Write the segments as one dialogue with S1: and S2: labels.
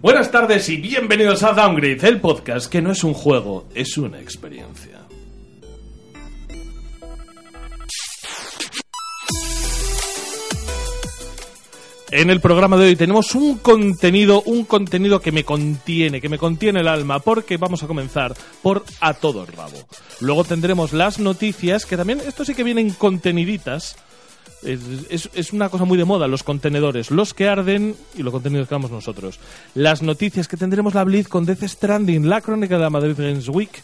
S1: Buenas tardes y bienvenidos a Downgrade, el podcast que no es un juego, es una experiencia. En el programa de hoy tenemos un contenido, un contenido que me contiene, que me contiene el alma, porque vamos a comenzar por a todo el rabo. Luego tendremos las noticias, que también, esto sí que vienen conteniditas, es, es- es una cosa muy de moda, los contenedores, los que arden y los contenidos que damos nosotros. Las noticias que tendremos la Blitz con Death Stranding, la crónica de la Madrid Games Week.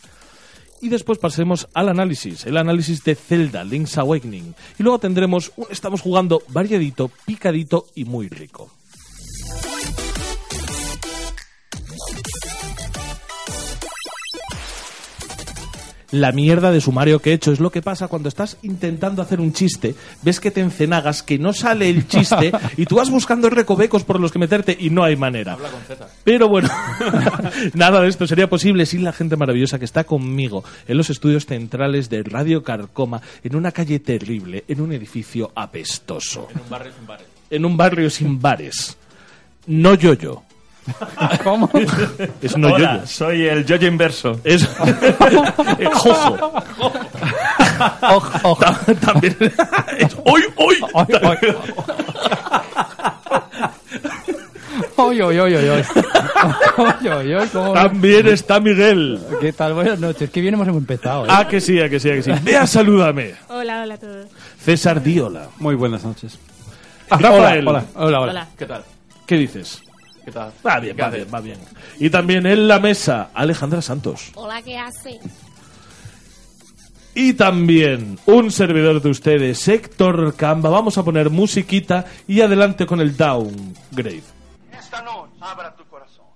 S1: Y después pasemos al análisis, el análisis de Zelda, Link's Awakening. Y luego tendremos un Estamos jugando variadito, picadito y muy rico. la mierda de sumario que he hecho. Es lo que pasa cuando estás intentando hacer un chiste, ves que te encenagas, que no sale el chiste y tú vas buscando recovecos por los que meterte y no hay manera. Pero bueno, nada de esto sería posible sin la gente maravillosa que está conmigo en los estudios centrales de Radio Carcoma, en una calle terrible, en un edificio apestoso. En un barrio sin bares. En un barrio sin bares. No yo yo.
S2: ¿Cómo?
S1: Es no yo yo.
S3: Hola, soy el Jojo Inverso.
S1: Es jojo.
S2: Oj, oj.
S1: Ta- también es hoy hoy
S2: Oy, oy. Oy, oy, oy, oy, oy. Oy, oy, oy, ¿cómo va?
S1: también está Miguel
S2: ¿Qué tal? Buenas noches. Qué bien hemos empezado. ¿eh?
S1: ah que sí ah que sí ah que sí vea salúdame
S4: Hola, hola a todos.
S1: César Diola Ah,
S5: Muy buenas noches.
S1: Rafael
S2: Hola, hola, hola.
S4: Hola.
S3: ¿Qué tal?
S1: qué dices
S3: ¿Qué tal?
S1: va bien va bien va bien y también en la mesa Alejandra Santos
S4: Hola, ¿qué hace?
S1: y también un servidor de ustedes Héctor Camba vamos a poner musiquita y adelante con el downgrade
S6: Esta noche abra tu corazón.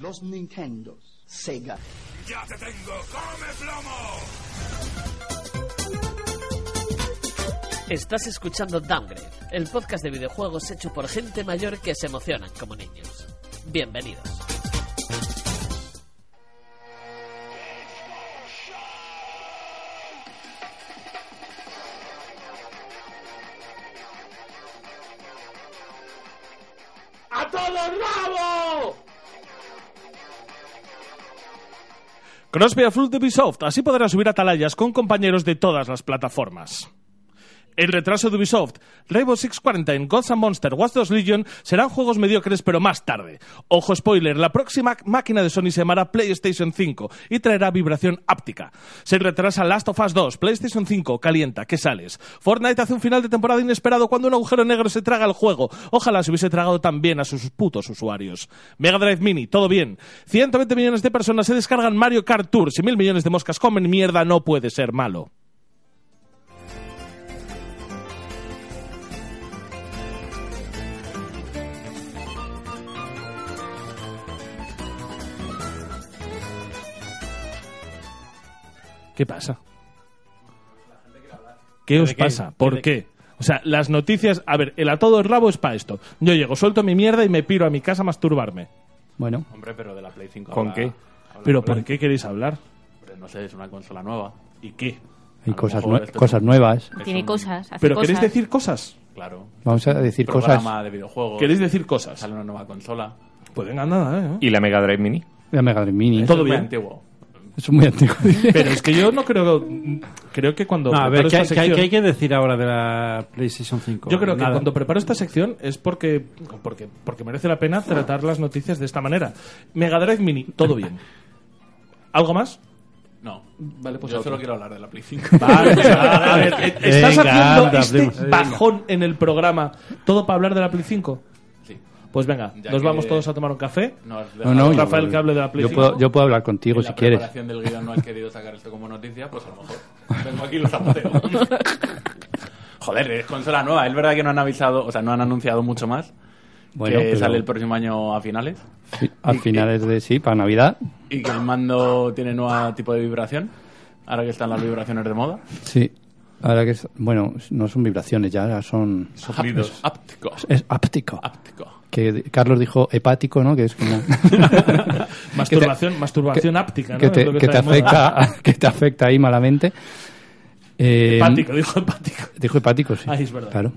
S7: los Nintendo, Sega.
S8: Estás escuchando Downgrade, el podcast de videojuegos hecho por gente mayor que se emocionan como niños. Bienvenidos.
S1: Crosby Fruit de Ubisoft, así podrá subir atalayas con compañeros de todas las plataformas. El retraso de Ubisoft, Rainbow Six Quarantine, Gods and Monster, Watch Dogs Legion serán juegos mediocres pero más tarde. Ojo spoiler, la próxima máquina de Sony se llamará PlayStation 5 y traerá vibración áptica. Se retrasa Last of Us 2, PlayStation 5, calienta, que sales. Fortnite hace un final de temporada inesperado cuando un agujero negro se traga el juego. Ojalá se hubiese tragado también a sus putos usuarios. Mega Drive Mini, todo bien. 120 millones de personas se descargan Mario Kart Tour, si mil millones de moscas comen mierda no puede ser malo. ¿Qué pasa? ¿Qué os
S2: qué?
S1: pasa? ¿Por qué? O sea, las noticias... A ver, el a todo el rabo es para esto. Yo llego, suelto mi mierda y me piro a mi casa a masturbarme.
S2: Bueno,
S9: Hombre, pero de la Play 5.
S3: ¿Con
S9: habla-
S3: qué?
S9: habla
S1: ¿Pero
S9: Pablo.
S1: por qué queréis hablar?
S9: Hombre, No sé, es una consola nueva.
S1: ¿Y qué?
S2: hay
S9: A lo
S2: cosas,
S9: mejor
S2: nue-
S9: esto es
S2: cosas nuevas.
S9: Es
S4: Tiene
S9: un
S4: cosas, hace
S1: Pues ¿Pero
S4: cosas.
S1: queréis decir cosas?
S9: Claro.
S2: Vamos a decir
S9: Programa
S2: cosas.
S9: de videojuegos.
S1: ¿Queréis decir cosas?
S9: Sale una nueva consola.
S1: Pueden a nada, ¿eh?
S3: ¿Y la Mega Drive Mini?
S2: La Mega Drive Mini.
S1: Todo
S9: Esto es muy
S1: bien.
S9: antiguo.
S2: Es muy antiguo.
S1: Pero es que yo no creo... Creo que cuando...
S5: No, a ver,
S1: preparo
S5: ¿qué,
S1: esta
S5: qué-
S1: sección-
S5: qué hay que decir ahora de la PlayStation 5?
S1: Yo creo que
S5: Nada.
S1: cuando preparo esta sección es porque, porque, porque merece la pena tratar las noticias de esta manera. Mega Drive Mini, todo bien. ¿Algo más?
S9: No.
S1: Vale, pues
S9: Yo
S1: otro.
S9: solo quiero hablar de la Play 5.
S2: Ah,
S1: Vale, pues, a ver, ¿estás
S5: Venga,
S1: haciendo
S5: anda,
S1: este
S5: hablemos.
S1: bajón en el programa todo para hablar de la Play 5?
S9: Sí.
S1: Pues venga,
S9: Ya
S1: nos
S9: que-
S1: vamos todos a tomar un café.
S9: No, has
S2: No,
S9: dejado-
S2: no,
S9: en
S2: yo-
S1: Rafael, que hable de la Play
S2: yo
S1: 5.
S2: puedo, yo puedo hablar contigo si
S9: la
S2: quieres.
S9: preparación del guión no has querido sacar esto como noticia, pues a lo mejor vengo aquí y lo zapateo. Joder, es consola nueva. Es verdad que no han avisado, o sea, no han anunciado mucho más.
S2: Bueno,
S9: que
S2: pero
S9: sale el próximo año a finales.
S2: fi- al final es de sí, para Navidad.
S9: Y que el mando tiene nuevo tipo de vibración. Ahora que están las vibraciones de moda.
S2: Sí. Ahora que es, bueno, no son vibraciones, ya son
S9: Soplidos. Ápticos.
S2: es áptico.
S9: Áptico.
S2: Que Carlos dijo hepático, ¿no? Que es como
S1: Masturbación, masturbación áptica, ¿no?
S2: que te,
S1: Es lo
S2: que te
S1: está de moda.
S2: afecta, que te afecta ahí malamente. Eh,
S1: Hepático, dijo hepático.
S2: Dijo hepático, sí.
S1: Ah, es verdad.
S2: Claro.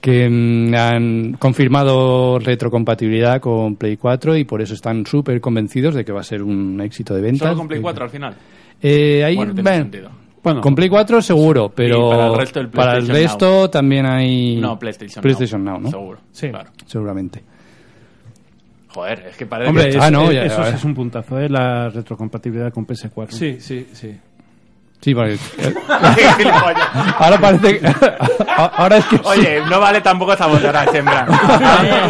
S2: que mm, han confirmado retrocompatibilidad con Play 4 y por eso están súper convencidos de que va a ser un éxito de ventas.
S9: Solo con Play 4 al final.
S2: Eh, ahí,
S9: Bueno, tiene
S2: bueno,
S9: sentido.
S5: Bueno,
S2: con Play 4 seguro, pero
S9: para el resto del
S2: para el
S9: PlayStation
S2: resto también hay
S9: No, PlayStation,
S2: PlayStation Now, ¿no?
S9: Seguro.
S1: Sí.
S9: Claro.
S2: Seguramente.
S9: Joder, es que parece
S2: Hombre,
S9: que-
S2: ah, no,
S5: eh,
S2: ya,
S5: eso
S2: ya,
S5: sí
S2: ya.
S5: es un puntazo, ¿eh? La retrocompatibilidad con PS4.
S1: Sí, sí, sí.
S2: Sí, porque- eh, ahora parece que- ahora es que
S9: Oye, no vale tampoco esta botarra, sembra.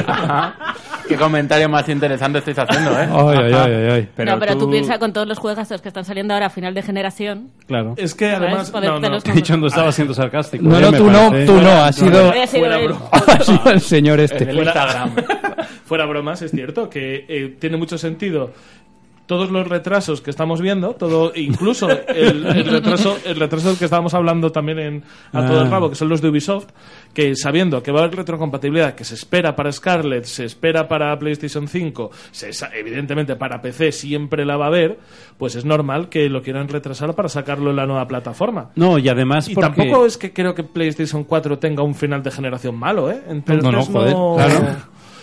S9: Qué comentario más interesante estáis haciendo, ¿eh?
S2: Ay, ay, ay, ay, ay.
S9: Pero
S4: no, pero tú...
S9: tú-
S4: piensas con todos los juegazos que están saliendo ahora a final de generación.
S5: Claro.
S1: Es que
S4: ¿sabes?
S1: además.
S4: Poder
S1: No, no.
S4: tenerlos con
S5: Dicho
S4: nosotros.
S5: no estaba siendo sarcástico.
S2: No,
S5: eh,
S2: no,
S5: me
S2: tú no,
S5: parece.
S2: tú no, eh. has sido,
S4: Habría sido
S1: Ah, Fuera,
S4: él.
S1: bro.
S2: ha sido el señor este.
S9: El Instagram.
S1: Fuera bromas, es cierto que eh, tiene mucho sentido todos los retrasos que estamos viendo, todo incluso el, el retraso el retraso del que estábamos hablando también en a todo el rabo, que son los de Ubisoft, que sabiendo que va a haber retrocompatibilidad que se espera para Scarlett, se espera para PlayStation 5, se sa- evidentemente para PC siempre la va a haber, pues es normal que lo quieran retrasar para sacarlo en la nueva plataforma.
S5: No, y además
S1: Y
S5: porque...
S1: tampoco es que creo que PlayStation 4 tenga un final de generación malo, ¿eh? Entonces,
S2: No, no, joder, claro.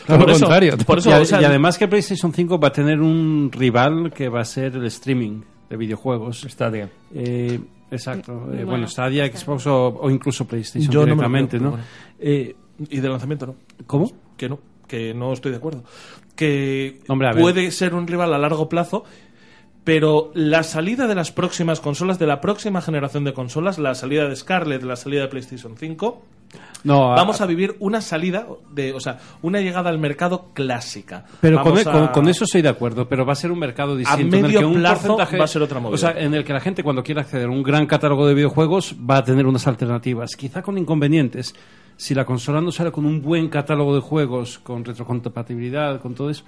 S2: Todo
S1: Por
S2: lo
S1: eso-
S2: contrario.
S1: Por eso,
S5: y, a-
S1: o sea,
S5: y además que PlayStation 5 va a tener un rival que va a ser el streaming de videojuegos.
S3: Stadia.
S5: Eh, exacto. Eh, bueno,
S4: Bueno,
S5: Stadia, Xbox o, o incluso PlayStation
S1: Yo no me lo
S5: directamente,
S1: creo,
S5: ¿no?
S1: pero
S5: Eh,
S1: y de lanzamiento no.
S5: ¿Cómo?
S1: Que no, que no estoy de acuerdo. Que
S5: Hombre, a ver.
S1: puede ser un rival a largo plazo, pero la salida de las próximas consolas, de la próxima generación de consolas, la salida de Scarlett, la salida de PlayStation 5,
S5: No,
S1: vamos a vivir una salida, de, o sea, una llegada al mercado clásica.
S5: Pero con,
S1: Vamos
S5: e- con-
S1: a-
S5: con eso estoy de acuerdo, pero va a ser un mercado distinto. en el
S1: medio
S5: que un
S1: plazo
S5: porcentaje-
S1: va a ser otra movida.
S5: O sea, en el que la gente cuando quiera acceder a un gran catálogo de videojuegos va a tener unas alternativas, quizá con inconvenientes. Si la consola no sale con un buen catálogo de juegos, con retrocompatibilidad, con todo eso,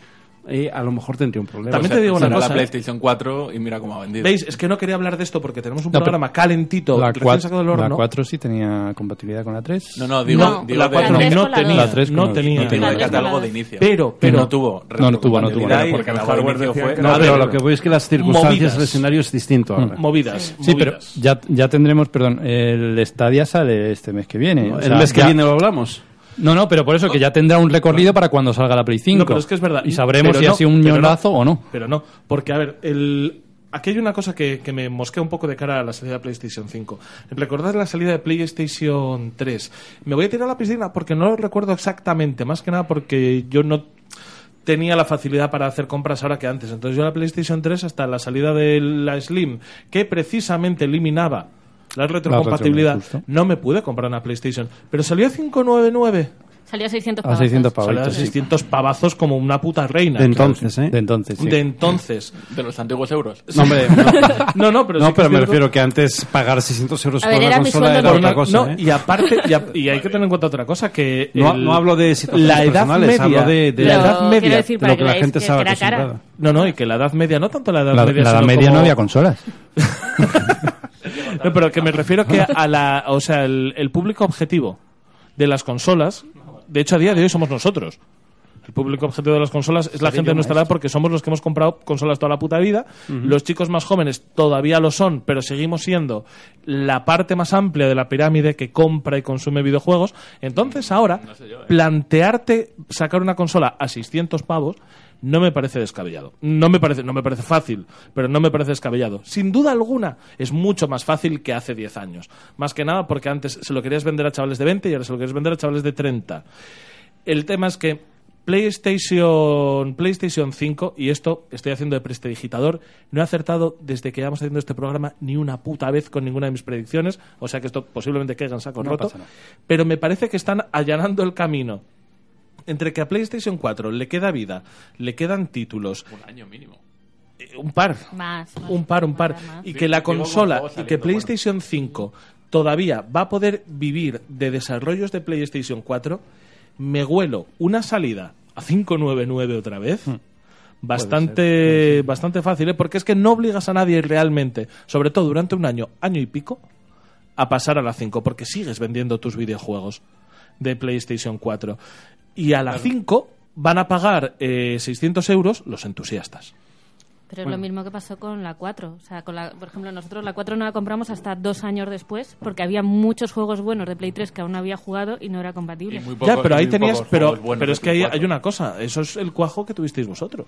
S5: eh, a lo mejor tendría un problema.
S1: También
S5: O sea,
S1: te digo una
S9: Será
S1: cosa.
S9: la PlayStation 4 y mira cómo ha vendido.
S1: ¿Veis? Es que no quería hablar de esto porque tenemos un
S2: No, pero-
S1: programa calentito,
S2: La,
S1: recién
S2: cuat-
S1: sacado del
S2: la
S1: horno.
S2: 4 sí tenía compatibilidad con la 3.
S9: No, no, digo,
S4: No,
S9: digo
S1: la
S9: de-
S1: 4
S4: tres
S1: no
S4: con la
S1: tenía,
S4: dos.
S2: La tres con
S1: no
S2: la-
S1: tenía.
S2: no
S9: Digo
S4: La
S9: de
S4: tres
S9: catálogo
S4: con la-
S9: de inicio.
S1: Pero, pero,
S9: no tuvo.
S2: No, no tuvo, no tuvo.
S9: retrocompatibilidad y
S3: Porque el
S9: catálogo de
S3: hardware
S9: inicio
S3: decían
S9: fue-
S3: que
S5: No,
S3: era-
S1: A
S5: pero
S1: ver,
S5: lo que voy es que las circunstancias
S1: movidas.
S5: del escenario es distinto ahora.
S1: movidas.
S2: Sí, pero
S1: movidas.
S2: ya, ya tendremos, perdón, el Stadia sale este mes que viene. o
S5: El
S2: sea,
S5: mes que
S2: ya-
S5: viene lo hablamos.
S2: No, no, pero por eso que ya tendrá un recorrido para cuando salga la Play 5.
S1: No, pero es que es verdad.
S2: Y sabremos
S1: Pero
S2: si
S1: no,
S2: ha sido un
S1: pero no.
S2: ñonazo o no.
S1: Pero no, porque a ver, el... aquí hay una cosa que, que me mosquea un poco de cara a la salida de PlayStation 5. Recordad la salida de PlayStation 3. Me voy a tirar a la piscina porque no lo recuerdo exactamente, más que nada porque yo no tenía la facilidad para hacer compras ahora que antes. Entonces yo la PlayStation 3 hasta la salida de la Slim, que precisamente eliminaba la retrocompatibilidad,
S2: justo.
S1: no me pude comprar una PlayStation. Pero salió a 599.
S4: Salió a 600
S2: A
S4: pavazos.
S2: 600
S1: Salió a
S2: pavos.
S1: 600 pavazos como una puta reina.
S5: De entonces, ¿eh?
S2: De entonces, sí.
S1: De entonces.
S9: De los antiguos euros.
S5: No, hombre, no,
S1: No, no, pero
S5: No,
S1: sí que
S5: pero
S1: es
S5: me
S1: cierto-
S5: refiero que antes pagar 600 euros
S4: A
S5: por
S4: ver,
S5: una
S4: era mi
S5: consola
S4: sueldo
S5: era
S4: normal.
S5: otra cosa.
S1: no,
S5: ¿eh?
S1: y aparte, y, a- y hay que tener en cuenta otra cosa, que...
S5: No,
S1: el-
S5: no hablo de situaciones
S1: la edad
S5: personales,
S1: media,
S5: hablo de, de-
S1: la
S4: Pero
S1: edad
S4: quiero
S1: media,
S4: decir,
S5: de
S4: para
S5: lo
S4: que
S5: que la
S4: veáis
S5: gente
S4: que
S5: estaba
S4: era cara.
S5: acostumbrada.
S1: No, no, y que la edad media, no tanto la edad
S2: La,
S1: media...
S2: la edad
S1: sino
S2: media
S1: como-
S2: no había consolas.
S1: No, pero que me refiero que a la... O sea, el, el público objetivo de las consolas, de hecho a día de hoy somos nosotros. El público objetivo de las consolas es la gente de nuestra edad porque somos los que hemos comprado consolas toda la puta vida. Los chicos más jóvenes todavía lo son, pero seguimos siendo la parte más amplia de la pirámide que compra y consume videojuegos. Entonces ahora, plantearte sacar una consola a 600 pavos no me parece descabellado. No me parece, no me parece fácil, pero no me parece descabellado. Sin duda alguna, es mucho más fácil que hace 10 años. Más que nada porque antes se lo querías vender a chavales de 20 y ahora se lo quieres vender a chavales de 30. El tema es que PlayStation, PlayStation 5, y esto estoy haciendo de prestidigitador, no he acertado desde que llevamos haciendo este programa ni una puta vez con ninguna de mis predicciones, o sea que esto posiblemente caiga en saco roto, pero me parece que están allanando el camino. Entre que a PlayStation 4 le queda vida, le quedan títulos,
S9: Un año mínimo.
S1: eh, un par,
S4: Más, más,
S1: un par, un par.
S4: más, más.
S1: Y
S9: Sí,
S1: que la
S9: digo, como
S1: consola
S9: juego
S1: y que
S9: saliendo,
S1: PlayStation 5 todavía va a poder vivir de desarrollos de PlayStation 4, me huelo una salida a 599 otra vez. Bastante, bastante fácil, ¿eh? porque es que no obligas a nadie realmente, sobre todo durante un año, año y pico, a pasar a la 5, porque sigues vendiendo tus videojuegos de PlayStation 4. Y a la 5 van a pagar eh, 600 euros los entusiastas.
S4: Pero es
S5: Bueno.
S4: lo mismo que pasó con la 4. O sea, con la, por ejemplo, nosotros la 4 no la compramos hasta dos años después porque había muchos juegos buenos de Play 3 que aún no había jugado y no era compatible.
S9: Y muy
S1: Ya,
S9: poco-
S1: pero
S9: y
S1: ahí
S9: muy
S1: tenías.
S9: pocos
S1: Pero,
S9: juegos buenos
S1: pero
S9: de
S1: es que hay,
S9: Play
S1: hay una cosa. Eso es el cuajo que tuvisteis vosotros.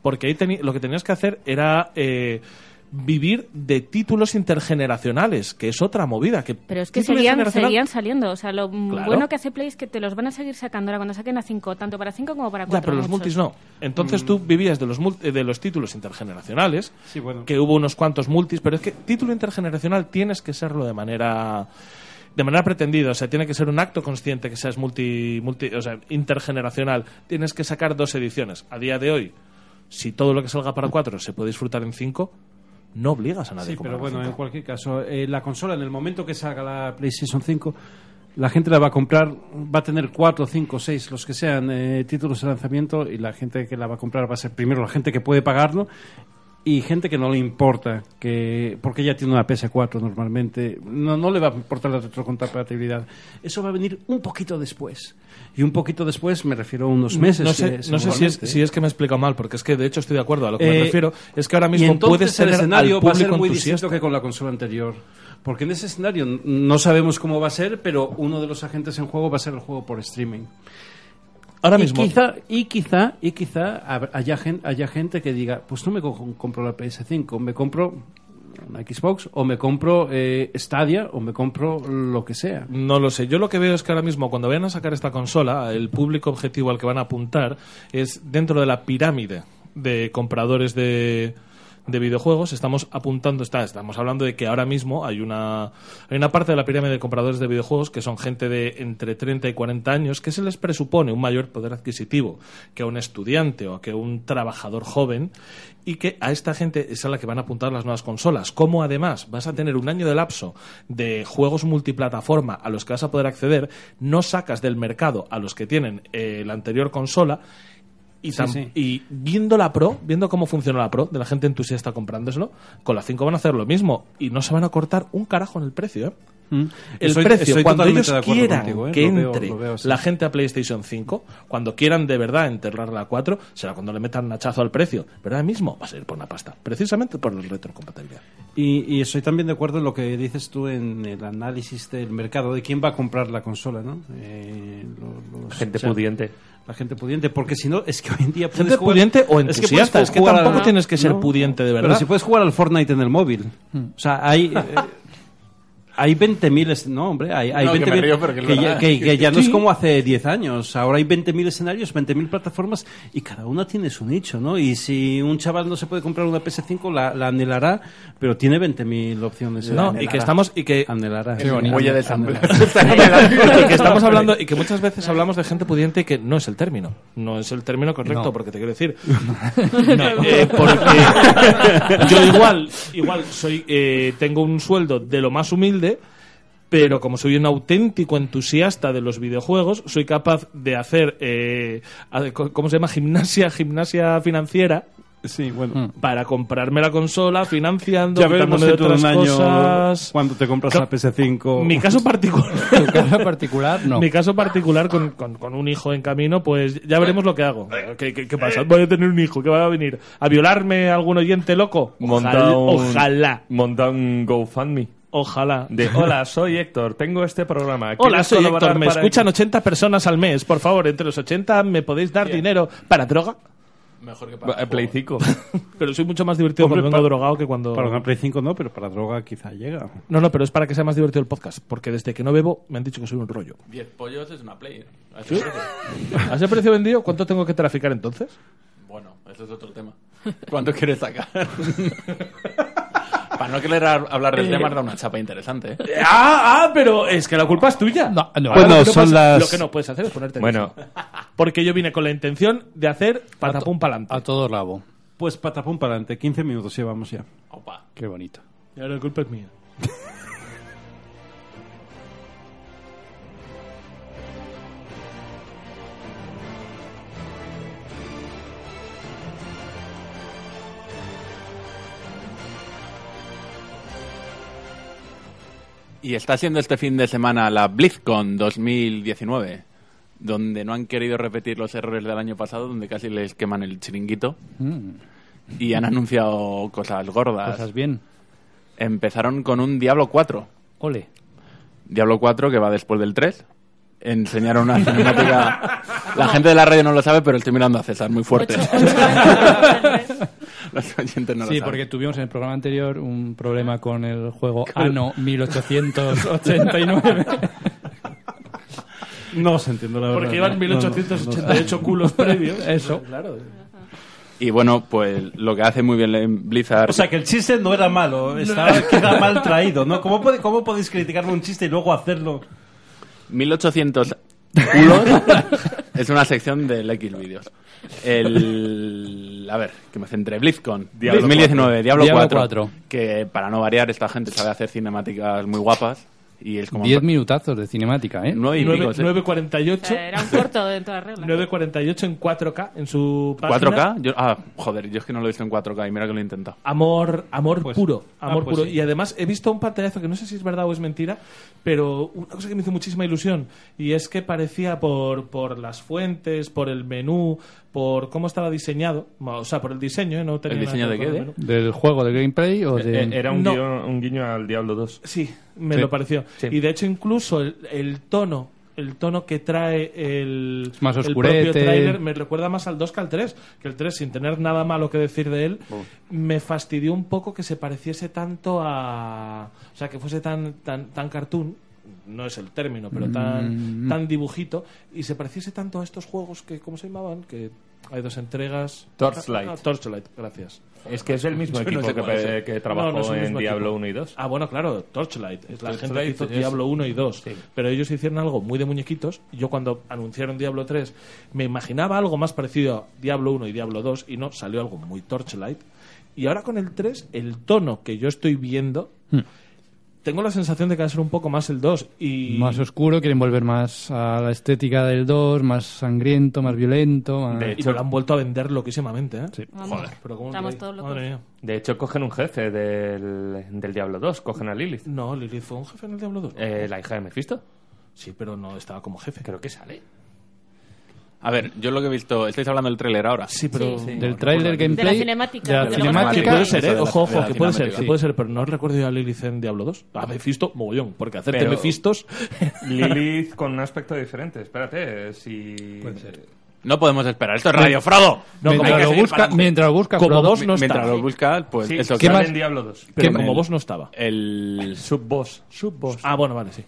S1: Porque ahí teni- lo que tenías que hacer era eh, vivir de títulos intergeneracionales, que es otra movida. Que
S4: Pero es que
S1: títulos
S4: seguían,
S1: generacional-
S4: seguían saliendo. O sea, lo mm,
S1: Claro.
S4: bueno que hace Play es que te los van a seguir sacando ahora cuando saquen a 5, tanto para 5 como para 4.
S1: Ya, pero los multis no. Entonces tú vivías de los, mul- eh, de los títulos intergeneracionales,
S5: Mm. Sí, bueno.
S1: que hubo unos cuantos multis, pero es que título intergeneracional tienes que serlo de manera de manera pretendida, o sea, tiene que ser un acto consciente que seas multi, multi o sea, intergeneracional. Tienes que sacar dos ediciones. A día de hoy, si todo lo que salga para cuatro se puede disfrutar en cinco, no obligas a nadie
S5: Sí,
S1: a
S5: pero
S1: comprar
S5: bueno,
S1: cinco.
S5: en cualquier caso, eh, la consola en el momento que salga la PlayStation 5, la gente la va a comprar, va a tener 4, 5, 6, los que sean eh, títulos de lanzamiento y la gente que la va a comprar va a ser primero la gente que puede pagarlo y gente que no le importa, que porque ya tiene una PS4 normalmente, no, no le va a importar la retrocompatibilidad. Eso va a venir un poquito después. Y un poquito después me refiero a unos meses.
S1: Mm, No sé,
S5: eh,
S1: no sé si, es,
S5: seguramente.
S1: si es que me he explicado mal, porque es que de hecho estoy de acuerdo. A lo que me
S5: Eh,
S1: refiero es que ahora
S5: y
S1: mismo
S5: entonces
S1: puedes tener
S5: el escenario
S1: al
S5: va a ser
S1: público
S5: muy
S1: entusiasta.
S5: distinto que con la consola anterior. Porque en ese escenario n- no sabemos cómo va a ser, pero uno de los agentes en juego va a ser el juego por streaming.
S1: Ahora
S5: y
S1: mismo,
S5: Quizá, y quizá, y quizá hab- haya, gen- haya gente que diga, pues no me co- compro la PS5, me compro una Xbox, o me compro eh, Stadia, o me compro lo que sea.
S1: No lo sé. Yo lo que veo es que ahora mismo, cuando vayan a sacar esta consola, el público objetivo al que van a apuntar es dentro de la pirámide de compradores de, de videojuegos. Estamos apuntando, está, estamos hablando de que ahora mismo hay una, hay una parte de la pirámide de compradores de videojuegos que son gente de entre 30 y 40 años que se les presupone un mayor poder adquisitivo que a un estudiante o que a un trabajador joven y que a esta gente es a la que van a apuntar las nuevas consolas. Como además vas a tener un año de lapso de juegos multiplataforma a los que vas a poder acceder, no sacas del mercado a los que tienen eh, la anterior consola. Y,
S5: Sí,
S1: tam-
S5: sí.
S1: y viendo la Pro, viendo cómo funciona la Pro, de la gente entusiasta comprándoselo, con la 5 van a hacer lo mismo y no se van a cortar un carajo en el precio. ¿eh? El
S5: Estoy-
S1: precio,
S5: estoy
S1: cuando
S5: totalmente
S1: ellos
S5: de acuerdo
S1: quieran
S5: contigo, ¿eh?
S1: que
S5: Lo veo-
S1: entre
S5: lo veo así.
S1: la gente a PlayStation 5, cuando quieran de verdad enterrar la 4, será cuando le metan hachazo al precio. Pero ahora mismo va a ser por una pasta, precisamente por el retrocompatibilidad.
S5: Y, y estoy también de acuerdo en lo que dices tú en el análisis del mercado, de quién va a comprar la consola, ¿no? Eh, lo- los-
S3: Gente
S5: o sea,
S3: pudiente.
S5: La gente pudiente, porque si no, es que hoy en día puedes
S1: Gente
S5: jugar-
S1: pudiente o
S5: es que puedes
S1: entusiasta, es que,
S5: jugar
S1: tampoco
S5: al-
S1: tienes que ser
S5: no,
S1: pudiente de verdad.
S5: Pero si puedes jugar al Fortnite en el móvil. O sea, hay... eh, Hay 20.000, es- no hombre, hay, hay
S9: No, que me
S5: 20.000
S9: río porque es
S5: que, ya,
S9: verdad.
S5: que- que ya no
S1: Sí.
S5: es como hace 10 años, ahora hay 20.000 escenarios, 20.000 plataformas y cada una tiene su nicho, ¿no? Y si un chaval no se puede comprar una PS5, la, la anhelará, pero tiene 20.000 opciones.
S1: No,
S5: La
S1: y que
S5: anhelará.
S1: estamos eh, y que
S5: Anhelará.
S2: Qué bonito.
S9: Huella de San
S1: y que estamos hablando y que muchas veces hablamos de gente pudiente y que no es el término no es el término correcto
S2: No.
S1: porque te quiero decir Eh, porque yo igual igual soy eh, tengo un sueldo de lo más humilde pero como soy un auténtico entusiasta de los videojuegos, soy capaz de hacer, eh, a- ¿cómo se llama? Gimnasia, gimnasia financiera
S5: Sí, bueno.
S1: para comprarme la consola, financiando,
S5: Ya veremos
S1: quitándome de
S5: dentro de un
S1: otras
S5: año
S1: cosas.
S5: cuando te compras
S1: Claro,
S5: la PS5.
S1: Mi caso particular.
S2: Tu caso particular, no.
S1: Mi caso particular con, con- con un hijo en camino, pues ya veremos lo que hago. ¿Qué, qué- qué pasa? Voy a tener un hijo que va a venir a violarme algún oyente loco.
S3: Monta
S1: Ojalá.
S3: un-
S1: Ojalá.
S3: Monta un GoFundMe.
S1: ojalá.
S3: De, hola, soy Héctor, tengo este programa.
S1: Hola,
S3: ¿Quieres
S1: soy
S3: colaborar
S1: Héctor. Me
S3: para-
S1: escuchan 80 personas al mes. Por favor, entre los 80 me podéis dar dinero para droga.
S9: Mejor que
S3: Eh,
S9: para
S3: Play 5.
S1: Pero soy mucho más divertido
S5: Hombre,
S1: cuando vengo
S5: pa-
S1: drogado que cuando.
S5: Para una Play 5 no, pero para droga quizá llega.
S1: No, no, pero es para que sea más divertido el podcast. Porque desde que no bebo me han dicho que soy un rollo.
S9: 10 pollos es una Play. A ese
S1: ¿Sí?
S9: precio.
S1: ¿A ese precio vendido? ¿Cuánto tengo que traficar entonces?
S9: Bueno, eso es otro tema. ¿Cuánto quieres sacar? Para no querer ha- hablar del tema, da una chapa interesante. ¿eh?
S1: Ah, ah, pero es que la culpa es tuya.
S2: No, no.
S1: Ahora
S5: Bueno,
S1: lo que no
S5: son
S1: puedes-
S5: las-
S1: Lo que no puedes hacer es ponerte.
S3: bueno,
S1: Porque yo vine con la intención de hacer patapum
S2: A
S1: pa'lante.
S2: todo rabo.
S5: Pues patapum para adelante, 15 minutos llevamos ya.
S9: Opa.
S2: Qué bonito.
S1: Y ahora la culpa es mía.
S9: Y está siendo este fin de semana la BlizzCon 2019,
S1: Mm.
S9: donde no han querido repetir los errores del año pasado, donde casi les queman el chiringuito. y han anunciado cosas gordas.
S2: Cosas bien.
S9: Empezaron con un Diablo 4.
S2: Ole.
S9: Diablo 4 que va después del 3. Enseñaron una cinemática. La gente de la radio no lo sabe, pero estoy mirando a César muy fuerte.
S4: Ocho- ocho años después.
S9: Los oyentes no lo
S2: sí,
S9: saben.
S2: porque tuvimos en el programa anterior un problema con el juego Ano 1889.
S5: No os entiendo, la verdad.
S1: Porque iban 1888 culos previos.
S2: Eso.
S9: Y bueno, pues lo que hace muy bien Blizzard.
S5: O sea, que el chiste no era malo, estaba, que era mal traído, ¿no? ¿Cómo, puede- ¿Cómo podéis criticarme un chiste y luego hacerlo?
S9: 1800 culos es una sección del X videos. El a ver, que me centré BlizzCon
S3: Diablo
S9: 2019, Diablo,
S2: Diablo
S9: 4,
S2: 4.
S9: que para no variar esta gente sabe hacer cinemáticas muy guapas y es como
S2: 10 minutazos de cinemática, ¿eh?
S9: 9 y pico, sí.
S1: 9.48.
S4: O sea, era un corto de toda regla.
S1: 9.48 en 4K en su página.
S9: 4K, yo, ah, joder, yo es que no lo he visto en 4K y mira que lo he intentado.
S1: Amor, amor puro,
S3: ah,
S1: amor
S5: pues
S1: puro.
S5: sí.
S1: Y además he visto un pantallazo que no sé si es verdad o es mentira, pero una cosa que me hizo muchísima ilusión y es que parecía por, por las fuentes, por el menú, por cómo estaba diseñado, o sea, por el diseño, ¿eh? no tenía
S9: ¿El
S1: nada
S9: diseño
S1: que
S9: de
S1: ver
S9: qué,
S1: con el
S9: de?
S1: menú.
S2: ¿Del juego de gameplay o de...?
S3: Eh, Era un,
S1: No.
S3: guiño, un guiño al Diablo 2.
S1: Sí, me
S2: Sí.
S1: lo pareció.
S3: Sí.
S1: Y de hecho incluso el, el tono, el tono que trae el,
S2: Es más
S1: el
S2: oscurete.
S1: propio tráiler me recuerda más al 2 que al 3, que el 3 sin tener nada malo que decir de él, me fastidió un poco que se pareciese tanto a, o sea, que fuese tan tan tan cartoon no es el término, pero
S3: Mm.
S1: tan, tan dibujito, y se pareciese tanto a estos juegos que, ¿cómo se llamaban? Que hay dos entregas.
S3: Torchlight.
S1: Ah, Torchlight, gracias.
S3: Es que es el mismo
S9: Yo no
S3: equipo
S9: sé
S3: que,
S9: cuál es
S3: pe-
S9: ese.
S3: que trabajó
S1: No, no es el
S3: en
S1: mismo
S3: Diablo
S1: equipo.
S3: 1 y 2.
S1: Ah, bueno, claro, Torchlight. Es la gente que
S3: Torchlight
S1: hizo
S3: es-
S1: Diablo 1 y 2. Pero ellos hicieron algo muy de muñequitos. Yo cuando anunciaron Diablo 3 me imaginaba algo más parecido a Diablo 1 y Diablo 2 y no, salió algo muy Torchlight. Y ahora con el 3, el tono que yo estoy viendo,
S3: Hmm.
S1: tengo la sensación de que va a ser un poco más el 2. Y
S2: Más oscuro, quieren volver más a la estética del 2, más sangriento, más violento. más-
S3: De
S1: y me lo han vuelto a vender loquísimamente. ¿eh?
S4: Vamos.
S1: Pero ¿cómo
S4: Estamos
S1: que-
S4: todos locos.
S1: Madre mía.
S3: De hecho, cogen un jefe del, del Diablo 2, cogen a Lilith.
S1: No, Lilith fue un jefe en el Diablo 2.
S3: Eh, la hija de Mephisto.
S1: Sí, pero no estaba como jefe.
S3: Creo que sale.
S9: A ver, yo lo que he visto, estáis hablando del tráiler ahora.
S1: Sí, pero
S2: Del trailer gameplay.
S4: cinemática.
S2: de la
S4: De la
S1: Que
S2: cinemática.
S9: cinemática.
S1: puede ser,
S9: Eso
S1: ¿eh?
S9: de la-
S1: Ojo,
S9: de
S1: ojo,
S9: la
S1: que puede ser,
S9: cinemática.
S1: que puede ser, pero no recuerdo yo a Lilith en Diablo 2. A Mephisto, mogollón, porque hacerte
S3: Pero-
S1: Mephistos.
S3: Lilith con un aspecto diferente. Espérate, eh, si...
S9: No podemos esperar, esto es Radio Frodo.
S1: No, como
S9: Hay que
S2: mientras, lo
S9: seguir
S2: busca,
S9: pa'lante.
S2: mientras busca
S1: Como
S2: Frodo,
S1: vos no
S9: mientras
S1: está.
S9: lo buscas, pues
S3: Sí,
S9: eso
S2: ¿Qué
S9: que
S3: sale
S2: más?
S3: en Diablo 2.
S1: Pero
S9: me-
S1: como vos no estaba.
S9: el
S3: Subboss. Subboss.
S1: Ah, bueno, vale, sí.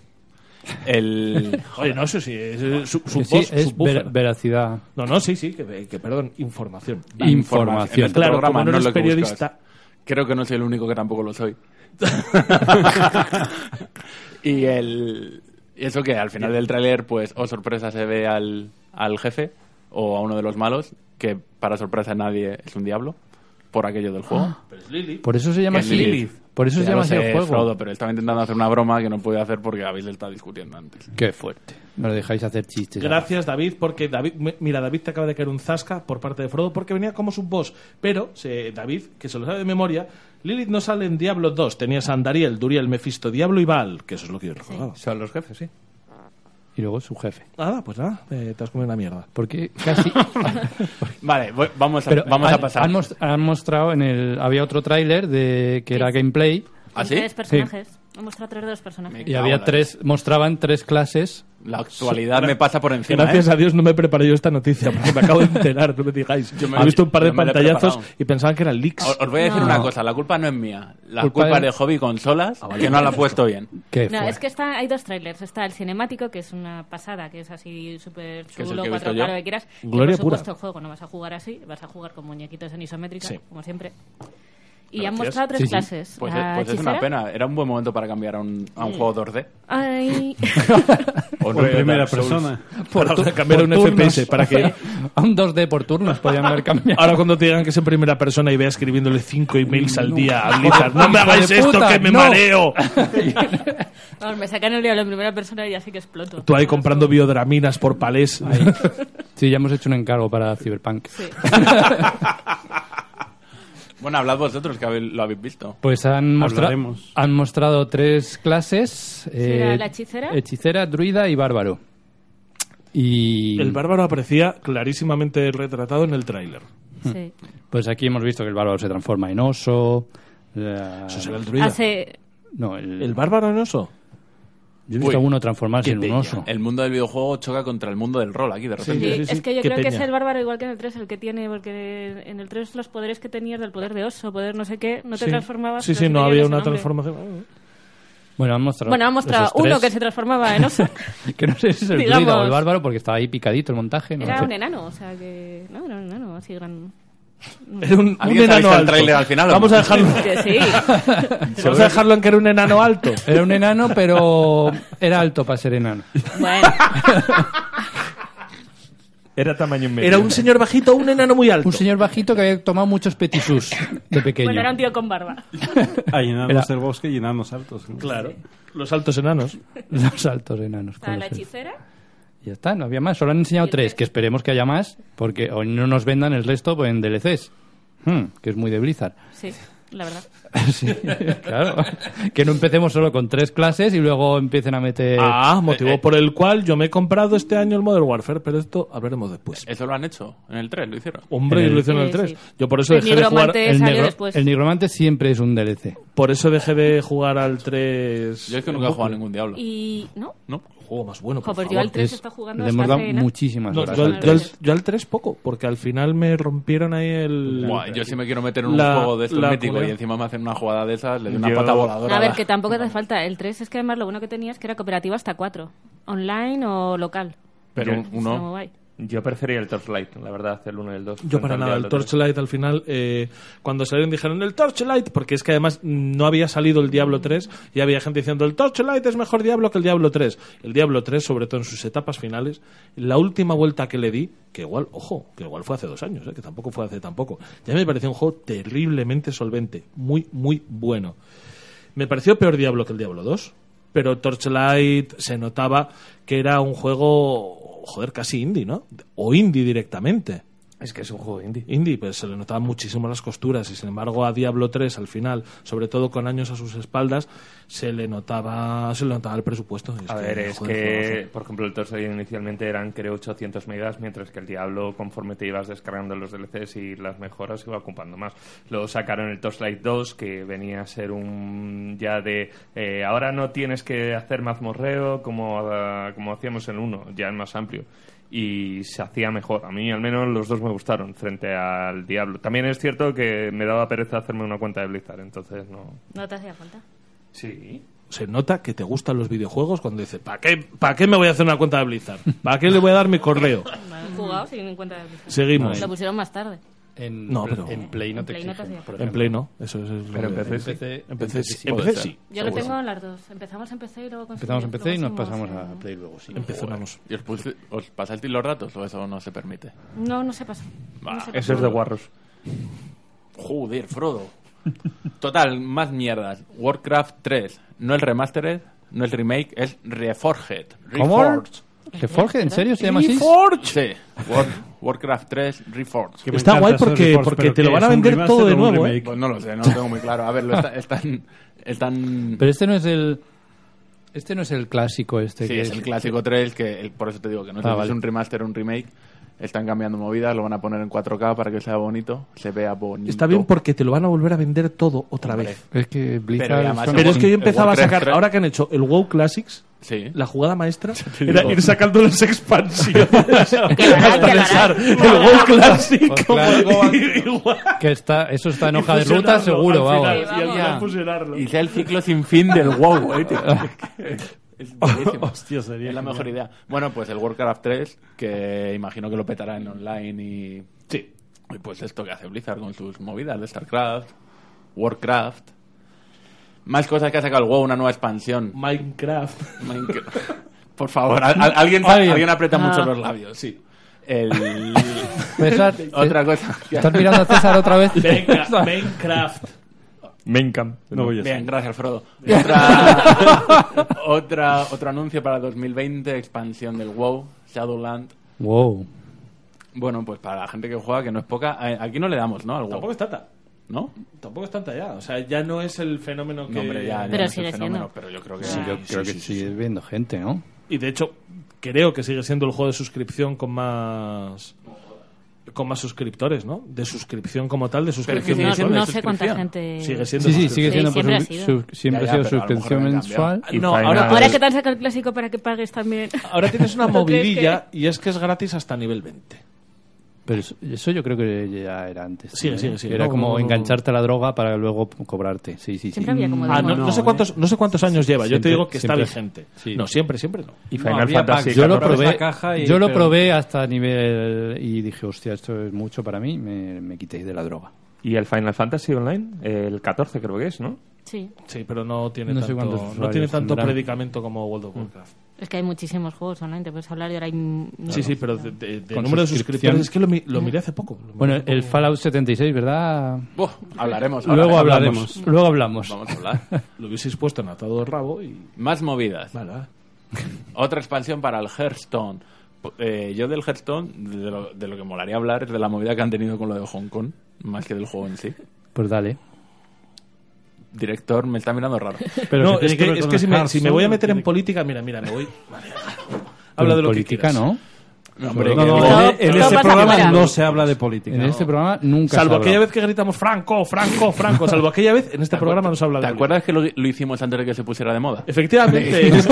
S9: el
S1: Oye, no, eso sí, es eh, su,
S2: que
S1: su
S2: sí,
S1: voz,
S2: es
S1: su buffer.
S2: ver- veracidad.
S1: No, no, sí, sí, que, que perdón, información.
S9: La
S2: Información.
S9: En este
S1: Claro,
S9: programa
S1: como no
S9: no es
S1: eres
S9: lo que
S1: periodista.
S9: buscabas. Creo que no soy el único que tampoco lo soy. y el y eso que al final del tráiler, pues, o sorpresa se ve al, al jefe o a uno de los malos, que para sorpresa de nadie es un diablo, por aquello del
S1: Ah,
S9: juego.
S2: Por eso se llama
S9: Que es
S2: así.
S9: Lilith.
S2: Por eso se
S9: Ya lo
S2: llama así
S9: sé,
S2: el juego.
S9: Frodo, pero estaba intentando hacer una broma que no podía hacer porque habéis estado discutiendo antes.
S2: Qué fuerte. No le dejáis hacer chistes.
S1: Gracias, David, porque David, mi- mira, David te acaba de caer un zasca por parte de Frodo porque venía como subboss. Pero se- David, que se lo sabe de memoria, Lilith no sale en Diablo 2. Tenía Sandariel, Duriel, Mefisto, Diablo y Val, que eso es lo que yo recordaba.
S3: Son los jefes, sí.
S2: Y luego su jefe.
S1: Nada, pues nada, eh, te has comido una mierda.
S2: Porque casi.
S9: Vale, voy- vamos a,
S2: Pero
S9: vamos a
S2: han-
S9: pasar.
S2: Han, mos- han mostrado en el. Había otro tráiler de que era gameplay
S9: ¿Ah, sí?
S4: Tres personajes. He mostrado tres de los personajes.
S2: y
S9: Ah,
S2: había
S9: vale.
S2: tres. Mostraban tres clases.
S9: La actualidad me pasa por encima.
S1: Gracias
S9: ¿eh?
S1: a Dios no me preparé yo esta noticia, porque me acabo de enterar, no me digáis. Yo
S9: me-
S1: he visto un par
S9: yo
S1: de
S9: me la he
S1: pantallazos
S9: preparado.
S1: y pensaba que eran leaks.
S9: Os os voy a decir
S4: No.
S9: una cosa, la culpa no es mía. La
S2: Culpa
S9: culpa,
S2: es-
S9: es de Hobby Consolas,
S1: Ah,
S9: que no la ha puesto bien.
S2: Qué
S4: No,
S2: fuerte.
S4: es que está, hay dos trailers. Está el cinemático, que es una pasada, que es así súper
S9: Que es el
S4: chulo,
S9: que he visto
S4: 4K,
S9: yo.
S4: lo que quieras. Y,
S1: Gloria
S4: por supuesto,
S1: pura.
S4: el juego no vas a jugar así, vas a jugar con muñequitos en isométrica,
S1: Sí.
S4: como siempre. Y han mostrado tres
S2: Sí, sí.
S4: clases.
S9: Pues, es,
S1: Ah,
S4: La
S9: pues es
S4: hechicera.
S9: una pena, era un buen momento para cambiar a un, a un juego 2D.
S4: Ay.
S9: O
S5: Por primera
S9: Dark Souls.
S5: persona.
S1: Para cambiar un FPS, para que
S2: A un 2D por turnos podían haber cambiado.
S1: ahora cuando te digan que es en primera persona y vea escribiéndole cinco emails al día a Blizzard, no me hagáis
S2: Hijo de
S1: esto
S2: puta,
S1: que me
S2: no".
S1: mareo.
S4: Vamos, me sacan el diablo en primera persona y ya sé que exploto.
S1: Tú ahí comprando biodraminas por palés.
S2: Sí, ya hemos hecho un encargo para Cyberpunk.
S4: Sí.
S9: Bueno, hablad vosotros que habéis- lo habéis visto.
S2: Pues han, mostra-
S5: Hablaremos.
S2: han mostrado tres clases. eh,
S4: era la hechicera.
S2: Hechicera, druida y bárbaro. Y...
S1: El bárbaro aparecía clarísimamente retratado en el tráiler.
S4: Sí.
S2: Pues aquí hemos visto que el bárbaro se transforma en oso. la-
S1: Eso será el druida.
S4: Hace.
S2: No, el,
S1: ¿El bárbaro en oso?
S2: yo he visto
S9: Uy,
S2: a uno transformarse
S5: qué
S2: en un
S5: bella.
S2: oso.
S9: El mundo del videojuego choca contra el mundo del rol aquí de
S4: Sí,
S9: repente.
S1: sí, sí,
S4: es que yo
S1: qué
S4: creo que
S1: peña.
S4: es el bárbaro igual que en el 3, el que tiene, porque en el 3 los poderes que tenías del poder de oso, poder no sé qué, no te
S1: Sí.
S4: transformabas.
S1: Sí,
S4: pero
S1: sí, no
S4: tenías
S1: había
S4: ese
S1: una
S4: nombre.
S1: transformación.
S2: Bueno, han mostrado,
S4: Bueno, han mostrado
S2: esos
S4: uno
S2: tres,
S4: que se transformaba en oso.
S2: que no sé si es el
S4: Digamos-
S2: druida o el bárbaro porque estaba ahí picadito el montaje. No
S4: Era
S2: sé.
S4: un enano, o sea que. No, era un enano, así gran.
S1: Era un, un
S9: ¿Alguien se ha
S1: enano
S9: visto el
S1: alto.
S9: tráiler al final o no?
S1: Vamos a dejarlo.
S4: Que sí.
S1: Vamos a dejarlo en que era un enano alto.
S2: Era un enano, pero era alto para ser enano.
S4: Bueno,
S3: Era tamaño medio.
S1: Era un señor bajito, un enano muy alto.
S2: Un señor bajito que había tomado muchos petisús de pequeño.
S4: bueno, era un tío con barba.
S1: Pues
S5: Hay enanos
S2: Era-
S5: del bosque y enanos altos.
S1: Claro. Los altos enanos.
S9: Eh,
S2: Los altos enanos.
S4: Estaba la
S2: joder.
S4: hechicera.
S2: Ya está, no había más. Solo han enseñado tres, que esperemos que haya más, porque hoy no nos vendan el resto pues, en DLCs. Hmm, que es muy de Blizzard.
S4: Sí, la verdad.
S2: Sí, claro. Que no empecemos solo con tres clases y luego empiecen a meter...
S9: eh,
S1: ah, motivo por el cual yo me he comprado este año el Modern Warfare, pero esto hablaremos después.
S9: Eso lo han hecho Eh, en el 3, lo hicieron.
S1: Hombre,
S2: En
S1: y
S2: el-
S1: lo hicieron en el
S4: Sí,
S1: 3.
S4: sí.
S1: Yo por eso
S4: El
S1: dejé de jugar.
S4: nigromante
S2: el,
S4: salió
S2: negro-
S4: después.
S2: el nigromante siempre es un DLC.
S1: Por eso dejé de jugar al 3.
S9: Yo es que nunca he jugado a ningún diablo.
S4: Y. ¿No?
S9: ¿No?
S1: oh, El juego más bueno.
S4: Jo,
S1: por
S4: pues yo
S1: favor.
S4: al 3
S2: Es-
S4: está jugando
S2: Le
S4: hasta
S2: hemos dado
S4: hace nada.
S2: muchísimas
S1: No,
S2: horas.
S1: yo, al-
S2: al
S1: yo al-
S2: 3.
S1: yo al 3 poco, porque al final me rompieron ahí el.
S9: Buah, yo si me quiero meter en un
S1: La-
S9: juego de estos
S1: la
S9: míticos
S1: culea.
S9: y encima me hacen una jugada de esas, le doy una
S1: Yo-
S9: pata voladora.
S4: A ver, que tampoco hace falta. El 3 es que además lo bueno que tenía es que era cooperativa hasta 4. Online o local.
S9: Pero
S3: Yo-
S4: Está muy
S9: uno...
S4: guay.
S3: Yo prefería el Torchlight, la verdad, el 1 y el 2.
S1: Yo para nada, el Torchlight al final, eh, cuando salieron dijeron el Torchlight, porque es que además mm, no había salido el Diablo 3 y había gente diciendo el Torchlight es mejor Diablo que el Diablo 3. El Diablo 3, sobre todo en sus etapas finales, la última vuelta que le di, que igual, ojo, que igual fue hace dos años, eh, que tampoco fue hace tampoco, ya me pareció un juego terriblemente solvente, muy, muy bueno. Me pareció peor Diablo que el Diablo 2, pero Torchlight se notaba que era un juego, joder, casi indie, ¿no? O indie directamente.
S3: Es que es un juego indie.
S1: Indie, pues se le notaban muchísimo las costuras y sin embargo a Diablo 3 al final, sobre todo con años a sus espaldas, se le notaba, se le notaba el presupuesto. Y
S3: A ver, es
S1: joder,
S3: que,
S1: juegazo.
S3: por ejemplo, el Torchlight inicialmente eran, creo, 800 megas, mientras que el Diablo, conforme te ibas descargando los DLCs y las mejoras, iba ocupando más. Luego sacaron el Torchlight 2, que venía a ser un ya de... eh, ahora no tienes que hacer mazmorreo como, ah, como hacíamos en 1, ya es más amplio. Y se hacía mejor. A mí, al menos, los dos me gustaron frente al Diablo. También es cierto que me daba pereza hacerme una cuenta de Blizzard, entonces no...
S4: No te hacía falta.
S3: Sí.
S1: Se nota que te gustan los videojuegos cuando dices, ¿para qué, ¿para qué me voy a hacer una cuenta de Blizzard? ¿Para qué le voy a dar mi correo?
S4: He jugado sin cuenta de Blizzard.
S1: Seguimos.
S4: Lo pusieron más tarde.
S2: En,
S1: No, pero-
S2: en Play no
S4: En
S2: te
S4: Play no te
S2: exigen,
S4: hacía
S2: por
S1: En
S2: ejemplo.
S1: Play no, eso es... es lo
S3: Pero en
S1: que-
S3: PC sí.
S1: En PC sí.
S9: puede
S1: En PC
S9: ser.
S1: sí.
S4: Yo lo tengo en las dos. Empezamos en PC y luego con
S2: Empezamos en
S4: Switch,
S2: PC y nos
S4: luego
S2: pasamos
S4: hicimos,
S2: a
S4: eh,
S2: Play luego,
S1: Em,
S2: sí.
S1: Empezamos.
S9: ¿Y os, puse- os pasasteis los datos o eso no se permite?
S4: No, no se pasa. No se
S3: Eso es
S4: pasa.
S3: de Warros.
S9: Joder, Frodo. Total, más mierdas. Warcraft 3. No el remastered, no el remake, es Reforged.
S2: ¿Cómo?
S9: Reforged.
S2: ¿Reforged? ¿En serio se llama así?
S9: Sí. War- Warcraft 3 Reforged.
S1: Está guay porque- porque te lo van a vender todo de nuevo, ¿eh?
S9: Pues no lo sé, no lo tengo muy claro. A ver, lo está- están... están...
S2: Pero este no es el... Este no es el clásico este.
S9: Sí,
S2: que
S9: es el clásico 3, que el- por eso te digo que no sé
S2: Ah,
S9: si
S2: vale.
S9: es un remaster o un remake. Están cambiando movidas, lo van a poner en 4K para que sea bonito. Se vea bonito.
S1: Está bien porque te lo van a volver a vender todo otra
S9: Hombre.
S1: vez. ¿eh?
S2: Es que Blizzard...
S9: Pero además-
S2: son-
S1: Pero es que yo
S9: El
S1: empezaba a
S9: Warcraft
S1: sacar,
S9: tres.
S1: ahora que han hecho el WoW Classics,
S9: Sí.
S1: la jugada maestra
S9: te
S1: era
S9: digo.
S1: ir sacando las expansiones
S4: harán,
S1: hasta
S4: que
S1: pensar
S4: harán.
S1: el WoW Classic
S2: Pues
S1: como
S2: claro,
S1: el-
S2: Que está, eso está en
S1: y
S2: hoja de
S1: fusionarlo
S2: ruta seguro,
S1: al
S2: vamos.
S1: final, y al
S4: Sí,
S1: final
S9: vamos.
S1: fusionarlo.
S9: Y sea el ciclo sin fin del WoW, eh, tío. Es buenísimo.
S5: sería
S9: Es la mejor idea. Bueno, pues el Warcraft 3, que imagino que lo petará en online y... Sí. Y pues esto que hace Blizzard con sus movidas de StarCraft, Warcraft... Más cosas que ha sacado el WoW, una nueva expansión.
S1: Minecraft.
S9: Minecraft. Por favor, al- al- alguien,
S2: Alguien.
S9: alguien aprieta mucho
S4: Ah.
S9: los labios, sí. El...
S2: César,
S9: Otra cosa.
S2: ¿Estás mirando a César otra vez?
S1: Venga, Minecraft.
S3: Mencam.
S5: No voy a
S9: Bien,
S5: ser.
S9: gracias, Frodo. Otra, otra, otro anuncio para 2020, expansión del WoW, Shadowland.
S2: Wow.
S9: Bueno, pues para la gente que juega, que no es poca, eh, aquí no le damos, ¿no? Al
S1: Tampoco
S9: WoW,
S1: es tanta.
S9: ¿no?
S1: Tampoco es tanta ya. O sea, ya no es el fenómeno que.
S9: No, hombre, ya, ya
S4: Pero
S9: no es el
S4: sigue
S9: fenómeno,
S4: siendo.
S9: pero yo creo que
S2: Sí, yo creo que sigue viendo gente, ¿no?
S1: Y de hecho, creo que sigue siendo el juego de suscripción con más. con más suscriptores, ¿no? De suscripción como tal, de
S9: Pero es que
S1: suscripción
S9: sigue
S4: No,
S9: siendo
S1: mensual.
S4: no
S9: de
S4: sé cuánta
S9: suscripción.
S4: gente.
S1: Sigue siendo
S2: Sí, sí,
S1: suscripción.
S2: sigue siendo por
S4: siempre
S2: sub-
S4: ha sido.
S2: sub- siempre
S9: Ya,
S2: ha sido
S9: ya, pero a lo mejor
S2: suscripción
S9: le han
S2: mensual.
S9: cambiado. No,
S3: Y faena
S9: ahora,
S3: de-
S4: Ahora que te han sacado el clásico para que pagues también.
S1: Ahora tienes una
S4: ¿No crees
S1: movililla y es que es gratis hasta nivel 20.
S2: Pero eso, eso yo creo que ya era antes.
S1: Sigue,
S2: ¿no?
S1: sigue, sigue.
S2: Era
S1: No,
S2: como
S1: no, no, no.
S2: engancharte a la droga para luego cobrarte. Sí, sí, sí.
S4: Siempre había como
S1: Ah, no,
S4: demonios.
S1: no sé cuántos, no sé cuántos años lleva. Yo te
S2: Siempre-
S1: digo que está
S2: siempre-
S1: vigente.
S2: sí.
S1: No, siempre, siempre no.
S3: Y
S5: No,
S3: Final
S5: había
S3: Fantasy
S5: packs.
S2: yo lo
S5: Comprabas la
S2: probé
S5: caja y-
S2: yo lo
S5: pero-
S2: probé hasta nivel y dije hostia esto es mucho para mí me, me quité de la droga
S3: Y el Final Fantasy Online, el 14 creo que es, ¿no?
S4: Sí,
S1: Sí, pero no tiene
S2: No sé
S1: tanto,
S2: cuántos
S1: no
S2: usuarios
S1: tiene tanto
S2: tendrán.
S1: predicamento como World of Warcraft.
S4: es que hay muchísimos juegos online, te puedes hablar y ahora hay.
S1: Sí, sí, pero de, de- de
S2: Con
S1: número de
S2: suscripción.
S1: suscriptores es que lo, mi- lo miré hace poco. Lo
S2: bueno
S1: miré hace
S2: el
S1: poco.
S2: Fallout 76 verdad
S9: Buah, hablaremos.
S2: luego hablaremos
S5: hablaremos.
S2: luego hablamos
S9: Vamos a hablar.
S1: lo hubieseis puesto en atado de rabo y
S9: Más movidas.
S1: Vale.
S9: Otra expansión para el Hearthstone. Po- eh, yo del Hearthstone, de lo, de lo que molaría hablar es de la movida que han tenido con lo de Hong Kong, más que del juego en sí.
S2: pues dale
S9: Director, me está mirando raro.
S5: Pero
S1: no,
S5: tiene
S1: es que,
S5: ver
S1: es
S5: con
S1: que
S5: el
S1: si, me,
S5: hard
S1: si me voy a
S5: solo,
S1: meter en
S5: tiene-
S1: política, mira, mira, me voy. Vale. Habla de lo
S2: política
S1: que quieras.
S2: no
S9: Hombre,
S5: No,
S9: que-
S5: no,
S4: Todo-
S5: en- en
S4: todo
S5: este
S4: pasa fuera.
S5: programa no se habla de política.
S2: en este programa nunca
S1: Salvo
S2: se habla.
S1: aquella vez que gritamos Franco, Franco, Franco. Salvo aquella vez, en este programa nos habla de
S9: ¿Te
S1: política.
S9: acuerdas que lo, lo hicimos antes de que se pusiera de moda?
S1: Efectivamente. es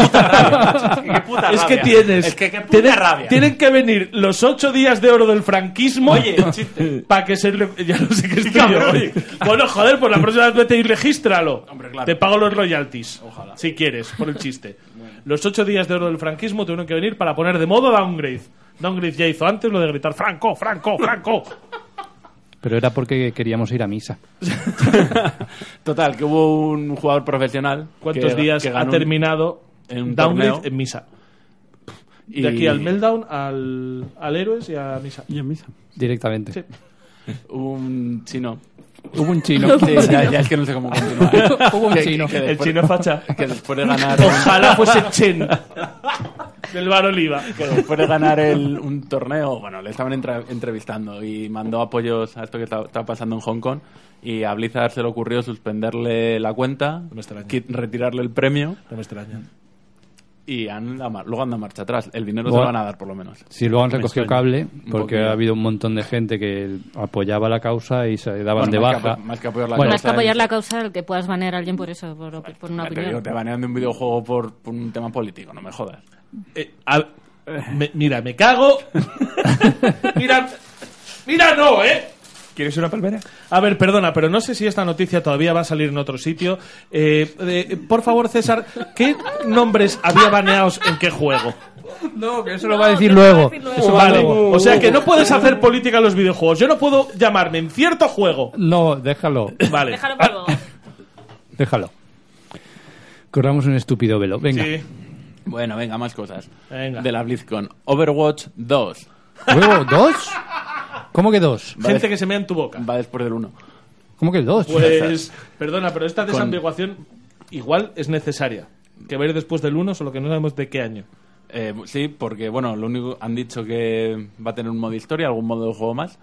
S1: es que tienes.
S9: Es que qué puta
S1: tienen,
S9: rabia.
S1: tienen que venir los ocho días de oro del franquismo.
S9: Oye, chiste.
S1: Para que se. le- Ya no sé qué estoy yo hoy. Bueno, joder, pues la próxima vez vete y regístralo.
S9: Hombre, claro.
S1: Te pago los royalties. Ojalá. Si quieres, por el chiste. Los ocho días de oro del franquismo tuvieron que venir para poner de modo Downgrade. Downgrade ya hizo antes lo de gritar Franco, Franco, Franco.
S2: pero era porque queríamos ir a misa
S9: Total, que hubo un jugador profesional.
S1: ¿Cuántos
S9: que-
S1: días
S9: que
S1: ha
S9: ganó un-
S1: terminado
S9: en un
S1: Downgrade
S9: torneo.
S1: en misa?
S9: y-
S1: De aquí al Meltdown, al, al Héroes y a misa.
S5: Y en misa.
S2: directamente
S1: Sí.
S9: Un chino.
S2: hubo un chino
S9: Sí, ya, ya es que no sé cómo continuar.
S2: Hubo un
S9: Que-
S2: chino.
S9: que
S1: El
S9: después-
S1: chino facha.
S9: Que después de ganar.
S1: Ojalá fuese Chen del Bar Oliva.
S9: que después de ganar el- un torneo, bueno, le estaban entra- entrevistando y mandó apoyos a esto que está- estaba pasando en Hong Kong y a Blizzard se le ocurrió suspenderle la cuenta,
S1: me extraña.
S9: qui- retirarle el premio
S1: No me extraña.
S9: y anda mar- luego anda marcha atrás. El dinero se
S2: Bueno.
S9: lo van a dar por lo menos.
S2: Sí, luego han recogido cable porque
S9: poquillo.
S2: ha habido un montón de gente que apoyaba la causa y se daban
S9: Bueno,
S2: de
S9: más que
S2: baja.
S9: apo- más que apoyar la
S2: Bueno,
S4: Más que
S9: causa,
S4: apoyar la causa al que puedas banear a alguien por eso, por, por una
S9: Ya te, digo,
S4: opinión.
S9: te banean de un videojuego por, por un tema político, no me jodas.
S1: Eh, a- me- mira, me cago. mira, mira, no, ¿eh?
S3: ¿Quieres una palmera?
S1: A ver, perdona, pero no sé si esta noticia todavía va a salir en otro sitio. Eh, eh, por favor, César, ¿qué nombres había baneados en qué juego?
S2: No, que eso
S4: lo va a decir No, que eso lo
S2: luego.
S4: va a decir luego.
S1: Vale,
S4: Eso
S1: o sea que no puedes hacer política en los videojuegos. Yo no puedo llamarme en cierto juego.
S2: No, déjalo,
S1: Vale.
S4: Déjalo para luego.
S2: déjalo. Corramos un estúpido velo. Venga.
S1: Sí.
S9: Bueno, venga, más cosas.
S1: Venga.
S9: De la BlizzCon. Overwatch 2.
S2: ¿Luego dos? ¿Cómo que dos?
S9: Va,
S1: Gente
S9: des-
S1: que se mea en tu boca.
S9: va después del 1.
S2: ¿Cómo que dos?
S1: Pues, perdona, pero esta desambiguación igual es necesaria. Que va a ir después del 1, solo que no sabemos de qué año.
S9: Eh, sí, porque bueno, lo único han dicho que va a tener un modo historia, algún modo de juego más.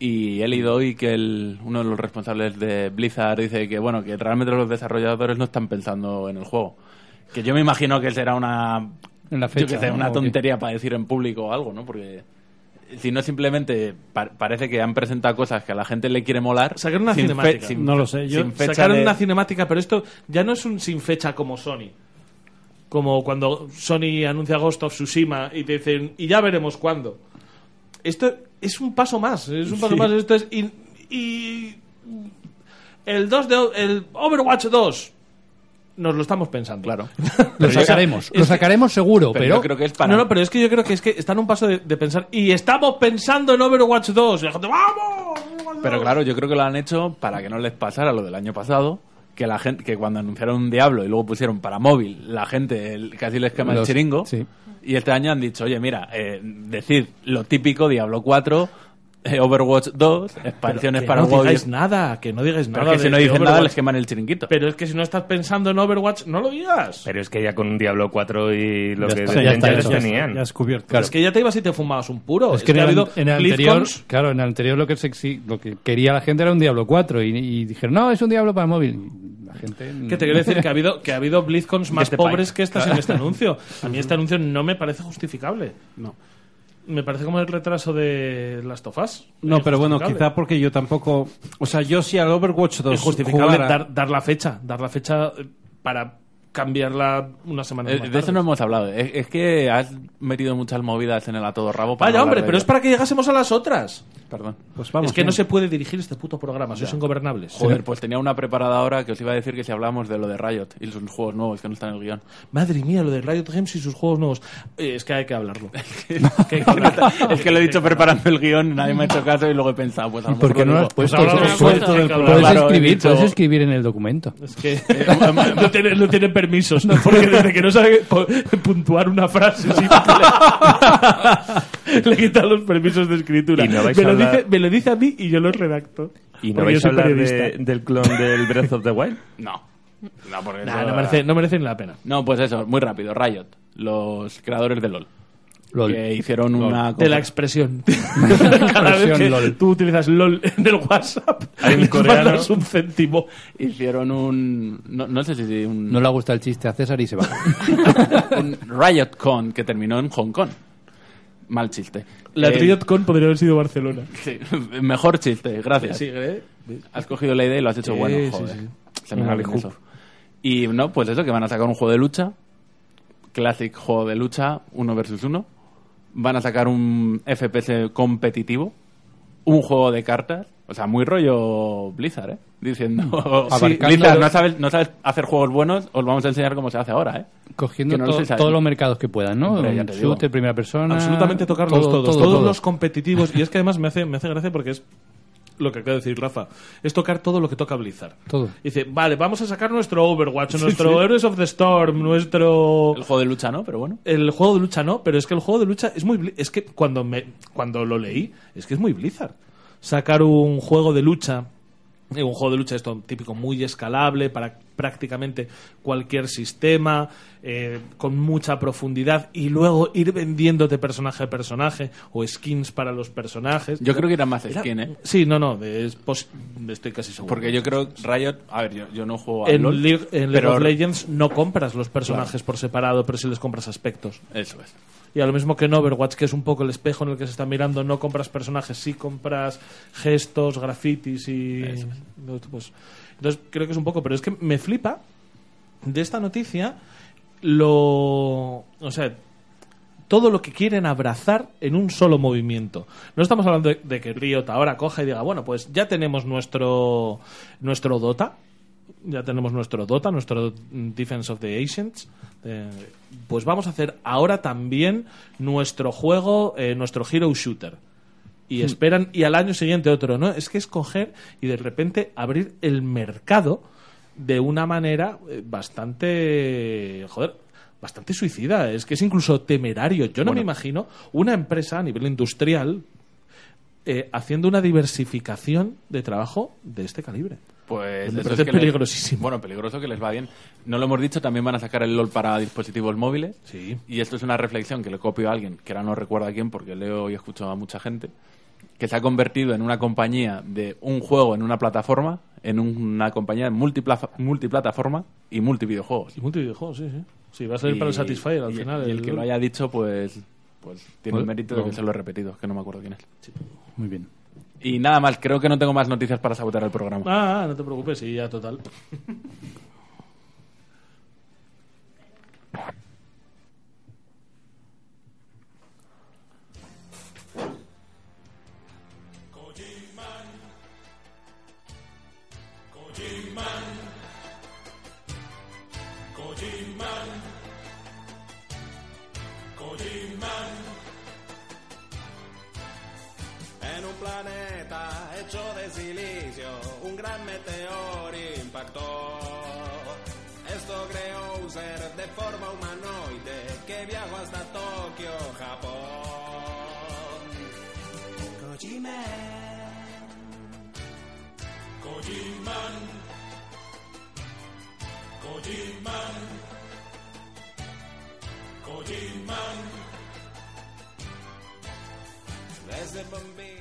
S9: Y he leído hoy que el- uno de los responsables de Blizzard dice que bueno, que realmente los desarrolladores no están pensando en el juego. Que yo me imagino que será una
S2: En la
S9: yo
S2: fecha,
S9: qué sé,
S2: ¿no?
S9: una
S2: ¿O qué?
S9: tontería para decir en público o algo, ¿no? Porque eh, si no simplemente pa- parece que han presentado cosas que a la gente le quiere molar.
S1: Sacar una
S9: sin
S1: cinemática.
S9: fe- sin-
S5: No lo sé, yo-
S9: sin fecha
S1: Sacaron
S9: de-
S1: una cinemática, pero esto ya no es un sin fecha como Sony. Como cuando Sony anuncia Ghost of Tsushima y te dicen, y ya veremos cuándo. Esto es un paso más. Es un paso más. Esto es. Y. y- el, 2 de, el Overwatch 2. Nos lo estamos pensando.
S9: Claro.
S2: Lo sacaremos, lo
S1: es que-
S2: sacaremos seguro,
S9: Pero,
S2: pero,
S9: yo creo que es para
S1: No, no, pero es que yo creo que es que están a un paso de, de pensar. Y estamos pensando en Overwatch 2. Y la gente, ¡vamos! Overwatch 2".
S9: Pero claro, yo creo que lo han hecho para que no les pasara lo del año pasado, que la gente que cuando anunciaron Diablo y luego pusieron para móvil, la gente el- casi les quema el
S2: Los-
S9: chiringo.
S2: sí.
S9: Y este año han dicho, oye, mira, eh, decid lo típico, Diablo 4, eh, Overwatch 2, expansiones
S1: Que
S9: para
S1: no
S9: WoW y-
S1: digáis nada, que no digáis
S9: Pero
S1: nada.
S9: es que si
S1: de-
S9: no
S1: de
S9: dicen nada
S1: Overwatch.
S9: les queman el chiringuito.
S1: Pero es que si no estás pensando en Overwatch, no lo digas.
S3: Pero es que ya con un Diablo 4 y lo
S2: Ya
S3: que
S2: está,
S3: decían
S2: ya está
S3: ya les
S2: hecho.
S3: tenían.
S5: Ya has cubierto.
S1: Es que ya te ibas y te fumabas un puro.
S2: es que en
S1: ha
S2: el,
S1: habido
S2: en el anterior,
S1: BlizzCons.
S2: claro, en el anterior lo que, se exi- lo que quería la gente era un Diablo 4 y, y dijeron, no, es un Diablo para móvil. Y La gente...
S1: Que te quiero decir que ha habido, que ha habido BlizzCons más
S9: este
S1: pobres
S9: país.
S1: que estas en este anuncio. A mí este anuncio no me parece justificable.
S5: No.
S1: Me parece como el retraso de las tofas.
S5: No, pero bueno, quizá porque yo tampoco. O sea, yo si al Overwatch 2.
S1: Es justificable
S5: jugara-
S1: dar, dar la fecha, dar la fecha eh, para cambiarla una semana
S9: Eh,
S1: más
S9: de eso
S1: tarde.
S9: no hemos hablado. Es, es que has metido muchas movidas en el a todo rabo. Para
S1: Vaya,
S9: no
S1: Ah, hombre,
S9: hablar
S1: pero
S9: de
S1: es para que llegásemos a las otras.
S9: ello. Perdón.
S5: Pues vamos.
S1: es que no
S5: bien.
S1: se puede dirigir este puto programa, sois ingobernables.
S9: Joder, pues tenía una preparada ahora que os iba a decir que si hablábamos de lo de Riot y sus juegos nuevos que no están en el guión.
S1: Madre mía, lo de Riot Games y sus juegos nuevos. Eh, es que hay que hablarlo. Que hay que hablarlo.
S9: es que lo he dicho preparando el guión, nadie me ha hecho caso y luego he pensado, pues a lo
S2: ¿Por
S9: mejor
S2: qué no
S9: lo
S2: lo
S9: digo.
S2: has puesto?
S1: ahora
S4: lo
S2: Pues puedes-
S4: he puesto, hay que
S2: puedes
S9: hablarlo.
S2: escribir,
S9: He dicho-
S2: puedes escribir en el documento.
S1: Es que no, tienen, no tienen permisos, porque desde que no sabe po- puntuar una frase simple, le quitan los permisos de escritura.
S3: Y no vais
S1: me,
S3: a
S1: lo
S3: hablar-
S1: dice, me lo dice a mí y yo lo redacto. Porque
S3: ¿Y no vais
S1: yo soy
S3: a hablar de-
S1: periodista.
S3: del clon del Breath of the Wild?
S9: No. No, porque
S1: Nah,
S9: eso-
S1: no, merece, no merecen la pena.
S9: No, pues eso, muy rápido. Riot, los creadores de LOL.
S2: LOL.
S9: Que hicieron una...
S1: De la expresión. Cada vez
S2: Expresión
S1: que
S2: LOL.
S1: tú utilizas LOL en el WhatsApp,
S3: Hay un
S1: les
S3: coreano.
S1: mandas un céntimo.
S9: Hicieron un... No, no sé si un...
S2: No le gusta el chiste a César y se va.
S9: un RiotCon que terminó en Hong Kong. Mal chiste.
S1: La
S9: Eh,
S1: TriotCon podría haber sido Barcelona.
S9: sí, mejor chiste, gracias.
S1: ¿eh?
S9: Has cogido la idea y lo has hecho
S1: Sí, sí,
S9: bueno, joder.
S1: sí.
S9: Se me
S3: Un
S9: da bien
S3: alley-oop.
S9: eso. Y no, pues eso, que van a sacar un juego de lucha. Classic juego de lucha, uno versus uno. Van a sacar un FPS competitivo. Un juego de cartas. O sea, muy rollo Blizzard, ¿eh? Diciendo...
S1: Mm.
S2: Abarcando
S9: Blizzard,
S2: los-
S9: no sabes, no sabes hacer juegos buenos, os vamos a enseñar cómo se hace ahora, ¿eh?
S2: Cogiendo
S9: Que no lo
S2: to-
S9: sé, ¿sabes?
S2: todos los mercados que puedan, ¿no?
S9: Hombre, ya
S2: Un
S9: te digo.
S2: shooter, primera persona.
S1: Absolutamente tocarlos
S2: todo,
S1: todos.
S2: todo,
S1: todos
S2: todo.
S1: los competitivos. Y es que además me hace, me hace gracia porque es lo que acaba de decir Rafa. Es tocar todo lo que toca Blizzard.
S2: Todo.
S1: Y dice, vale, vamos a sacar nuestro Overwatch, nuestro Heroes of the Storm, nuestro...
S9: El juego de lucha, ¿no? Pero bueno.
S1: El juego de lucha no, pero es que el juego de lucha es muy... bli- Es que cuando, me, cuando lo leí, es que es muy Blizzard. Sacar un juego de lucha, eh, un juego de lucha esto típico muy escalable para prácticamente cualquier sistema, eh, con mucha profundidad, y luego ir vendiéndote personaje a personaje o skins para los personajes.
S9: Yo creo que era más
S1: Era-
S9: skin, ¿eh?
S1: Sí, no, no, de- es pos- estoy casi seguro.
S9: Porque yo creo que Riot... A ver, yo, yo no juego a
S1: en
S9: LoL,
S1: League, en League
S9: pero-
S1: of Legends no compras los personajes por separado, pero sí les compras aspectos.
S9: Eso es.
S1: Y a lo mismo que en Overwatch, que es un poco el espejo en el que se está mirando, no compras personajes, sí compras gestos, grafitis y. no, pues, entonces creo que es un poco, pero es que me flipa de esta noticia lo. O sea, todo lo que quieren abrazar en un solo movimiento. No estamos hablando de, de que Riot ahora coja y diga, bueno, pues ya tenemos nuestro, nuestro Dota, ya tenemos nuestro Dota, nuestro mm, Defense of the Ancients. eh, pues vamos a hacer ahora también nuestro juego, eh, nuestro Hero Shooter. Y esperan, y al año siguiente otro, ¿no? Es que es coger y de repente abrir el mercado de una manera eh, bastante. Joder, bastante suicida. Es que es incluso temerario. Yo no me imagino una empresa a nivel industrial eh, haciendo una diversificación de trabajo de este calibre.
S9: Pues
S1: Me
S9: eso
S1: parece
S9: es que les-
S1: peligrosísimo.
S9: bueno, peligroso que les va bien. No lo hemos dicho, también van a sacar el LOL para dispositivos móviles.
S1: Sí.
S9: Y esto es una reflexión que le copio a alguien, que ahora no recuerdo a quién porque leo y escucho a mucha gente, que se ha convertido en una compañía de un juego en una plataforma, en un- una compañía de multiplafa- multiplataforma y multivideojuegos.
S1: Y multivideojuegos, sí, sí. Sí, va a salir para el
S9: Y-
S1: Satisfyer al
S9: y-
S1: final.
S9: Y el que lo haya dicho, pues, pues tiene el mérito de que se lo he repetido, que no me acuerdo quién es.
S2: Muy bien.
S9: Y nada más, creo que no tengo más noticias para sabotear el programa.
S1: Ah, ah, no te preocupes, sí, ya total.
S6: En un planeta hecho de silicio, un gran meteor impactó. Esto creó un ser de forma humanoide que viajó hasta Tokio, Japón. Kojiman, Kojiman, Kojiman, Kojiman. Desde Bombay.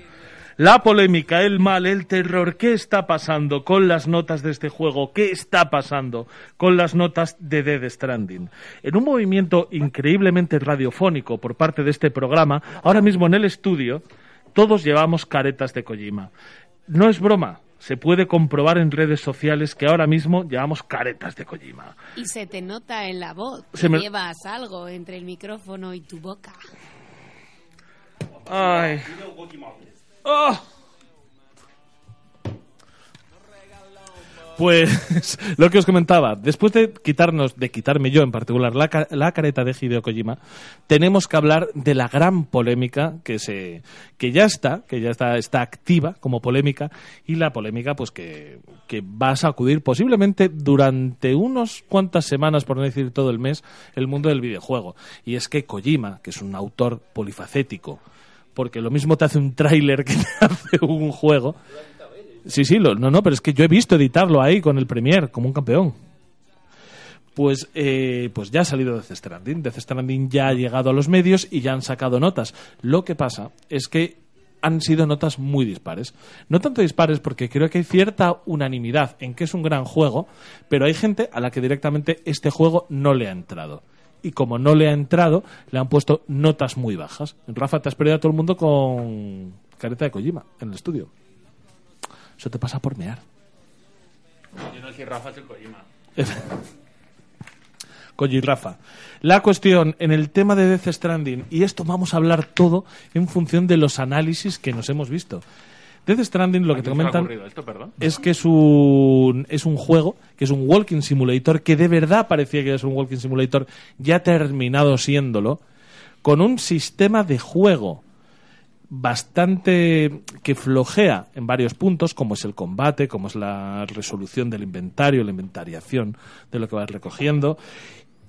S1: La polémica, el mal, el terror, ¿qué está pasando con las notas de este juego? ¿Qué está pasando con las notas de Dead Stranding? En un movimiento increíblemente radiofónico por parte de este programa, ahora mismo en el estudio, todos llevamos caretas de Kojima. No es broma, se puede comprobar en redes sociales que ahora mismo llevamos caretas de Kojima.
S10: Y se te nota en la voz.
S1: Se me-
S10: Llevas algo entre el micrófono y tu boca.
S1: Ay. Ah. Pues lo que os comentaba, después de quitarnos, de quitarme yo en particular la, ca- la careta de Hideo Kojima, tenemos que hablar de la gran polémica que se que ya está, que ya está, está activa como polémica, y la polémica pues que, que va a sacudir posiblemente durante unos cuantas semanas, por no decir todo el mes, el mundo del videojuego. Y es que Kojima, que es un autor polifacético, porque lo mismo te hace un tráiler que te hace un juego. Sí, sí, lo- no, no, pero es que yo he visto editarlo ahí con el Premier, como un campeón. Pues, eh, pues ya ha salido Death Stranding. Death Stranding ya ha llegado a los medios y ya han sacado notas. Lo que pasa es que han sido notas muy dispares. No tanto dispares porque creo que hay cierta unanimidad en que es un gran juego, pero hay gente a la que directamente este juego no le ha entrado. Y como no le ha entrado, le han puesto notas muy bajas. Rafa, te has perdido a todo el mundo con careta de Kojima en el estudio. Eso te pasa por mear.
S9: Yo no sé si Rafa es el Kojima.
S1: Koji Rafa. La cuestión en el tema de Death Stranding, y esto vamos a hablar todo en función de los análisis que nos hemos visto. Death Stranding, lo que te comentan
S9: ocurrido esto, perdón?
S1: es que es un, es un juego, que es un walking simulator, que de verdad parecía que es un walking simulator, ya ha terminado siéndolo, con un sistema de juego bastante que flojea en varios puntos, como es el combate, como es la resolución del inventario, la inventariación de lo que vas recogiendo.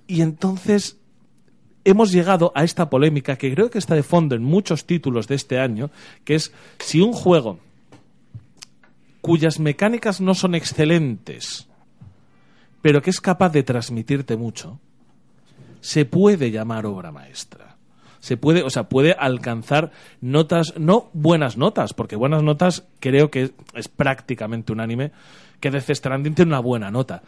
S1: Y entonces hemos llegado a esta polémica que creo que está de fondo en muchos títulos de este año, que es si un juego cuyas mecánicas no son excelentes, pero que es capaz de transmitirte mucho, se puede llamar obra maestra. Se puede, o sea, puede alcanzar notas, no buenas notas, porque buenas notas creo que es, es prácticamente unánime que Death Stranding tiene una buena nota.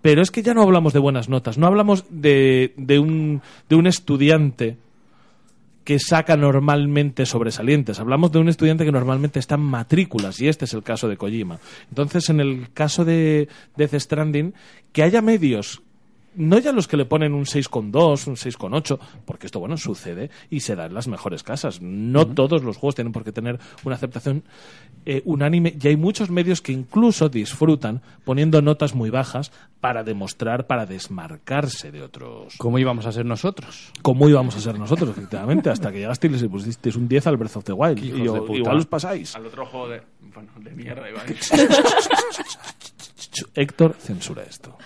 S1: Pero es que ya no hablamos de buenas notas, no hablamos de, de un, de un estudiante que saca normalmente sobresalientes. Hablamos de un estudiante que normalmente está en matrículas, y este es el caso de Kojima. Entonces, en el caso de Death Stranding, que haya medios, no ya los que le ponen un 6,2, un 6,8, porque esto, bueno, sucede y se da en las mejores casas. No todos los juegos tienen por qué tener una aceptación eh, unánime, y hay muchos medios que incluso disfrutan poniendo notas muy bajas para demostrar, para desmarcarse de otros
S2: ¿Cómo íbamos a ser nosotros?
S1: cómo íbamos a ser nosotros, efectivamente, hasta que llegaste y les pusisteis un 10 al Breath of the Wild.
S2: hijos
S1: Y yo,
S2: de puta.
S1: igual os pasáis.
S9: Al otro juego de. Bueno, de mierda, Iván.
S1: Ch, Héctor, censura esto.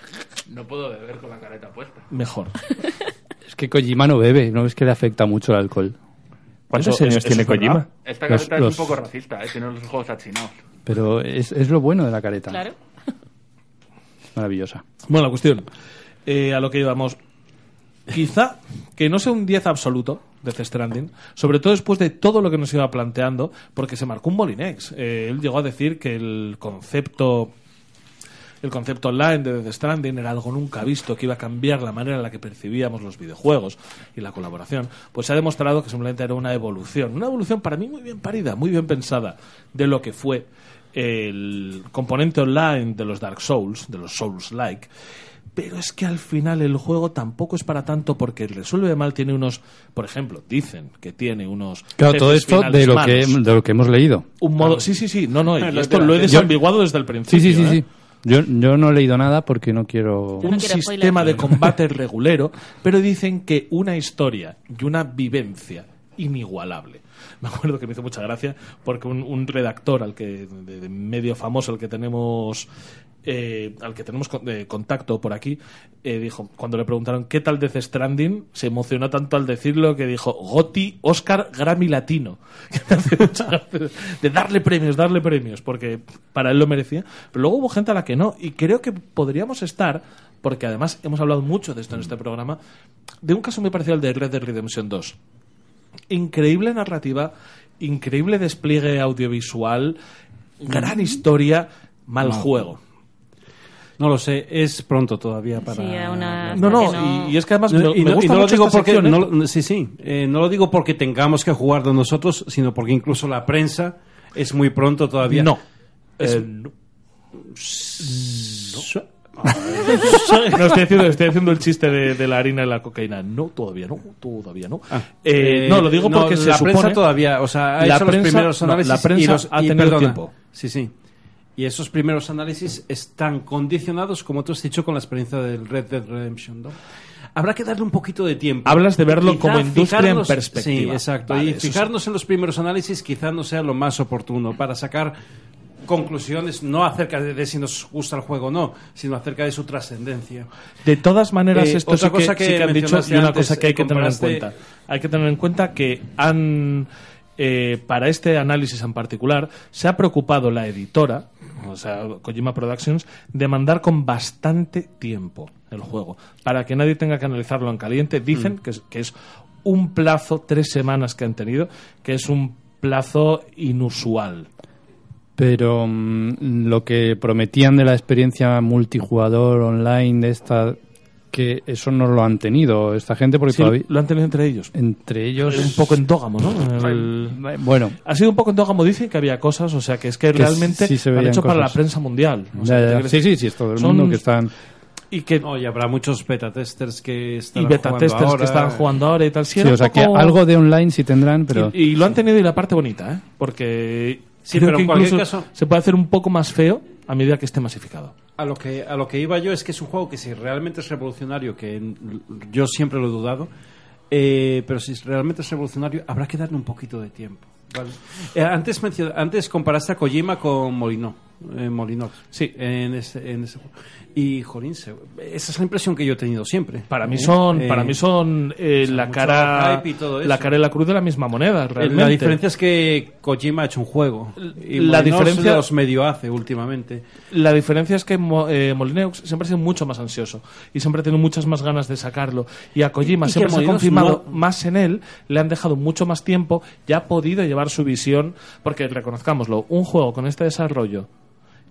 S9: No puedo beber con la careta puesta.
S1: Mejor.
S2: Es que Kojima no bebe, no es que le afecta mucho el alcohol.
S1: ¿Cuántos años tiene Kojima?
S9: Esta
S2: Los-
S9: careta es
S2: los-
S9: un poco racista, ¿eh? Tiene los ojos achinados.
S2: Pero es, es lo bueno de la careta.
S4: Claro.
S2: Maravillosa.
S1: Bueno, la cuestión. eh, a lo que íbamos. Quizá que no sea un 10 absoluto de Death Stranding, sobre todo después de todo lo que nos iba planteando, porque se marcó un Molinex. Eh, él llegó a decir que el concepto. El concepto online de Death Stranding era algo nunca visto que iba a cambiar la manera en la que percibíamos los videojuegos y la colaboración. Pues se ha demostrado que simplemente era una evolución. Una evolución para mí muy bien parida, muy bien pensada de lo que fue el componente online de los Dark Souls, de los Souls-like. Pero es que al final el juego tampoco es para tanto porque resuelve mal, tiene unos, por ejemplo, dicen que tiene unos...
S2: Claro, todo
S1: jefes
S2: esto de
S1: finales
S2: lo, que,
S1: malos.
S2: de lo que hemos leído.
S1: Un modo... Sí, sí, sí, no, no, y
S9: Los
S1: esto lo he
S9: delanteros.
S1: desambiguado desde el principio.
S2: Sí, sí, sí,
S1: ¿eh?
S2: sí. Yo, yo no he leído nada porque no quiero...
S1: un
S4: no quiero
S1: sistema
S4: spoiler.
S1: de combate regulero, pero dicen que una historia y una vivencia inigualable. Me acuerdo que me hizo mucha gracia porque un, un redactor al que de, de medio famoso al que tenemos eh, al que tenemos con- eh, contacto por aquí eh, dijo cuando le preguntaron qué tal Death Stranding se emocionó tanto al decirlo que dijo Goti Oscar Grammy Latino Me hace mucha gracia de darle premios darle premios porque para él lo merecía pero luego hubo gente a la que no y creo que podríamos estar porque además hemos hablado mucho de esto en este
S5: Mm.
S1: programa, de un caso muy parecido al de Red Dead Redemption 2. Increíble narrativa, increíble despliegue audiovisual, gran historia, mal
S5: Mm. No.
S1: juego.
S5: No lo sé, es pronto todavía para.
S4: Sí, a una-
S1: No, no,
S4: hasta que no-
S1: y, y es que además
S5: No,
S1: me,
S5: y
S1: me
S5: no- y
S1: gusta
S5: no lo
S1: mucho
S5: digo
S1: estas
S5: porque
S1: secciones.
S5: no, lo- sí, sí, eh, no lo digo porque tengamos que jugarlo nosotros, sino porque incluso la prensa es muy pronto todavía.
S1: No.
S5: Es-
S1: Eh, no. No, estoy haciendo, estoy haciendo el chiste de, de la harina y la cocaína. No, todavía no, todavía no. Eh,
S5: Eh,
S1: no, lo digo porque
S5: no,
S1: se
S5: la
S1: supone...
S5: prensa todavía, o sea, ha
S1: La
S5: hecho
S1: prensa-
S5: los primeros
S1: no, la
S5: análisis y
S1: prensa
S5: los-
S1: ha
S5: y
S1: tenido
S5: perdona,
S1: tiempo.
S5: Sí, sí. Y esos primeros análisis están condicionados, como tú has dicho, con la experiencia del Red Dead Redemption 2. Habrá que darle un poquito de tiempo.
S1: Hablas de verlo
S5: Quizá
S1: como industria en
S5: fijarnos-
S1: perspectiva.
S5: Sí, exacto.
S1: Vale,
S5: y
S1: eso sí.
S5: fijarnos en los primeros análisis quizá no sea lo más oportuno para sacar conclusiones no acerca de, de si nos gusta el juego o no, sino acerca de su trascendencia.
S1: De todas maneras,
S5: Eh,
S1: esto
S5: otra
S1: sí que,
S5: cosa que
S1: sí que han dicho y
S5: mencionaste
S1: una
S5: antes,
S1: cosa que hay
S5: eh,
S1: que tener en
S5: comparaste-
S1: cuenta. Hay que tener en cuenta que han, eh, para este análisis en particular, se ha preocupado la editora, o sea, Kojima Productions, de mandar con bastante tiempo el juego, para que nadie tenga que analizarlo en caliente. Dicen
S5: Mm.
S1: que, es, que es un plazo, tres semanas que han tenido, que es un plazo inusual.
S2: Pero mm, lo que prometían de la experiencia multijugador online de esta, que eso no lo han tenido esta gente porque
S1: Sí,
S2: todavía
S1: lo han tenido entre ellos.
S2: entre ellos
S1: Un poco endógamo, ¿no? El-
S2: bueno.
S1: Ha sido un poco endógamo, dicen que había cosas, o sea que es que,
S2: Que
S1: realmente
S2: sí se
S1: lo han
S2: veían
S1: hecho para la
S2: cosas.
S1: prensa mundial. O
S2: ya,
S1: sea,
S2: ya,
S1: ¿te
S2: ya.
S1: crees?
S2: Sí, sí, sí, es todo el
S1: Son-
S2: mundo que están
S1: Y que
S5: No, y habrá muchos beta testers que
S1: y
S5: estarán
S1: beta
S5: jugando
S1: testers
S5: ahora. eh.
S1: que estaban jugando ahora y tal. Sí,
S2: Sí,
S1: era
S2: o sea
S1: un
S2: que
S1: poco-
S2: algo de online sí tendrán, pero
S1: y, y lo han tenido y la parte bonita, ¿eh? Porque
S5: Sí,
S1: creo
S5: pero
S1: que
S5: en cualquier
S1: incluso
S5: caso-
S1: se puede hacer un poco más feo a medida que esté masificado.
S5: A lo que a lo que iba yo es que es un juego que si realmente es revolucionario, que en- yo siempre lo he dudado, eh, pero si realmente es revolucionario, habrá que darle un poquito de tiempo. ¿vale? Eh, antes, mencio- antes comparaste a Kojima con Molino. Eh, Molinov.
S1: Sí.
S5: En ese, en ese juego. Y, jolín, se- esa es la impresión que yo he tenido siempre.
S1: Para mí son,
S5: Eh,
S1: para mí son eh,
S5: sea,
S1: la
S5: mucho
S1: cara,
S5: hype y todo eso.
S1: la cara y la cruz de la misma moneda. Realmente.
S5: La diferencia es que Kojima ha hecho un juego. Y
S1: La
S5: la
S1: diferencia-
S5: diferencia los medio hace últimamente.
S1: La diferencia es que Mo- eh, Molineux siempre ha sido mucho más ansioso y siempre ha tenido muchas más ganas de sacarlo. Y a Kojima
S5: Y que
S1: siempre se ha
S5: Molineux
S1: confirmado
S5: no-
S1: más en él, le han dejado mucho más tiempo, ya ha podido llevar su visión, porque reconozcámoslo, un juego con este desarrollo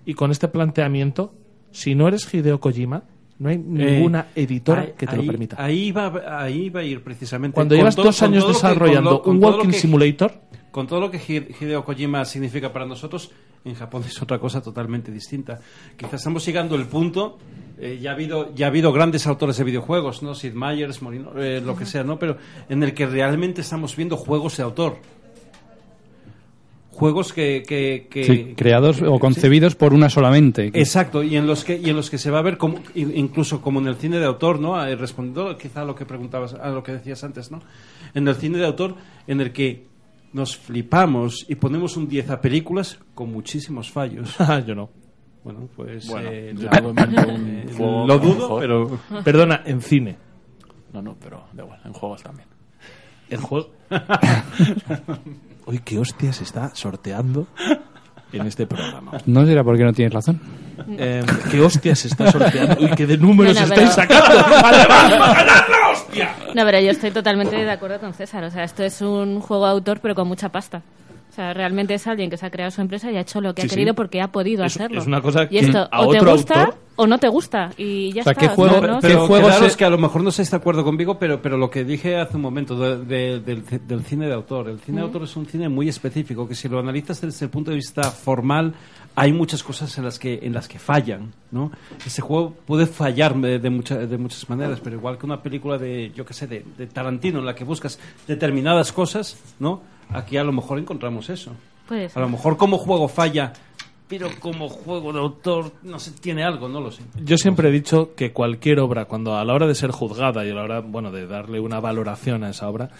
S1: y con este planteamiento, si no eres Hideo Kojima, no hay ninguna
S5: Eh,
S1: editora
S5: ahí-
S1: que te lo
S5: ahí-
S1: permita.
S5: Ahí va, ahí va a ir precisamente.
S1: Cuando
S5: Con
S1: llevas
S5: todo-
S1: dos
S5: con
S1: años
S5: todo lo que-
S1: desarrollando
S5: con lo- con
S1: un
S5: todo lo
S1: Walking
S5: que-
S1: Simulator,
S5: Con todo lo que Hi- Hideo Kojima significa para nosotros, en Japón es otra cosa totalmente distinta. Quizás estamos llegando al punto. eh, ya, ha habido, ya ha habido grandes autores de videojuegos, ¿no? Sid Meier's, Morino, eh, lo que sea, ¿no? Pero en el que realmente estamos viendo juegos de autor. Juegos que. que, que-
S2: sí, creados o concebidos por una solamente. que-
S5: Exacto, y en los que y en los que se va a ver como in- incluso como en el cine de autor, ¿no? Eh, Respondiendo quizá a lo que preguntabas, a lo que decías antes, ¿no? En el cine de autor en el que nos flipamos y ponemos un 10 a películas con muchísimos fallos.
S1: yo no.
S5: Bueno, pues
S9: Bueno,
S5: eh,
S9: yo
S5: la-
S9: tengo en mente un
S5: eh, lo
S9: juego que a lo
S5: dudo,
S9: mejor-
S5: pero
S1: Perdona, en cine.
S9: No, no, pero da igual, en juegos también.
S1: El juego. Uy, qué hostia se está sorteando en este programa.
S2: No será porque no tienes razón.
S1: Eh, qué hostia se está sorteando. Uy, qué de números
S4: Bueno,
S1: estáis
S4: pero-
S1: sacando. Vale, va.
S4: No, pero yo estoy totalmente de acuerdo con César. O sea, esto es un juego de autor, pero con mucha pasta. O sea, realmente es alguien que se ha creado su empresa y ha hecho lo que
S1: Sí,
S4: ha
S1: sí.
S4: querido porque ha podido
S1: Es-
S4: hacerlo.
S1: es una cosa
S4: y
S1: que
S4: esto,
S1: a
S4: o te
S1: otro
S4: gusta
S1: autor-
S4: o no te gusta. Y ya
S2: O sea,
S4: está.
S2: ¿qué juego-
S4: No, no,
S2: pero-
S4: sí.
S2: juego
S5: quedaros
S2: se-
S5: que a lo mejor no estáis de acuerdo conmigo, pero, pero lo que dije hace un momento de- de- del, del cine de autor. El cine de autor es un cine muy específico, que si lo analizas desde el punto de vista formal, hay muchas cosas en las que, en las que fallan. ¿no? Ese juego puede fallar de, de mucha- de muchas maneras, pero igual que una película de, yo qué sé, de, de Tarantino, en la que buscas determinadas cosas, ¿no? aquí a lo mejor encontramos eso.
S4: Puede
S5: A
S4: ser.
S5: lo mejor como juego falla, pero como juego de autor, no sé, tiene algo, no lo sé.
S1: Yo siempre he dicho que cualquier obra, cuando a la hora de ser juzgada y a la hora, bueno, de darle una valoración a esa obra,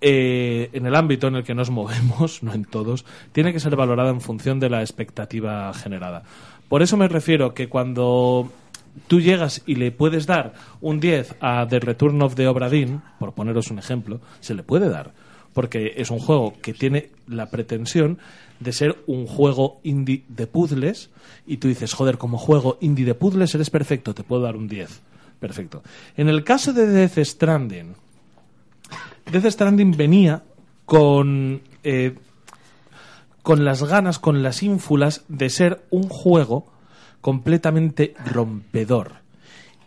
S1: eh, en el ámbito en el que nos movemos, no en todos, tiene que ser valorada en función de la expectativa generada. Por eso me refiero que cuando tú llegas y le puedes dar un 10 a The Return of the Obra Dinn, por poneros un ejemplo, se le puede dar. Porque es un juego que tiene la pretensión de ser un juego indie de puzzles. Y tú dices, joder, como juego indie de puzzles eres perfecto, te puedo dar un 10. Perfecto. En el caso de Death Stranding, Death Stranding venía con, eh, con las ganas, con las ínfulas de ser un juego completamente rompedor.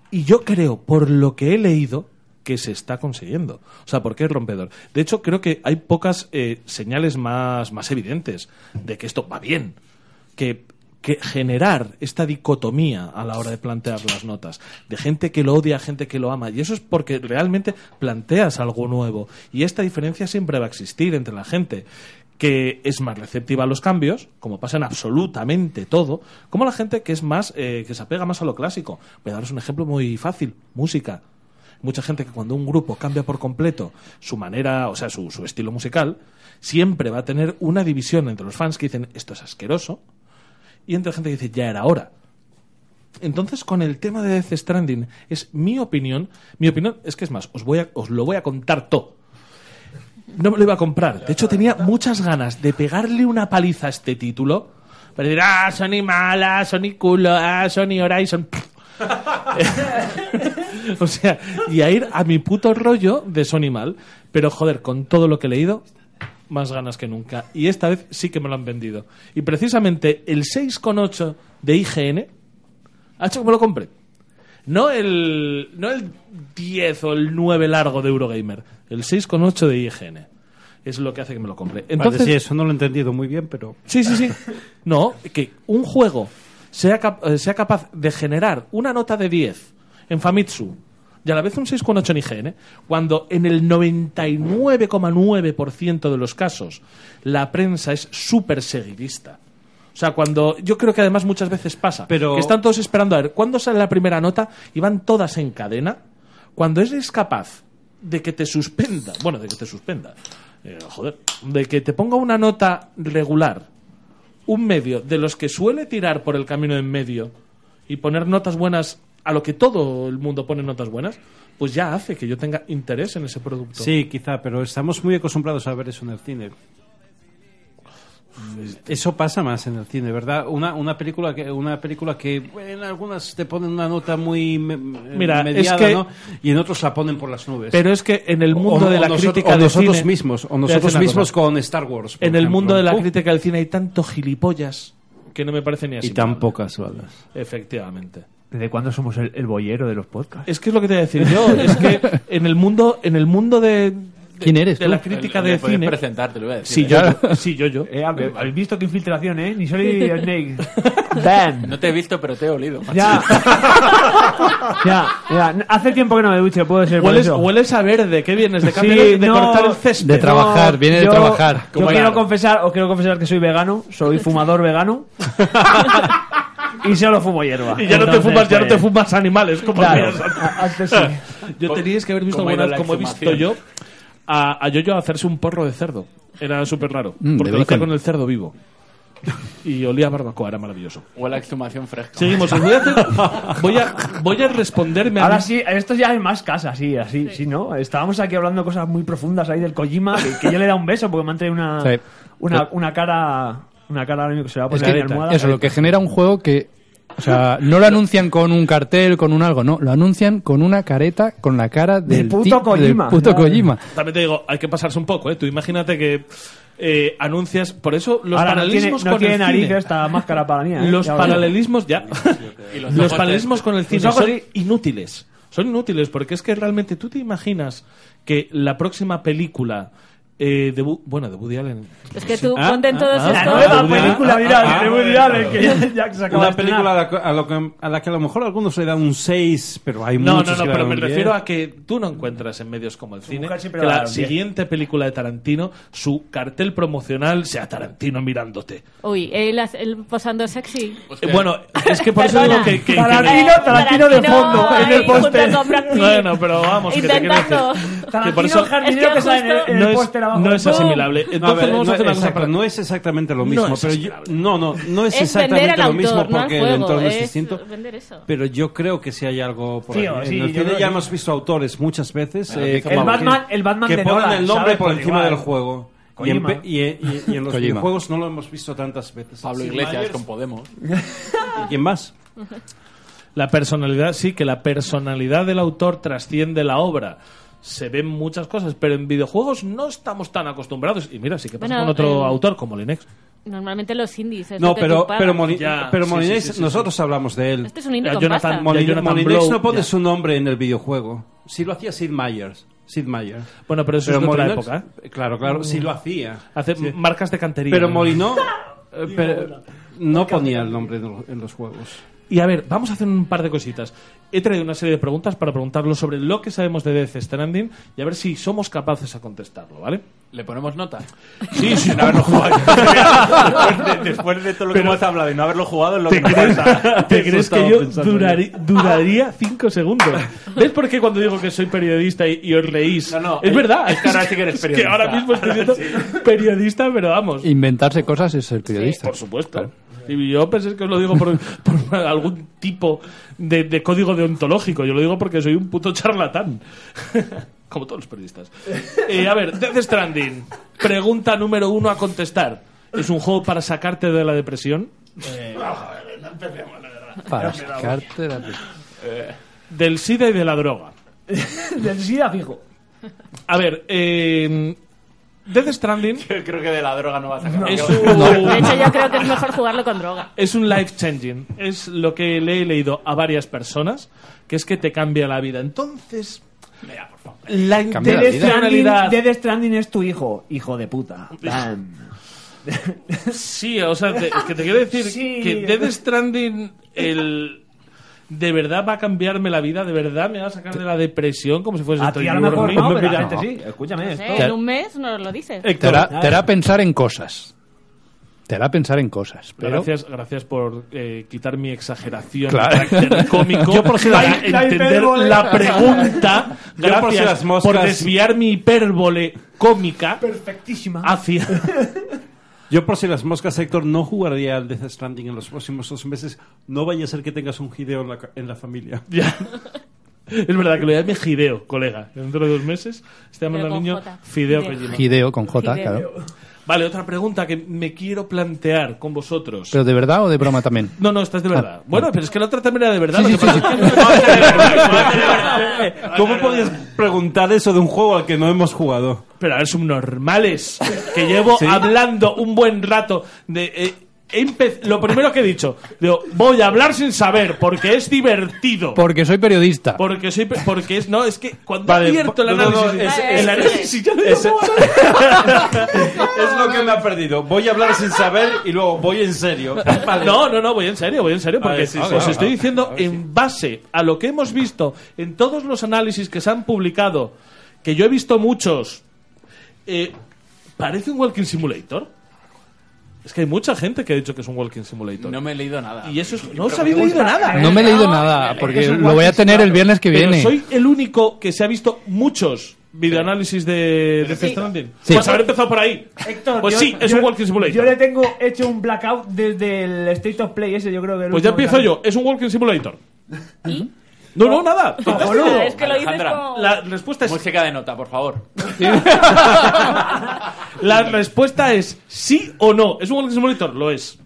S1: Y yo creo, por lo que he leído, que se está consiguiendo. O sea, porque es rompedor. De hecho, creo que hay pocas eh, señales más, más evidentes de que esto va bien. Que, que generar esta dicotomía a la hora de plantear las notas, de gente que lo odia, gente que lo ama. Y eso es porque realmente planteas algo nuevo. Y esta diferencia siempre va a existir entre la gente que es más receptiva a los cambios, como pasa en absolutamente todo, como la gente que es más eh, que se apega más a lo clásico. Voy a daros un ejemplo muy fácil, música. Mucha gente que cuando un grupo cambia por completo su manera, o sea, su, su estilo musical, siempre va a tener una división entre los fans que dicen esto es asqueroso y entre gente que dice ya era hora. Entonces, con el tema de Death Stranding, es mi opinión. Mi opinión es que es más, os, voy a- os lo voy a contar todo. No me lo iba a comprar. De hecho, tenía muchas ganas de pegarle una paliza a este título. Para decir, ah, Sony mala, Sony culo, ah, Sony Horizon. o sea, y a ir a mi puto rollo de Sony mal. Pero joder, con todo lo que he leído, más ganas que nunca. Y esta vez sí que me lo han vendido. Y precisamente el 6,8 de IGN ha hecho que me lo compre. No el, no el 10 o el 9 largo de Eurogamer. El 6,8 de IGN. Es lo que hace que me lo compre. Entonces,
S5: Entonces, sí, eso no lo he entendido muy bien, pero.
S1: Sí, sí, sí. No, que un juego sea, cap- eh, sea capaz de generar una nota de 10 en Famitsu y a la vez un 6,8 en IGN, cuando en el 99,9% de los casos la prensa es súper seguidista. O sea, cuando yo creo que además muchas veces pasa
S5: Pero-
S1: que están todos esperando a ver cuándo sale la primera nota y van todas en cadena, cuando eres capaz de que te suspenda, bueno, de que te suspenda, eh, joder, de que te ponga una nota regular un medio de los que suele tirar por el camino en medio y poner notas buenas a lo que todo el mundo pone notas buenas, pues ya hace que yo tenga interés en ese producto.
S5: Sí, quizá, pero estamos muy acostumbrados a ver eso en el cine.
S1: Este-
S5: Eso pasa más en el cine, ¿verdad? Una, una película que una película que en algunas te ponen una nota muy me-
S1: Mira,
S5: mediada,
S1: es que-
S5: ¿no? Y en otros la ponen por las nubes.
S1: Pero es que en el
S5: O-
S1: mundo
S5: o
S1: de la
S5: nosotros-
S1: crítica
S5: o
S1: de
S5: nosotros
S1: cine-
S5: mismos,
S1: Te
S5: o
S1: voy a
S5: nosotros
S1: decir una
S5: mismos
S1: cosa.
S5: con Star Wars. por
S1: en el
S5: ejemplo.
S1: mundo de la
S5: Uh,
S1: crítica del cine hay tanto gilipollas que no me parece ni así.
S11: Y tan pocas balas.
S1: Efectivamente.
S11: ¿Desde cuándo somos el, el boyero de los podcasts?
S1: Es que es lo que te voy a decir yo. Es que en el mundo, en el mundo de, de-
S2: ¿Quién eres
S1: de
S2: tú?
S1: la crítica
S9: Oye,
S1: de
S9: puedes
S1: cine.
S9: presentarte, lo voy a decir.
S1: Sí,
S9: ¿eh?
S1: yo, sí, yo, yo.
S11: Eh, hab- Habéis visto qué infiltración, ¿eh? Ni soy Snake. ¡Bam!
S9: No te he visto, pero te he olido. macho.
S11: Ya. ya, ya. N- Hace tiempo que no me ducho, puede ser. por
S1: Hueles,
S11: eso.
S1: hueles a verde, ¿qué vienes? ¿De,
S11: Sí,
S1: cambio de- de
S11: no,
S1: cortar el césped?
S2: de trabajar, viene de
S11: yo-
S2: trabajar.
S11: Yo
S1: Como
S11: quiero
S1: claro.
S11: confesar, os quiero confesar que soy vegano, soy fumador vegano. y solo fumo hierba.
S1: Y ya no te
S11: Entonces,
S1: fumas, ya no te
S11: pues,
S1: fumas animales, como
S11: Claro,
S1: míos.
S11: a- antes sí.
S1: Yo teníais que haber visto
S9: cómo ha ido
S1: alguna vez,
S9: la
S1: como he visto
S9: exhumación.
S1: yo, a, a Yoyo hacerse un porro de cerdo. Era súper raro,
S2: Mm,
S1: porque
S2: de
S1: lo hacía
S2: bacon.
S1: con el cerdo vivo. Y olía a barbacoa, era maravilloso.
S9: O la exhumación fresca.
S1: Seguimos, os voy a hacer- voy a, voy a responderme a
S11: Ahora
S1: mí-
S11: sí, esto ya es más casa, sí, así, sí, ¿no? Estábamos aquí hablando cosas muy profundas ahí del Kojima, que, que yo le da un beso porque me han traído una,
S2: Sí.
S11: una, una cara, una cara ahora mismo que se va a
S2: Es
S11: poner
S2: que
S11: en la almohada.
S2: eso, lo que genera un juego que. O sea, no lo anuncian con un cartel, con un algo, no. Lo anuncian con una careta, con la cara del,
S11: puto
S2: ti- del
S11: Kojima.
S2: puto
S11: Claro.
S2: Kojima.
S1: También te digo, hay que pasarse un poco, ¿eh? Tú imagínate que eh, anuncias... Por eso los
S11: ahora no tiene,
S1: paralelismos
S11: no
S1: con
S11: tiene
S1: el
S11: nariz
S1: cine...
S11: esta máscara para mí. ¿eh?
S1: Los
S11: Ya lo digo.
S1: paralelismos, ya. los
S9: ojos de-
S1: paralelismos con el cine
S11: ojos
S1: son
S11: sí.
S1: inútiles. Son inútiles porque es que realmente tú te imaginas que la próxima película eh, de Bu- bueno de Woody Allen
S4: Es que tú
S1: Ah,
S4: ponte en todos
S11: La
S4: estos...
S11: nueva
S5: Ah,
S11: película
S5: ah,
S11: viral
S5: ah,
S11: de Woody
S5: ah,
S11: Allen, que ya, ya se acaba de
S5: Una
S11: estrenar.
S5: película a la, que- a lo que, a la que a lo mejor a algunos le dan un 6, pero hay
S1: no no
S5: muchos
S1: no
S5: que le
S1: pero
S5: dan
S1: me
S5: un 10.
S1: refiero a que tú no encuentras en medios como el cine
S11: ¿eh? mujer siempre
S1: que
S11: va a
S1: la
S11: dar un diez.
S1: siguiente película de Tarantino su cartel promocional sea Tarantino mirándote
S4: Uy, él, hace- él posando sexy.
S1: Eh, bueno es que por eso digo
S4: Perdona.
S1: que, que- que-
S11: Tarantino, Tarantino de fondo, en el póster.
S1: bueno pero vamos que te quiero decir
S4: Intentando.
S1: que por
S11: Tarantino,
S1: eso
S11: jardinero
S4: Es que
S11: que sale en el- en
S1: no
S11: el
S1: es,
S11: póster abajo.
S1: no es
S11: ¡Bum!
S1: asimilable. Entonces
S5: No, a ver,
S1: vamos
S5: no
S1: a hacer una
S5: es
S1: cosa.
S5: exacta- no es exactamente lo mismo.
S1: No es
S5: pero yo- no, no, no es,
S4: Es vender
S5: exactamente
S4: al
S5: lo mismo
S4: autor, no al
S5: porque el
S4: juego.
S5: entorno es,
S4: es
S5: distinto.
S4: Vender eso.
S5: Pero yo creo que sí hay algo por
S11: Tío,
S5: ahí.
S11: sí,
S5: en el
S11: yo
S5: cine
S11: creo
S5: ya
S11: que-
S5: hemos visto autores muchas veces
S9: Bueno,
S5: eh,
S9: que-
S5: que-
S9: El
S11: Batman- el Batman
S5: que
S11: de
S5: ponen
S11: Nolan,
S5: el nombre
S11: ¿sabes?
S5: por
S11: Por
S5: encima
S11: igual.
S5: del juego. Y en,
S11: Kojima.
S5: pe- y, en- y- y en los
S2: Kojima.
S5: videojuegos no lo hemos visto tantas veces.
S9: Pablo
S5: Sin
S9: Iglesias
S5: Myers,
S9: con Podemos.
S5: ¿y ¿Quién más?
S1: La personalidad, sí, que la personalidad del autor trasciende la obra. se ven muchas cosas, pero en videojuegos no estamos tan acostumbrados. Y mira, sí que pasa
S4: Bueno,
S1: con otro
S4: eh,
S1: autor como Linex.
S4: Normalmente los indies. es
S5: No,
S4: lo que
S5: pero,
S4: tú pagas.
S5: pero, Moli- pero
S1: sí,
S5: Molinés,
S1: sí, sí, sí.
S5: nosotros hablamos de él.
S4: Este es un indie Ya, con Jonathan- pasta.
S5: Molin-
S1: ya, Jonathan
S5: Molinés
S1: Blow,
S5: no pone
S1: ya.
S5: su nombre en el videojuego. Si lo hacía Sid Meyers. Sid Meier.
S1: Bueno, pero eso es de otra
S5: Molineux-
S1: época, ¿eh?
S5: Claro, claro. Si lo hacía.
S1: Hace
S5: Sí.
S1: marcas de cantería.
S5: Pero
S1: ¿no?
S5: Molinó eh, pero no ponía el nombre en lo- en los juegos.
S1: Y a ver, vamos a hacer un par de cositas. He traído una serie de preguntas para preguntarlo sobre lo que sabemos de Death Stranding y a ver si somos capaces a contestarlo, ¿vale?
S9: ¿Le ponemos nota?
S1: Sí, sí,
S9: no haberlo jugado.
S1: Después
S9: de- después de todo lo que
S1: Pero-
S9: hemos hablado y no haberlo jugado, es lo
S1: ¿Te
S9: que nos
S1: crees,
S9: falta.
S1: te
S9: Eso
S1: crees que
S9: estaba
S1: yo
S9: pensando
S1: durari- duraría cinco segundos? ¿Ves por qué cuando digo que soy periodista y, y os reís? es
S9: eh,
S1: verdad.
S9: es que ahora sí que eres
S1: Es
S9: periodista.
S1: ahora mismo estoy siendo periodista, pero vamos.
S2: Inventarse cosas es ser periodista.
S1: Por supuesto. Y yo pensé que os lo digo por, por algún tipo de, de código deontológico. Yo lo digo porque soy un puto charlatán. Como todos los periodistas. Eh, a ver, Death Stranding. Pregunta número uno a contestar. ¿Es un juego para sacarte de la depresión?
S2: Para
S1: Pero me da
S2: sacarte la
S1: Del SIDA y de la droga.
S11: Del SIDA fijo.
S1: A ver, eh, Death Stranding
S9: Yo creo que de la droga no va a sacar.
S1: es
S4: De hecho,
S1: un,
S4: yo creo que es mejor jugarlo con droga.
S1: es un life changing. Es lo que le he leído a varias personas, que es que te cambia la vida. Entonces, la
S11: Death Stranding,
S1: intencionalidad...
S11: Death Stranding es tu hijo, hijo de puta. Bam.
S1: Sí, o sea, te- que te quiero decir
S11: Sí.
S1: que Death Stranding el... De verdad va a cambiarme la vida, de verdad me va a sacar de la depresión como si fuese
S11: A
S1: esto.
S11: ti a lo
S1: Yo
S11: mejor
S1: dormí-
S11: no, pero la
S1: Mira,
S11: gente sí. Escúchame.
S4: No sé,
S11: esto-
S4: ¿Eh? en un mes nos lo dices.
S1: Eh,
S2: Te hará, te hará pensar en cosas. Te hará pensar en cosas. Pero
S1: Gracias, gracias por eh, quitar mi exageración
S2: Claro.
S1: de carácter cómico
S2: Yo por si la-
S1: para
S2: la
S1: entender
S2: hipérbole.
S1: la pregunta.
S2: Yo por
S1: Gracias
S2: si las moscas.
S1: por desviar mi hipérbole cómica
S11: Perfectísima.
S1: hacia...
S5: Yo, por si las moscas, Héctor, no jugaría al Death Stranding en los próximos dos meses. No vaya a ser que tengas un gideo en la, ca- en la familia.
S1: Ya. Es verdad que lo llame Gideo, colega. Dentro de dos meses se llama
S4: Pero
S1: al
S4: con
S1: niño
S4: J.
S1: Fideo
S4: Hideo.
S1: Kojima.
S2: Hideo con J,
S4: Hideo.
S2: claro.
S1: Vale, otra pregunta que me quiero plantear con vosotros.
S2: Pero de verdad o de broma también.
S1: No, no, estás de verdad. Bueno, pero es que la otra también era de verdad.
S2: Sí,
S1: lo que
S2: sí,
S1: pasa
S2: sí,
S1: es que- No, es de verdad, no, es de verdad.
S5: ¿Cómo podías preguntar eso de un juego al que no hemos jugado?
S1: Pero a ver, subnormales. Que llevo hablando un buen rato de. eh, he empe- lo primero que he dicho, digo, voy a hablar sin saber, porque es divertido.
S2: Porque soy periodista.
S1: porque soy pe- porque es no es que cuando
S5: Vale,
S1: abierto el
S5: no, no,
S1: análisis,
S5: no, es-
S1: el
S5: es-
S1: análisis yo no
S5: es-
S1: digo,
S5: Es lo que me ha perdido. Voy a hablar sin saber y luego voy en serio. Vale.
S1: No, no, no, voy en serio, voy en serio, porque
S5: ver, sí, sí,
S1: os
S5: a ver,
S1: estoy
S5: a ver,
S1: diciendo en base a lo que hemos visto en todos los análisis que se han publicado, que yo he visto muchos, eh, parece un Walking Simulator. Es que hay mucha gente que ha dicho que es un Walking Simulator.
S9: No me he leído nada.
S1: y eso es, no os habéis leído nada.
S2: No me he leído nada, porque lo voy a tener el viernes que
S1: Pero
S2: viene.
S1: soy el único que se ha visto muchos videoanálisis de, de Death Stranding.
S2: Sí.
S1: Pues haber empezado por ahí.
S11: Héctor,
S1: pues
S11: yo-
S1: sí, es
S11: yo-
S1: un Walking Simulator.
S11: Yo le tengo hecho un blackout desde el State of Play ese, yo creo que... el
S1: Pues ya
S11: último
S1: empiezo
S11: que-
S1: yo. Es un Walking Simulator.
S4: ¿Y?
S1: No, no, nada.
S11: boludo.
S4: Es que lo dices
S9: Alejandra,
S4: como...
S1: Ah, La respuesta es
S9: Música de nota, por favor.
S1: La respuesta es sí o no. ¿Es un Walking Simulator? Lo es.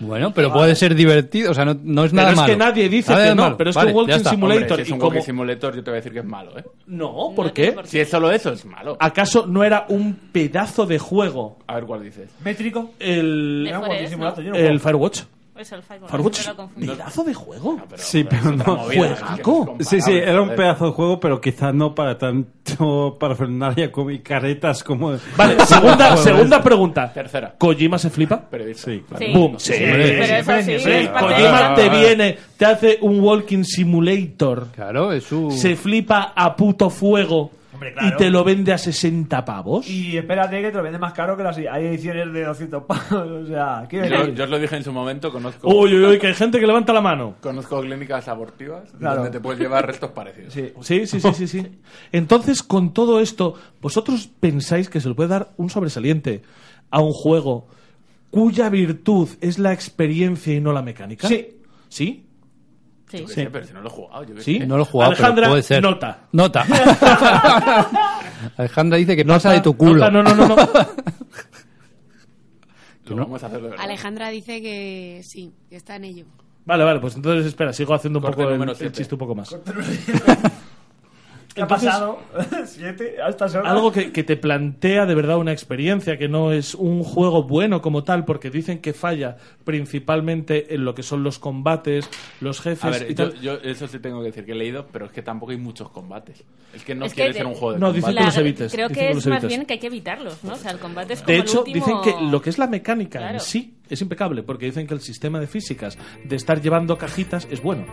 S2: Bueno, pero puede ser divertido. O sea, no, no es nada
S1: pero es
S2: malo.
S1: que nadie dice
S2: Nada
S1: que
S2: de
S1: no.
S2: malo.
S1: Pero es
S2: Vale,
S1: que Walking
S2: ya está.
S1: Simulator.
S9: Hombre, si es
S1: y
S9: un
S1: como...
S9: Walking Simulator, yo te voy a decir que es malo, ¿eh?
S1: No, ¿por
S4: No
S1: qué?
S4: tiene por
S9: Si es solo eso, es malo.
S1: ¿Acaso no era un pedazo de juego
S9: A ver cuál dices.
S11: ¿Métrico?
S1: el,
S4: Mejor es, ¿no?
S11: Yo no
S1: el
S11: puedo.
S1: Firewatch?
S4: Es el Firewatch,
S1: ¿Firewatch
S4: pero
S1: es
S4: lo
S1: un
S4: confundí.
S1: pedazo de juego?
S5: Sí, pero no.
S1: ¡Juegaco!
S5: Sí, sí, era un
S9: Joder.
S5: pedazo de juego, pero quizá no para tanto para Fernalia como y caretas como.
S1: Vale, segunda, segunda pregunta.
S9: Tercera.
S1: ¿Kojima se flipa?
S9: Periodista.
S5: Sí, claro.
S4: Sí.
S1: ¡Boom! Sí.
S4: Pero eso sí,
S1: Sí,
S4: es parte de
S1: Kojima
S4: la-
S1: te viene, te hace un Walking Simulator.
S2: Claro, es su...
S1: se flipa a puto fuego
S11: Hombre, claro.
S1: y te lo vende a 60 pavos.
S11: Y espérate que te lo vende más caro que las... Hay ediciones de 200 pavos, o sea... ¿qué
S9: Yo,
S11: decir?
S9: yo os lo dije en su momento, conozco,
S1: Uy, uy, uy, que hay gente que levanta la mano.
S9: conozco clínicas abortivas
S11: Claro.
S9: donde te puedes llevar restos parecidos.
S11: Sí.
S1: Sí, sí, sí, sí, sí. Entonces, con todo esto, ¿vosotros pensáis que se le puede dar un sobresaliente a un juego cuya virtud es la experiencia y no la mecánica?
S11: Sí.
S1: ¿Sí?
S4: Sí.
S9: Yo qué sé, pero si no lo he jugado, yo qué
S1: ¿Sí?
S9: sé.
S2: Eh, No lo he jugado, pero
S1: Alejandra,
S2: puede ser.
S1: nota.
S2: Nota. Alejandra dice que pasa de tu culo.
S1: Ah, No, no, no, no. no.
S9: Lo vamos a hacer de verdad.
S10: Alejandra dice que sí, que está en ello.
S1: Vale, vale, pues entonces espera, sigo haciendo un
S9: Corte
S1: poco el,
S9: número
S1: el
S9: siete.
S1: chiste un poco más.
S11: ¿Qué ha
S1: Entonces,
S11: pasado? ¿Siete? ¿A estas horas?
S1: Algo que, que te plantea de verdad una experiencia, que no es un juego bueno como tal, porque dicen que falla principalmente en lo que son los combates, los jefes
S9: A ver,
S1: y tal.
S9: yo, yo eso sí tengo que decir que he leído, pero es que tampoco hay muchos combates. Es que no
S4: Es que
S9: quiere
S4: de-
S9: ser un juego de
S1: No, dicen
S9: combate.
S1: que los evites.
S4: Creo
S1: dicen
S4: que
S1: que
S4: es
S1: los
S4: más
S1: evitas.
S4: bien que hay que evitarlos, ¿no? O sea, el combate es como
S1: De hecho,
S4: el
S1: dicen
S4: último...
S1: que lo que es la mecánica
S4: Claro.
S1: en sí es impecable, porque dicen que el sistema de físicas de estar llevando cajitas es bueno.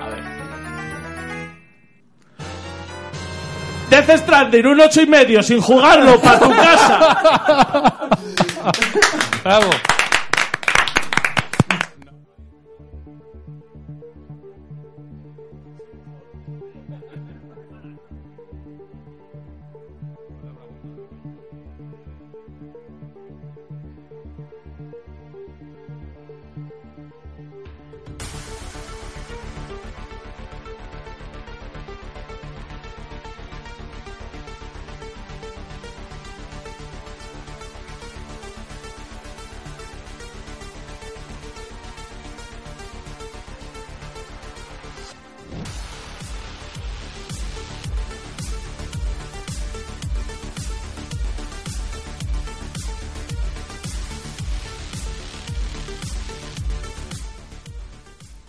S9: A ver.
S1: Death Stranding, un ocho y medio, sin jugarlo, para tu casa.
S5: Bravo.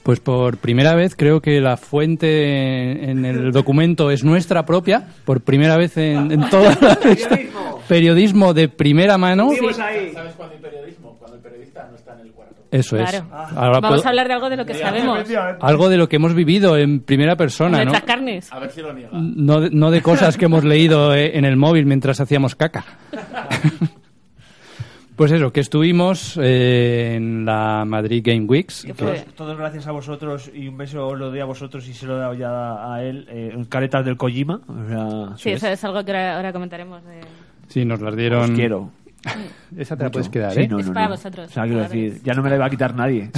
S2: Pues por primera vez creo que la fuente en el documento es nuestra propia, por primera vez en, en toda la periodismo de primera mano.
S9: ¿Sabes cuándo hay periodismo? Cuando el periodista no está en el cuarto.
S2: Eso es.
S4: Claro.
S2: Ahora
S4: Vamos
S2: puedo-
S4: a hablar de algo de lo que sabemos.
S2: algo de lo que hemos vivido en primera persona, ¿no?
S4: Nuestras carnes.
S9: A ver si lo niega.
S2: No de, no de cosas que hemos leído eh, en el móvil mientras hacíamos caca. Pues eso, que estuvimos eh, en la Madrid Game Weeks.
S11: Y todos, todos Pues gracias a vosotros y un beso os lo doy a vosotros y se lo he dado ya a él. eh, caretas del Kojima. o sea,
S4: Sí, eso es algo que ahora, ahora comentaremos. de-
S2: Sí, nos las dieron.
S11: Os quiero.
S2: Esa te la
S11: Mucho.
S2: puedes quedar,
S11: Sí,
S2: ¿eh?
S11: no,
S4: Es
S11: no,
S4: para
S11: no.
S4: vosotros,
S11: O sea, quiero
S4: padres.
S11: decir, ya no me la iba a quitar nadie.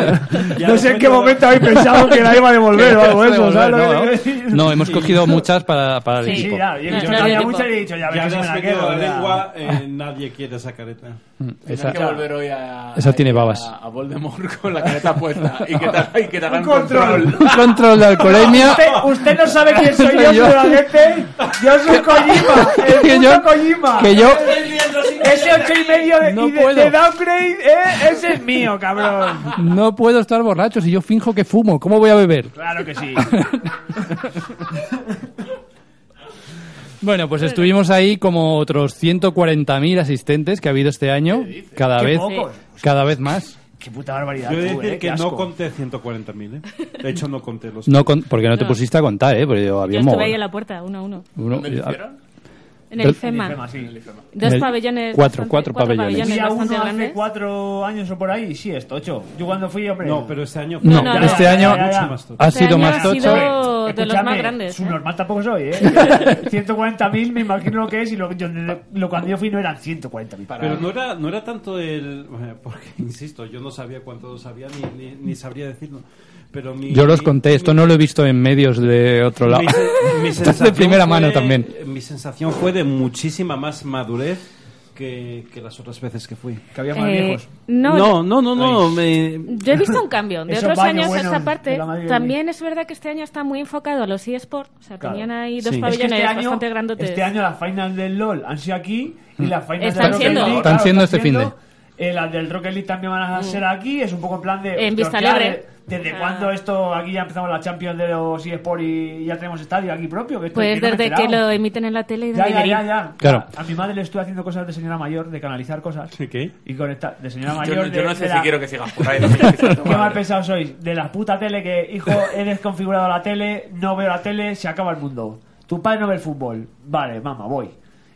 S1: no sé en qué momento habéis pensado que la iba a devolver o algo de eso, ¿sabes lo que te quiero decir?
S2: No, hemos cogido muchas para, para el
S11: Sí,
S2: equipo.
S11: ya, y he dicho,
S4: No, no,
S11: había
S4: no, no.
S11: muchas y he dicho, ya
S5: Ya
S11: verás si me
S5: habrás
S11: la
S5: pedido
S11: quedo.
S5: la
S11: Ah. ya.
S5: lengua, eh, nadie quiere esa careta.
S2: Mm,
S9: Tienes
S2: Esa,
S9: que volver hoy a.
S2: esa tiene
S9: a-
S2: babas.
S9: A, Voldemort con la careta puesta. Y que te, y que te hagan
S11: control.
S9: control.
S2: Un control de alcoholemia.
S11: Usted, usted no sabe quién soy yo,
S2: Soy yo.
S11: pero la gente, yo soy Kojima, el
S2: Que
S11: puto
S2: yo-
S11: Kojima.
S2: que yo-
S11: Ese ocho y medio de,
S2: No
S11: y de-
S2: puedo.
S11: de downgrade, eh, ese es mío, cabrón.
S2: No puedo estar borracho si yo finjo que fumo. ¿Cómo voy a beber?
S11: Claro que sí.
S2: Bueno, pues estuvimos ahí como otros 140.000 asistentes que ha habido este año. Cada
S11: Qué
S2: vez,
S11: pocos.
S2: cada vez más.
S11: Qué puta barbaridad.
S5: Yo he de
S11: tú,
S5: decir
S11: eh, qué
S5: que no
S11: asco.
S5: conté 140.000, ¿eh? De hecho, no conté los.
S2: No con- porque no, te
S4: No.
S2: pusiste a contar, ¿eh? Porque yo
S4: Yo
S2: había
S4: estuve
S2: mogollón.
S4: ahí en la puerta, uno a uno.
S2: Uno-
S9: ¿Me lo hicieron?
S4: En el
S2: El-
S4: FEMA.
S11: Sí.
S2: En
S4: Dos
S2: el-
S4: pabellones.
S2: cuatro,
S4: bastante-
S2: cuatro pabellones.
S11: Fui a
S4: bastante
S11: uno hace
S4: grandes.
S11: cuatro años o por ahí, sí, es tocho. Yo cuando fui, hombre.
S5: No, pero este año.
S2: No,
S4: No, no,
S2: este
S4: no,
S2: año
S11: ya, Ah, ya, ya.
S5: Mucho más tocho.
S2: ha
S4: Este
S2: sido
S4: año
S2: más
S4: ha
S2: tocho.
S4: sido de los más
S11: Escúchame,
S4: grandes. ¿eh?
S11: Subnormal tampoco soy, ¿eh? 140.000 me imagino lo que es y lo, yo- lo- cuando yo fui no eran 140.000.
S5: Pero no era, no era tanto el. bueno, Porque, insisto, yo no sabía cuántos había ni, ni, ni sabría decirlo. Pero mi,
S2: Yo los
S5: mi-
S2: conté, esto
S5: mi-
S2: no lo he visto en medios de otro lado.
S5: mi se- mi
S2: Esto es de
S5: sensación
S2: primera
S5: fue-
S2: mano también.
S5: Mi sensación fue de muchísima más madurez que, que las otras veces que fui.
S11: Que había más
S4: Eh,
S11: viejos.
S4: No,
S5: no, no, no. no, me-
S4: Yo he visto un cambio. De
S11: Esos
S4: otros
S11: baños
S4: años a
S11: buenos
S4: esta
S11: de
S4: parte,
S11: la Madrid.
S4: también es verdad que este año está muy enfocado a los eSports. O sea,
S11: Claro.
S4: tenían ahí dos
S5: Sí.
S11: Es que
S4: pabellones
S11: este año,
S4: bastante grandotes.
S11: este año las finals del LOL han sido aquí y las finals
S4: Están
S11: del Rocket
S4: siendo.
S11: League,
S2: Están
S11: claro,
S2: siendo este
S11: siendo.
S2: finde.
S11: Eh, las del Rocket League también van a ser aquí. Es un poco en plan de.
S4: Mm. En
S11: hostia,
S4: Vista
S11: hostia,
S4: Alegre.
S11: de- ¿Desde
S4: Ah.
S11: cuándo esto? Aquí ya empezamos la Champions de los eSports y ya tenemos estadio aquí propio. Que esto-
S4: Pues
S11: que este no me he
S4: desde que
S11: enterado.
S4: lo emiten en la tele y
S11: Ya,
S4: de
S11: ya, ya, ya.
S2: Claro.
S11: A mi madre le estuve haciendo cosas de señora mayor, de canalizar cosas.
S5: ¿Qué?
S11: Y conectar. De señora
S9: Yo,
S11: mayor.
S9: no- yo no
S11: de-
S9: sé
S11: de
S9: si
S11: la-
S9: quiero que sigas por ahí. no me quiero que sigas
S11: Qué mal
S9: tomando.
S11: pensado sois. De la puta tele que, hijo, he desconfigurado la tele, no veo la tele, se acaba el mundo. Tu padre no ve el fútbol. Vale, mamá, voy.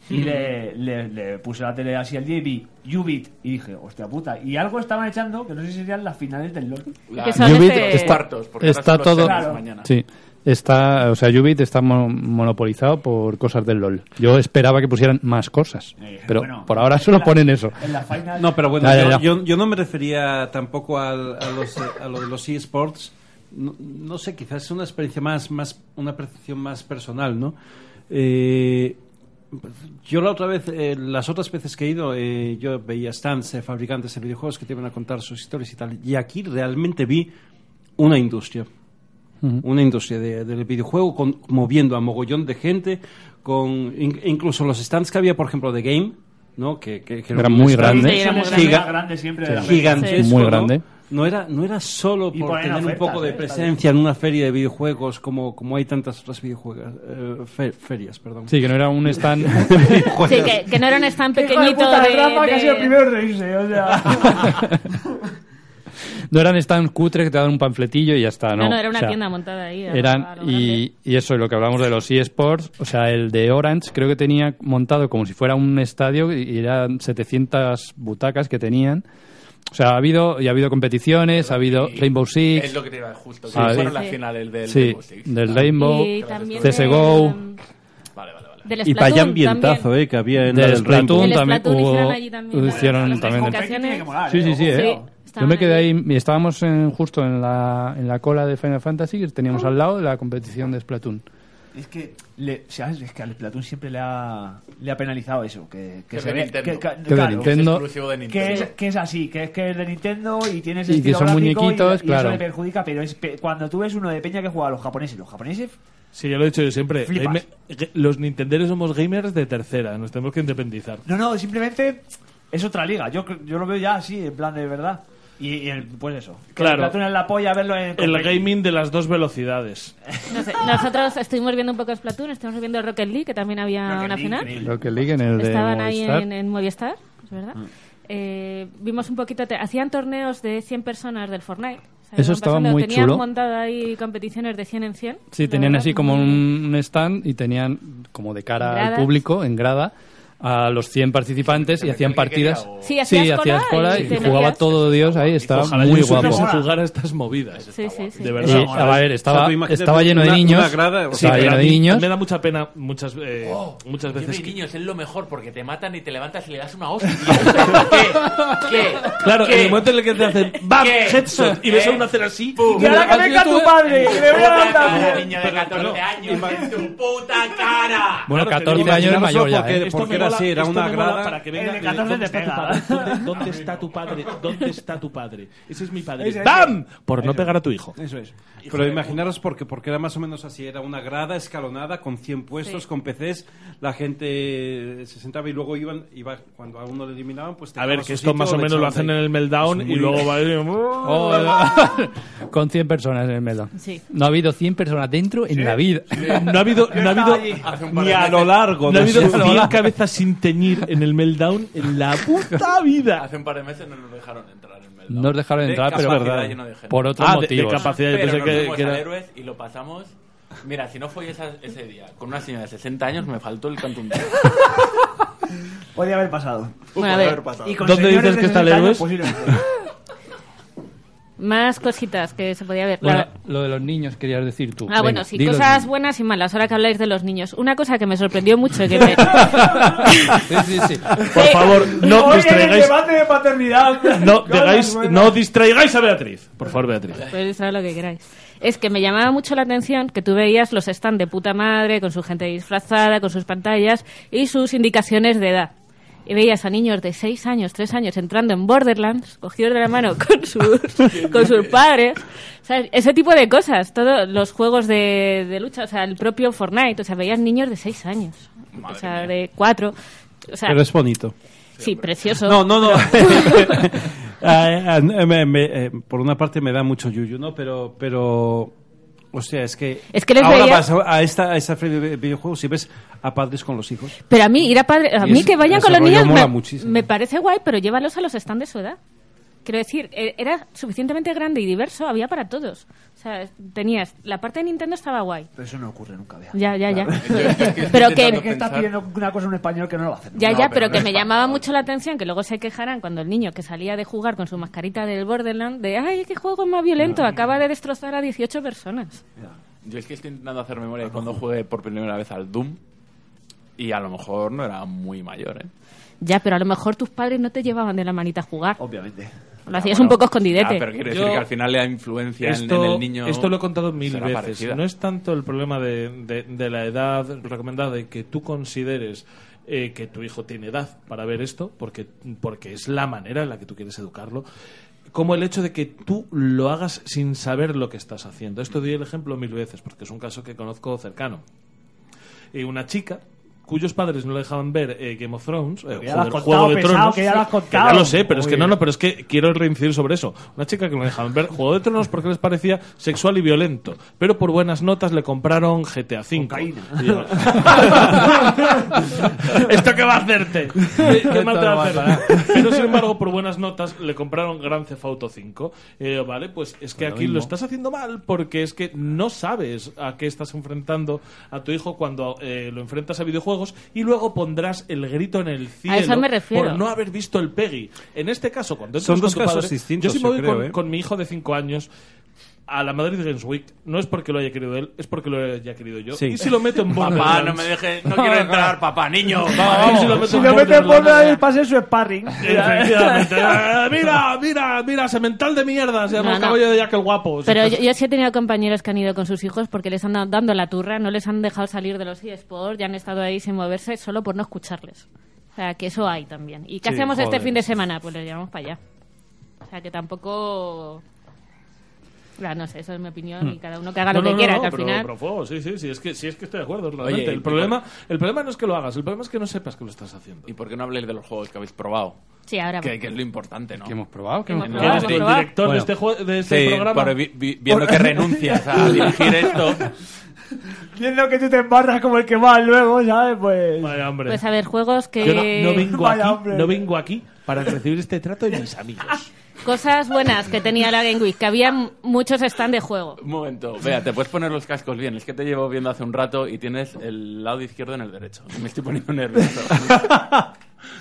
S11: Y le, le- le puse la tele así al día y vi Ubit. Y dije, hostia puta. Y algo estaban echando, que no sé si serían las finales del LOL.
S9: La-
S4: Que son
S9: Yo vi
S4: este-
S9: los cuartos, porque ahora
S2: Está
S9: son los
S2: todo.
S9: semis
S11: Claro.
S9: mañana.
S2: Sí. Está, o sea, Ubit está mo- monopolizado por cosas del LOL. Yo esperaba que pusieran más cosas,
S11: Eh,
S2: pero
S11: bueno,
S2: por ahora
S11: en
S2: solo
S11: la-
S2: ponen eso.
S11: En la final.
S5: No, pero bueno,
S2: Ya, ya,
S5: yo,
S2: ya.
S5: Yo, yo no me refería tampoco al- a, los, eh, a lo de los eSports. No, no sé, quizás es una experiencia más, más una percepción más personal, ¿no? Eh, yo la otra vez, eh, las otras veces que he ido, eh, yo veía stands, eh, fabricantes de videojuegos que te iban a contar sus historias y tal. Y aquí realmente vi una industria.
S2: Ujú.
S5: una industria de- del videojuego con, moviendo a mogollón de gente, con in- incluso los stands que había, por ejemplo, de Game, ¿no? que, que- que
S2: Eran
S5: un
S2: muy
S5: stand
S2: grandes. Sí, eran muy
S5: giga-
S11: grandes. Grande siempre de
S5: era
S11: la
S5: gigantesco,
S2: Sí. Muy
S5: ¿no?
S2: grande.
S5: No era, no era solo
S11: Y
S5: por
S11: ponían
S5: tener un
S11: ofertas,
S5: poco
S11: ¿eh?
S5: de presencia en una feria de videojuegos como, como hay tantas otras videojuegos, ferias, perdón.
S2: Sí, que no era un stand.
S4: Sí, que, que no era un stand
S11: Hijo de
S4: pequeñito
S11: puta,
S4: de-
S11: Rafa, que ha sido el
S4: de-
S11: primero en reírse, o sea...
S2: no eran stand cutre que te dan un panfletillo y ya está, ¿no?
S4: No, no, era una
S2: O sea,
S4: tienda montada ahí. a- a
S2: Eran,
S4: lo grande.
S2: y, y eso, y lo que hablamos de los eSports, o sea, el de Orange creo que tenía montado como si fuera un estadio y eran 700 butacas que tenían. O sea, ha habido, y ha habido competiciones, ha habido Rainbow Six.
S9: Es lo que te iba a decir, justo.
S2: Sí,
S9: que
S2: sí.
S9: fueron las finales del
S2: Sí,
S9: Rainbow Six.
S2: del
S9: Claro.
S2: Rainbow,
S4: Y también um,
S2: CSGO.
S4: del,
S9: Vale, vale, vale.
S4: del
S5: Y vaya
S4: Splatoon
S5: ambientazo
S4: también.
S5: eh, que había en la
S2: Del
S5: del Rainbow.
S2: Splatoon
S4: El
S2: también
S4: Splatoon
S2: hubo-
S4: hicieron allí también,
S2: hicieron
S4: las
S2: también.
S4: convocaciones.
S11: Tiene que
S9: Ah,
S11: molar,
S2: Sí, sí, sí.
S4: Sí,
S2: eh. Yo
S4: estaban
S2: me quedé
S4: allí.
S2: ahí, y estábamos en- justo en la, en la cola de Final Fantasy y
S4: Ah.
S2: teníamos al lado la competición de Splatoon.
S11: Es que, le, ¿sabes? Es que al Platón siempre le ha, le ha penalizado eso. Que, que
S9: Que
S11: se
S9: de
S11: ve.
S9: Nintendo.
S11: Que, ca-
S2: Que de
S11: claro,
S2: Nintendo.
S9: Exclusivo de
S11: que
S9: Nintendo.
S11: es, que es así, que es que es de Nintendo y tienes
S2: Y que
S11: estilo
S2: son
S11: gráfico y-
S2: muñequitos,
S11: y,
S2: claro.
S11: eso le perjudica, pero es pe- cuando tú ves uno de peña que juega a los japoneses, los japoneses
S1: Sí, ya lo he dicho yo siempre.
S11: Flipas.
S1: Game- ge- los nintenderos somos gamers de tercera, nos tenemos que independizar.
S11: No, no, simplemente es otra liga. Yo, cre- yo lo veo ya así, en plan de verdad. Y, y el- pues eso.
S1: Claro.
S11: El Platón en la polla, verlo en.
S1: El gaming de las dos velocidades.
S4: No sé, nosotros estuvimos viendo un poco Splatoon, estuvimos viendo Rocket League, que también había
S11: Rocket
S4: una
S11: League,
S4: final.
S11: increíble.
S2: Lo que ligue en el de
S4: Estaban ahí
S2: Movistar.
S4: en, en Movistar, es verdad. Eh, vimos un poquito, te- hacían torneos de 100 personas del Fortnite. O sea,
S2: Eso
S4: iban
S2: estaba
S4: pasando,
S2: muy
S4: tenían
S2: chulo.
S4: montado ahí competiciones de 100 en 100.
S2: Sí,
S4: la
S2: tenían
S4: verdad,
S2: así como
S4: muy-
S2: un un stand y tenían como de cara
S4: Gradas.
S2: al público, en grada, a los 100 participantes y hacían
S9: el que quería
S2: partidas.
S9: o-
S4: Sí, hacías cola
S2: cola
S4: y
S2: y,
S4: te
S2: jugaba
S4: metías.
S2: todo Dios ahí, estaba
S1: Ojalá
S2: muy
S1: yo supiese
S2: guapo.
S1: jugar a estas movidas.
S4: Sí, sí, sí.
S1: De
S2: Sí,
S1: verdad.
S2: a ver,
S5: O sea,
S2: estaba,
S5: tú imagínate
S2: estaba lleno de
S5: una-
S2: niños.
S5: una grada, o
S1: Sí,
S2: estaba
S1: pero
S2: lleno
S1: a
S2: de
S1: mí-
S2: niños.
S1: Me da mucha pena muchas, eh,
S9: Oh,
S1: muchas veces. que-
S8: es lo mejor porque te matan y te levantas y le das una hostia. ¿Qué? ¿Qué?
S1: Claro, en el momento en el que te hacen ¡Bam!
S8: ¿Qué?
S1: ¡Headshot! Y ves a
S8: ¿Eh?
S1: una hacer así.
S11: ¡Y ahora que venga tu padre! ¡Que me voy a levantar!
S8: niño de 14 años en tu puta cara!
S2: Bueno,
S1: Claro,
S2: 14
S1: te
S2: años es
S5: imaginabas
S2: mayor ya,
S5: porque-
S2: ¿eh?
S1: Esto
S5: porque
S1: me
S5: era
S1: mola,
S5: así, era
S1: esto
S5: una
S1: me mola
S5: grada.
S1: Para que venga,
S11: El de
S1: eh,
S11: 14
S1: ¿dónde
S11: te
S1: está tu
S11: pega.
S1: padre? ¿Dónde- ¿Dónde está tu padre? ¿Dónde está tu padre? Ese es mi padre.
S11: Ese, ese.
S1: ¡Bam! Por no pegar a tu hijo.
S5: Eso es. Pero imaginaros porque, porque era más o menos así, era una grada escalonada con 100 puestos, con PCs, la gente se sentaba y luego iban, iba, cuando a uno le eliminaban, pues... te
S1: A ver,
S5: daba
S1: que
S5: su
S1: esto
S5: sitio,
S1: más o
S5: le
S1: menos lo
S5: echaban
S1: hacen
S5: de
S1: en
S5: ahí.
S1: el meltdown y
S5: muy-
S1: luego va y-
S2: Oh, con 100 personas en el melón.
S4: Sí.
S2: No ha habido 100 personas dentro en la vida.
S1: No ha habido, no ha habido,
S5: Ni a lo largo.
S1: no ha
S5: de
S1: habido
S5: su vida.
S1: 100 cabezas sin teñir en el meltdown en la puta vida.
S9: Hace un par de meses no nos dejaron entrar en Melbourne.
S2: Nos dejaron
S9: De
S2: entrar, pero
S9: capacidad lleno de gente.
S2: por otros
S1: Ah, de- de
S2: motivos.
S1: capacidad. yo
S9: pero
S1: pensé
S9: nos
S1: que-
S9: fuimos
S1: que
S9: a
S1: era-
S9: héroes y lo pasamos. Mira, si no fue esa- ese día con una señora de 60 años, me faltó el cantumbe.
S11: Podría haber pasado.
S4: Bueno, a ver,
S11: Y con
S1: ¿Dónde
S11: señores
S1: dices
S11: de
S1: que está el
S11: 60 años,
S1: Héroes?
S11: pues, mira,
S4: más cositas que se podía ver. La-
S2: Bueno, lo de los niños querías decir tú.
S4: Ah, bueno,
S2: Venga,
S4: sí,
S2: di los
S4: cosas
S2: niños.
S4: buenas y malas, ahora que habláis de los niños. Una cosa que me sorprendió mucho y que me...
S2: Sí, sí, sí.
S1: Por favor, no
S11: Hoy en el
S1: distraigáis,
S11: debate de paternidad.
S1: no,
S11: Cosas
S1: digáis-
S11: buenas.
S1: no distraigáis a Beatriz. Por favor, Beatriz.
S4: Podéis saber lo que queráis. Es que me llamaba mucho la atención que tú veías los stand de puta madre, con su gente disfrazada, con sus pantallas y sus indicaciones de edad. Y veías a niños de 6 años, 3 años entrando en Borderlands, cogidos de la mano con sus, con sus padres. ¿sabes? Ese tipo de cosas, todos los juegos de, de lucha, o sea, el propio Fortnite, o sea, veías niños de 6 años, o sea, de 4. O sea,
S5: Pero es bonito.
S4: sí, precioso.
S5: No, no, no. Ah, eh, eh, me- me- eh, por una parte me da mucho yuyu, ¿no? Pero, pero, o sea, es que,
S4: Es que les
S5: ahora
S4: veía-
S5: vas a, a esta, a esta feria de videojuegos y ves a padres con los hijos.
S4: Pero a mí, ir a padre, a
S5: Y
S4: mí
S5: ese-
S4: que vayan
S5: ese
S4: con los
S5: rollo
S4: niños
S5: mola
S4: me,
S5: muchísimo.
S4: me parece guay, pero llévalos a los stands de su edad. Quiero decir, e- era suficientemente grande y diverso, había para todos. O sea, tenías, la parte de Nintendo estaba guay.
S11: Pero eso no ocurre nunca, vea.
S4: Ya, ya, ya.
S9: estoy
S4: Pero
S9: intentando
S11: Es que
S4: que,
S9: pensar.
S11: estás pidiendo una cosa a un español que no lo va a hacer.
S4: ya,
S9: No,
S4: ya,
S9: pero
S4: pero
S9: no
S4: que
S9: es
S4: me
S9: para
S4: llamaba
S9: todos.
S4: mucho la atención que luego se quejaran cuando el niño que salía de jugar con su mascarita del Borderland, de, ay, qué juego más violento, acaba de destrozar a 18 personas.
S9: Yo es que estoy intentando hacer memoria de cuando jugué por primera vez al Doom. Y a lo mejor no era muy mayor, ¿eh?
S4: Ya, pero a lo mejor tus padres no te llevaban de la manita a jugar.
S11: Obviamente.
S4: Lo hacías
S9: Bueno,
S4: un poco
S9: ya, pero
S4: escondidete.
S9: quiero
S1: Yo-
S9: decir que al final la influencia en-
S1: Esto,
S9: en el niño.
S1: esto lo he contado mil
S9: será
S1: veces.
S9: parecida.
S1: No es tanto el problema de, de- de la edad recomendada de que tú consideres eh, que tu hijo tiene edad para ver esto, porque, porque es la manera en la que tú quieres educarlo, como el hecho de que tú lo hagas sin saber lo que estás haciendo. Esto doy el ejemplo mil veces, porque es un caso que conozco cercano. Eh, una chica cuyos padres no le dejaban ver eh, Game of Thrones, eh,
S11: Que
S1: joder,
S11: ya lo has contado,
S1: Juego de
S11: pesado,
S1: Tronos.
S11: que ya lo has contado.
S1: Que ya lo sé, pero es
S11: Muy
S1: que no,
S11: bien.
S1: no, pero es que quiero reincidir sobre eso. Una chica que no le dejaban ver Juego de Tronos porque les parecía sexual y violento, pero por buenas notas le compraron GTA V. Y yo, ¿Esto qué va a hacerte? ¿Qué, qué mal te va a hacer? Pero sin embargo, por buenas notas le compraron Gran Theft Auto 5. Eh, vale, pues es que
S12: Pues lo
S1: aquí lo
S12: mismo.
S1: estás haciendo mal porque es que no sabes a qué estás enfrentando a tu hijo cuando eh, lo enfrentas a videojuegos y luego pondrás el grito en el cielo
S4: eso me refiero.
S1: por no haber visto el Peggy. En este caso, cuando entras
S5: Son
S1: con
S5: dos
S1: tu
S5: casos
S1: padre,
S5: distintos,
S1: Yo sí me
S5: yo
S1: voy
S5: creo,
S1: con,
S5: ¿eh?
S1: con mi hijo de 5 años a la Madrid Games Week no es porque lo haya querido él, es porque lo haya querido yo.
S5: Sí.
S1: Y si lo meto en
S9: Papá,
S1: Borderlands-
S9: no me dejes- no quiero entrar, papá, niño. Vamos,
S1: Y
S9: vamos.
S11: Si lo mete en
S1: Borderlands-
S11: Borderlands, pase su sparring.
S1: Efectivamente. Eh, mira, mira, mira, semental de mierda. Se llama
S4: No,
S1: el
S4: no.
S1: caballo de Jack el Guapo. pues,
S4: Pero yo, yo sí he tenido compañeros que han ido con sus hijos porque les han dado dando la turra, no les han dejado salir de los eSports, ya han estado ahí sin moverse solo por no escucharles. O sea, que eso hay también. ¿Y qué
S1: Sí,
S4: hacemos
S1: joder.
S4: este fin de semana? Pues los llevamos para allá. O sea, que tampoco... Ah, no sé, eso es mi opinión y cada uno que haga lo
S1: Hmm. No, no,
S4: que
S1: no,
S4: quiera,
S1: no,
S4: que al
S1: pero-
S4: final...
S1: pero fuego, sí, sí, sí, es que, sí, es que estoy de acuerdo,
S9: Oye,
S1: realmente.
S9: y-
S1: el, problema, el problema no es que lo hagas, el problema es que no sepas que lo estás haciendo.
S9: ¿Y por qué no habléis de los juegos que habéis probado?
S4: Sí, ahora
S9: Que, que es lo importante, ¿no?
S2: Que hemos probado, que hemos
S9: ¿Quién es
S2: probado.
S1: el director de este, jue- de este
S9: sí,
S1: programa?
S9: por- vi- vi- viendo que renuncias a dirigir esto.
S11: Viendo que tú te embarras como el que va luego, ¿sabes? Pues.
S1: Vaya, hombre.
S4: Pues a ver, juegos que...
S1: Yo no, no vengo
S11: Vaya,
S1: aquí,
S11: hombre.
S1: no vengo aquí para recibir este trato de mis amigos.
S4: Cosas buenas que tenía la Game Week, que había m- muchos stand de juego.
S9: Un momento. Vea, te puedes poner los cascos bien. Es que te llevo viendo hace un rato y tienes el lado izquierdo en el derecho. Me estoy poniendo nervioso.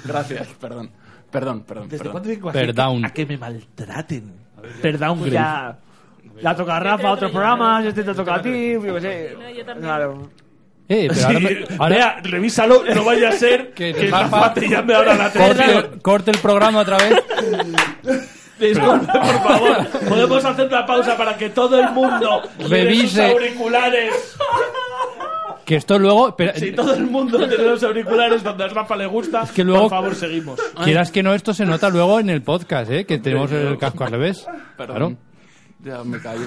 S9: Gracias, perdón. Perdón, perdón.
S1: ¿Desde
S9: perdón.
S1: cuándo vengo aquí
S2: Perdón.
S1: a que me maltraten? Perdón, Griff.
S11: Ya. La toca a Rafa a otro programa, yo te la toca a ti, yo qué sé. Claro.
S2: Eh, pero ahora, me- ahora-
S1: Vea, revísalo, no vaya a ser que
S2: Que
S1: el
S2: Rafa-
S1: Rafa te llame ahora a la tele.
S2: corte, corte el programa otra vez.
S1: Disculpe, por favor. Podemos hacer una pausa para que todo el mundo revise sus
S2: Revise.
S1: auriculares.
S2: Que esto luego. espera,
S1: Si todo el mundo tiene los auriculares donde a Rafa le gusta,
S2: que luego-
S1: por favor, seguimos.
S2: Quieras que no, esto se nota luego en el podcast, ¿eh? Que tenemos el casco al revés.
S9: Perdón.
S2: Claro.
S9: Ya me callo.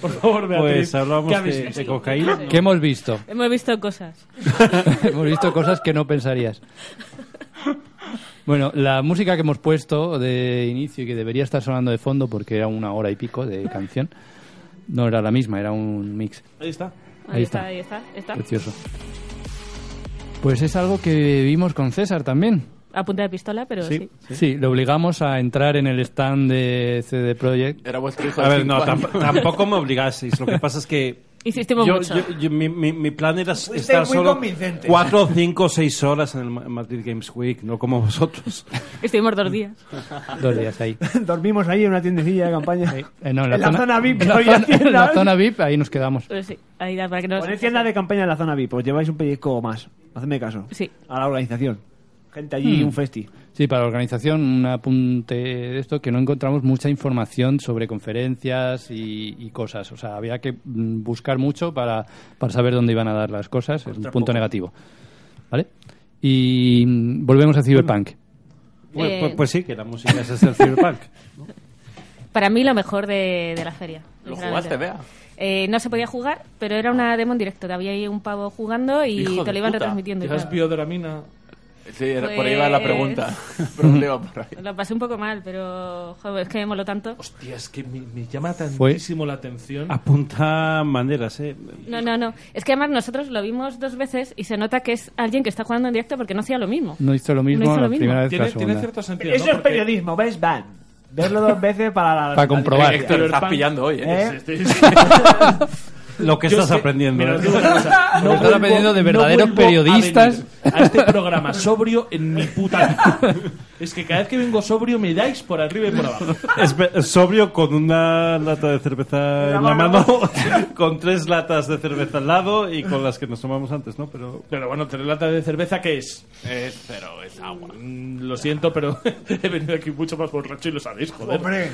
S1: Por favor, Beatriz.
S5: Pues hablamos
S1: ¿qué habéis
S5: de,
S1: visto?
S5: de cocaína.
S2: ¿Qué hemos visto?
S4: Hemos visto cosas.
S2: hemos visto cosas que no pensarías. Bueno, la música que hemos puesto de inicio y que debería estar sonando de fondo porque era una hora y pico de canción, no era la misma, era un mix.
S1: Ahí está.
S4: Ahí,
S2: Ahí
S4: está,
S2: está.
S4: ahí está, ahí está.
S2: Precioso. Pues es algo que vimos con César también.
S4: A punta de pistola, pero sí.
S2: Sí, le obligamos a entrar en el stand de CD Projekt.
S9: Era vuestro hijo de
S5: A ver, no,
S9: cinco años.
S5: tamp- tampoco me obligasteis. Lo que pasa es que
S4: Insistimos
S5: yo-
S4: mucho.
S5: yo- yo- mi, mi- mi plan era
S11: Fuiste
S5: estar
S11: muy
S5: solo
S11: convincente.
S5: cuatro, cinco, seis horas en el Ma- Madrid Games Week, no como vosotros.
S4: Estuvimos dos días.
S2: Dos días ahí.
S11: Dormimos ahí en una tiendecilla de campaña.
S2: Eh, no, en
S11: En la zona VIP, ¿eh?
S2: en la,
S11: no había
S2: zona, en la
S11: tiendas.
S2: zona VIP, ahí nos quedamos.
S4: Pues sí, ahí da para que no...
S11: Poned tienda de campaña en la zona VIP, os lleváis un pellizco más. Hacedme caso.
S4: Sí.
S11: A la organización. Gente allí,
S2: Hmm.
S11: un festi.
S2: Sí, para la organización, un apunte de esto, que no encontramos mucha información sobre conferencias y, y cosas. O sea, había que mm, buscar mucho para, para saber dónde iban a dar las cosas. Es un punto negativo. ¿Vale? Y mm, volvemos a Cyberpunk.
S5: Pues,
S4: Eh.
S5: pues- pues sí, que la música es el cyberpunk.
S4: Para mí lo mejor de, de la feria.
S9: ¿Lo
S4: sinceramente.
S9: jugaste, Bea?
S4: Eh, no se podía jugar, pero era una demo en directo. Te había ahí un pavo jugando y
S9: Hijo
S4: te
S9: de
S4: lo iban
S9: puta.
S4: retransmitiendo. y
S1: ¿Te has
S4: tal.
S1: biodramina?
S9: Sí, era- por ahí va
S11: Pues.
S9: la pregunta. Problema por ahí.
S4: Lo pasé un poco mal, pero joder, es que me moló tanto.
S1: Hostia, es que me, me llama
S2: Fue-
S1: tantísimo la atención.
S5: Apunta maneras, ¿eh?
S4: No, no, no. Es que además nosotros lo vimos dos veces y se nota que es alguien que está jugando en directo porque no hacía lo mismo.
S2: No hizo lo mismo
S4: No hizo
S2: la
S4: lo mismo.
S2: primera vez que la
S1: Tiene, tiene
S2: segunda.
S1: cierto sentido.
S11: Eso
S1: ¿no?
S11: es
S1: Porque-
S11: periodismo, ¿ves? Van. Verlo dos veces para la.
S2: Para comprobar.
S9: Héctor, estás
S1: Cyberpunk.
S9: pillando hoy, ¿eh?
S11: ¿Eh?
S5: Lo que
S1: Yo
S5: estás
S1: es que-
S5: aprendiendo.
S1: mira,
S5: ¿eh?
S1: os digo una cosa,
S2: Estás
S1: vuelvo-
S2: aprendiendo de verdaderos
S1: vuelvo a
S2: periodistas.
S1: venir A, este programa sobrio en mi puta vida. Es que cada vez que vengo sobrio me dais por arriba y por abajo.
S5: Es ve- es sobrio con una lata de cerveza en la mano, con tres latas de cerveza al lado y con las que nos tomamos antes, ¿no? Pero Eh,
S1: Pero bueno, tres latas de cerveza, ¿qué es?
S9: Es cero, es agua.
S1: Mm, Lo siento, pero he venido aquí mucho más borracho y lo sabéis, joder.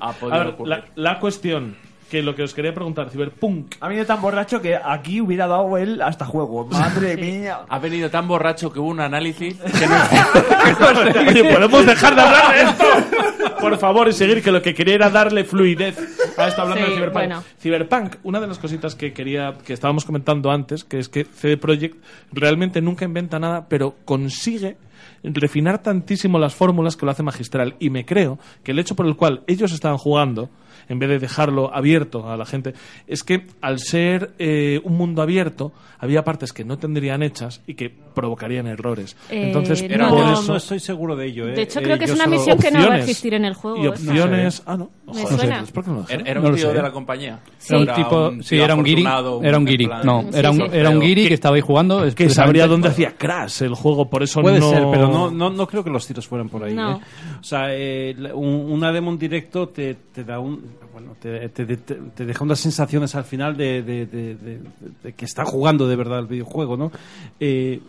S9: Ha podido
S1: A ver,
S9: ocurrir.
S1: la, la cuestión que lo que os quería preguntar, Cyberpunk.
S11: Ha venido tan borracho que aquí hubiera dado él hasta juego. Madre mía.
S9: Ha venido tan borracho que hubo un análisis que no
S1: Oye, ¿podemos dejar de hablar de esto? por favor, y seguir, que lo que quería era darle fluidez a esta hablando
S4: Sí,
S1: de Cyberpunk.
S4: bueno.
S1: Cyberpunk, una de las cositas que quería, que estábamos comentando antes, que es que CD Projekt realmente nunca inventa nada, pero consigue refinar tantísimo las fórmulas que lo hace magistral. Y me creo que el hecho por el cual ellos estaban jugando, en vez de dejarlo abierto a la gente, es que al ser eh, un mundo abierto, había partes que no tendrían hechas y que provocarían errores.
S4: Eh,
S1: Entonces,
S4: no,
S1: por
S4: no.
S1: eso
S4: No
S5: estoy seguro de ello. ¿eh?
S4: De hecho, creo que es una misión que no va a existir en el juego.
S1: Y
S4: o sea.
S1: opciones. Ah, no.
S4: Me
S1: Joder,
S4: suena.
S1: pues, ¿por qué no lo
S9: Era-
S5: Er,
S1: sé?
S9: era un
S1: No lo
S9: tío
S1: sé.
S9: de la compañía.
S2: Sí. Era un tipo, sí, era un guiri, era un guiri, no, era un, era un guiri que estaba ahí jugando.
S1: Que
S2: expresamente-
S1: sabría dónde hacía crash el juego, por eso
S5: Puede
S1: no...
S5: ser, pero no, no, no creo que los tiros fueran por ahí.
S1: No.
S5: ¿eh? O sea, eh, la- un- una demo en directo te, te da un. Bueno, te, te- te- te deja unas sensaciones al final de, de- de- de- de que está jugando de verdad el videojuego, ¿no? Eh,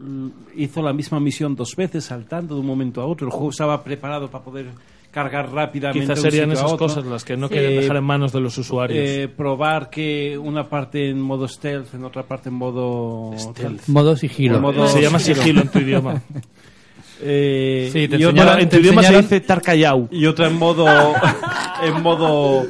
S5: l- hizo la misma misión dos veces, saltando de un momento a otro. El juego estaba preparado para poder cargar rápidamente.
S1: Quizás
S5: de un
S1: serían
S5: sitio a
S1: esas
S5: otro.
S1: cosas las que no
S5: Sí.
S1: quieren
S5: Eh,
S1: dejar en manos de los usuarios.
S5: eh, probar que una parte en modo stealth, en otra parte en modo
S1: Stealth.
S2: Modo sigilo.
S5: O
S1: Se llama sigilo en tu idioma.
S5: Eh,
S1: Sí, te
S5: y
S1: enseñaron-
S5: otra-
S1: en tu idioma se dice tarcayau.
S5: Y otra en modo en modo